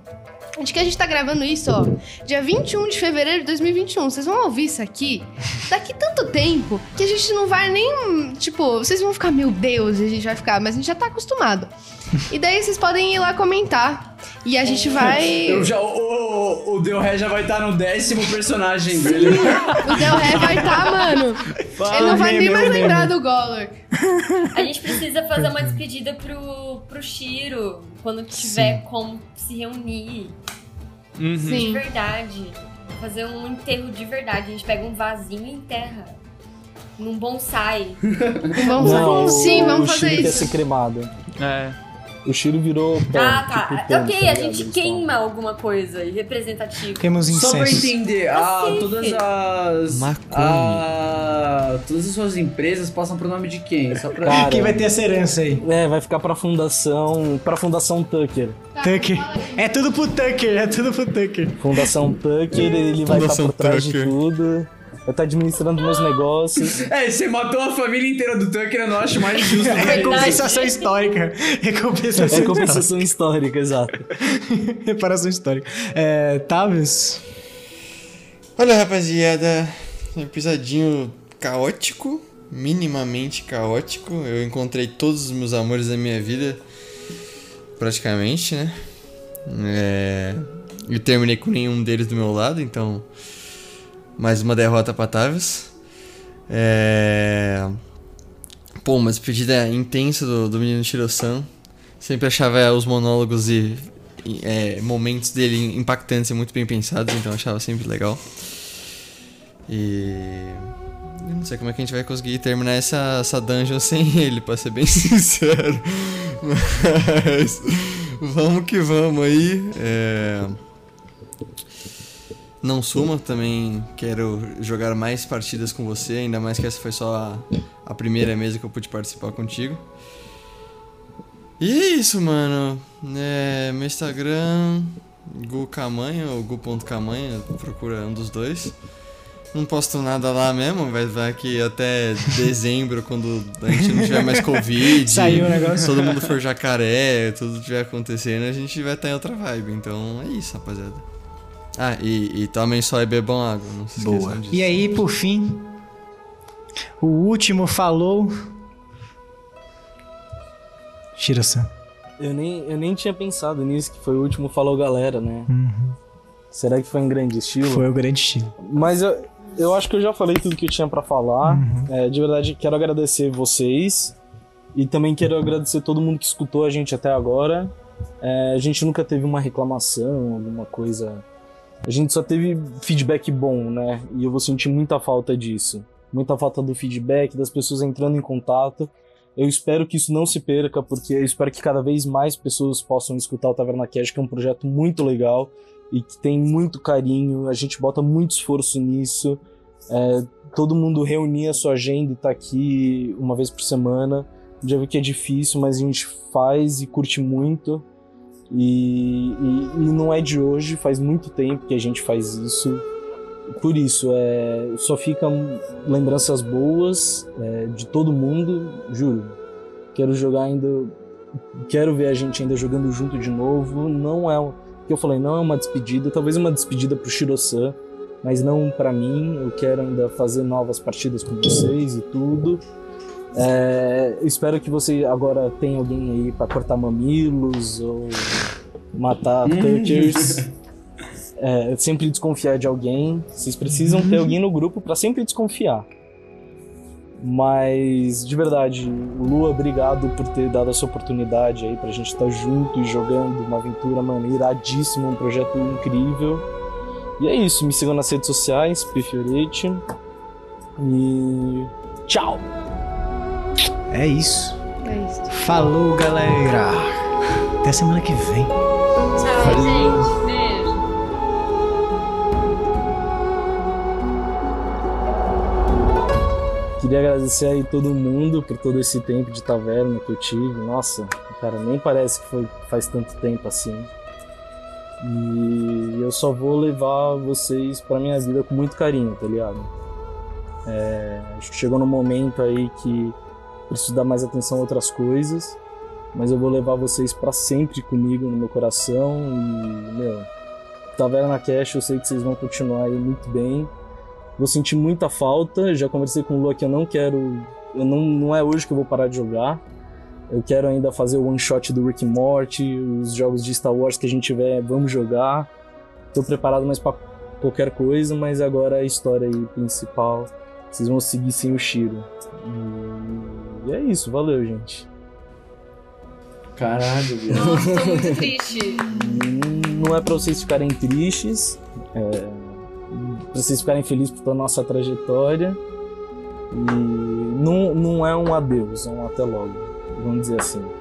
S2: de que a gente tá gravando isso, ó. Dia 21 de fevereiro de 2021. Vocês vão ouvir isso aqui daqui tanto tempo que a gente não vai nem. Tipo, vocês vão ficar, meu Deus, e a gente vai ficar, mas a gente já tá acostumado. E daí vocês podem ir lá comentar. E a gente vai.
S4: Eu já, o, o, o Del Rey já vai estar no décimo personagem dele.
S2: O Del Rey vai tá, mano. Ele não vai nem mais lembrar do Gollor.
S3: A gente precisa fazer uma despedida pro, pro Shiro. Quando tiver como se reunir.
S5: Uhum.
S3: De
S2: Sim.
S3: verdade. Fazer um enterro de verdade. A gente pega um vasinho e enterra. Num bonsai.
S2: Vamos
S3: um
S7: Não,
S2: Sim,
S7: o
S2: vamos fazer
S7: Shiro quer ser
S2: isso.
S7: cremado.
S5: É.
S7: O Shiro virou pé.
S3: ah, tá.
S7: tipo pano,
S3: ok,
S7: tá
S3: a
S7: ligado?
S3: gente
S7: Eles
S3: queima alguma coisa representativa.
S1: Temos
S4: Só pra
S1: incensos.
S4: entender, ah,
S3: Assim.
S4: todas as.
S6: Maconha.
S4: Ah, todas as suas empresas passam pro nome de quem? Só pra.
S7: Cara.
S1: Quem vai ter essa herança aí?
S7: falam- É, vai ficar pra fundação. Pra fundação Tucker.
S2: Tá,
S1: Tucker. É tudo pro Tucker, é tudo pro Tucker.
S7: Fundação Tucker, ele vai estar
S6: Fundação
S7: por trás de
S6: Tucker.
S7: tudo. Vai estar administrando meus negócios.
S4: É, você matou a família inteira do Tucker, eu não acho mais justo.
S1: É recompensação histórica. Recompensação
S7: É
S1: histórica.
S7: compensação histórica, exato.
S1: Reparação histórica. É, Tavius?
S6: Olha, rapaziada, um episodinho caótico, minimamente caótico. Eu encontrei todos os meus amores da minha vida, praticamente, né? É... E terminei com nenhum deles do meu lado, então. Mais uma derrota pra Tavis. É... Pô, uma despedida intensa do, do menino Shiro-san. Sempre achava eh, os monólogos e, e, eh, momentos dele impactantes e muito bem pensados, então eu achava sempre legal. E. Eu não sei como é que a gente vai conseguir terminar essa, essa dungeon sem ele, pra ser bem sincero. Mas. Vamos que vamos aí. É... Não suma, também quero jogar mais partidas com você, ainda mais que essa foi só a, a primeira mesa que eu pude participar contigo. E é isso, mano. É, meu Instagram, Gu Camanha ou Gu.camanha, procura um dos dois. Não posto nada lá mesmo, vai, vai que até dezembro, quando a gente não tiver mais Covid,
S1: Saiu o negócio.
S6: todo mundo for jacaré, tudo tiver acontecendo, a gente vai estar em outra vibe. Então é isso, rapaziada. Ah, e, e tomem só e bebam água, não se esqueçam disso.
S1: E aí, por fim, o último falou. Shiro-san.
S6: Uhum.
S7: Eu nem, eu nem tinha pensado nisso, que foi o último Falou Galera, né? Será que foi em grande estilo?
S1: Foi o grande estilo.
S7: Mas eu, eu acho que eu já falei tudo que eu tinha pra falar.
S1: Uhum.
S7: É, de verdade, quero agradecer vocês. E também quero agradecer todo mundo que escutou a gente até agora. É, a gente nunca teve uma reclamação, alguma coisa. A gente só teve feedback bom, né? E eu vou sentir muita falta disso. Muita falta do feedback, das pessoas entrando em contato. Eu espero que isso não se perca, porque eu espero que cada vez mais pessoas possam escutar o Taverna Cash, que é um projeto muito legal e que tem muito carinho, a gente bota muito esforço nisso. É, todo mundo reunir a sua agenda e tá aqui uma vez por semana. Já vi que é difícil, mas a gente faz e curte muito. E, e- e não é de hoje, faz muito tempo que a gente faz isso. Por isso, é, só ficam lembranças boas é, de todo mundo, juro. Quero jogar ainda. Quero ver a gente ainda jogando junto de novo. Não é um que eu falei, não é uma despedida, talvez uma despedida pro Shiro-san, mas não pra mim. Eu quero ainda fazer novas partidas com vocês e tudo. É, espero que você agora tenha alguém aí pra cortar mamilos ou matar Cutters. É, sempre desconfiar de alguém. Vocês precisam ter alguém no grupo pra sempre desconfiar. Mas, de verdade, Lua, obrigado por ter dado essa oportunidade aí pra gente estar junto e jogando uma aventura, mano, iradíssima, um projeto incrível. E é isso, me sigam nas redes sociais, Pifiorete. E. Tchau!
S1: É isso.
S2: É isso.
S1: Falou, galera. Até semana que vem.
S3: Tchau, gente. Beijo.
S7: Queria agradecer aí todo mundo por todo esse tempo de taverna que eu tive. Nossa, cara, nem parece que foi faz tanto tempo assim. E eu só vou levar vocês pra minha vida com muito carinho, tá ligado? É, acho que chegou no momento aí que preciso dar mais atenção a outras coisas, mas eu vou levar vocês pra sempre comigo no meu coração e, meu, Taverna Cash, eu sei que vocês vão continuar aí muito bem. Vou sentir muita falta. Já conversei com o Lua que eu não quero. Eu não, não é hoje que eu vou parar de jogar. Eu quero ainda fazer o one shot do Rick and Morty, os jogos de Star Wars que a gente tiver, vamos jogar. Tô preparado mais pra qualquer coisa, mas agora a história aí principal. Vocês vão seguir sem o Shiro. E- E é isso, valeu, gente.
S8: Caralho, viado.
S3: Nossa, tô muito triste.
S7: Não é pra vocês ficarem tristes, é, pra vocês ficarem felizes pela nossa trajetória. E não, não é um adeus, é um até logo, vamos dizer assim.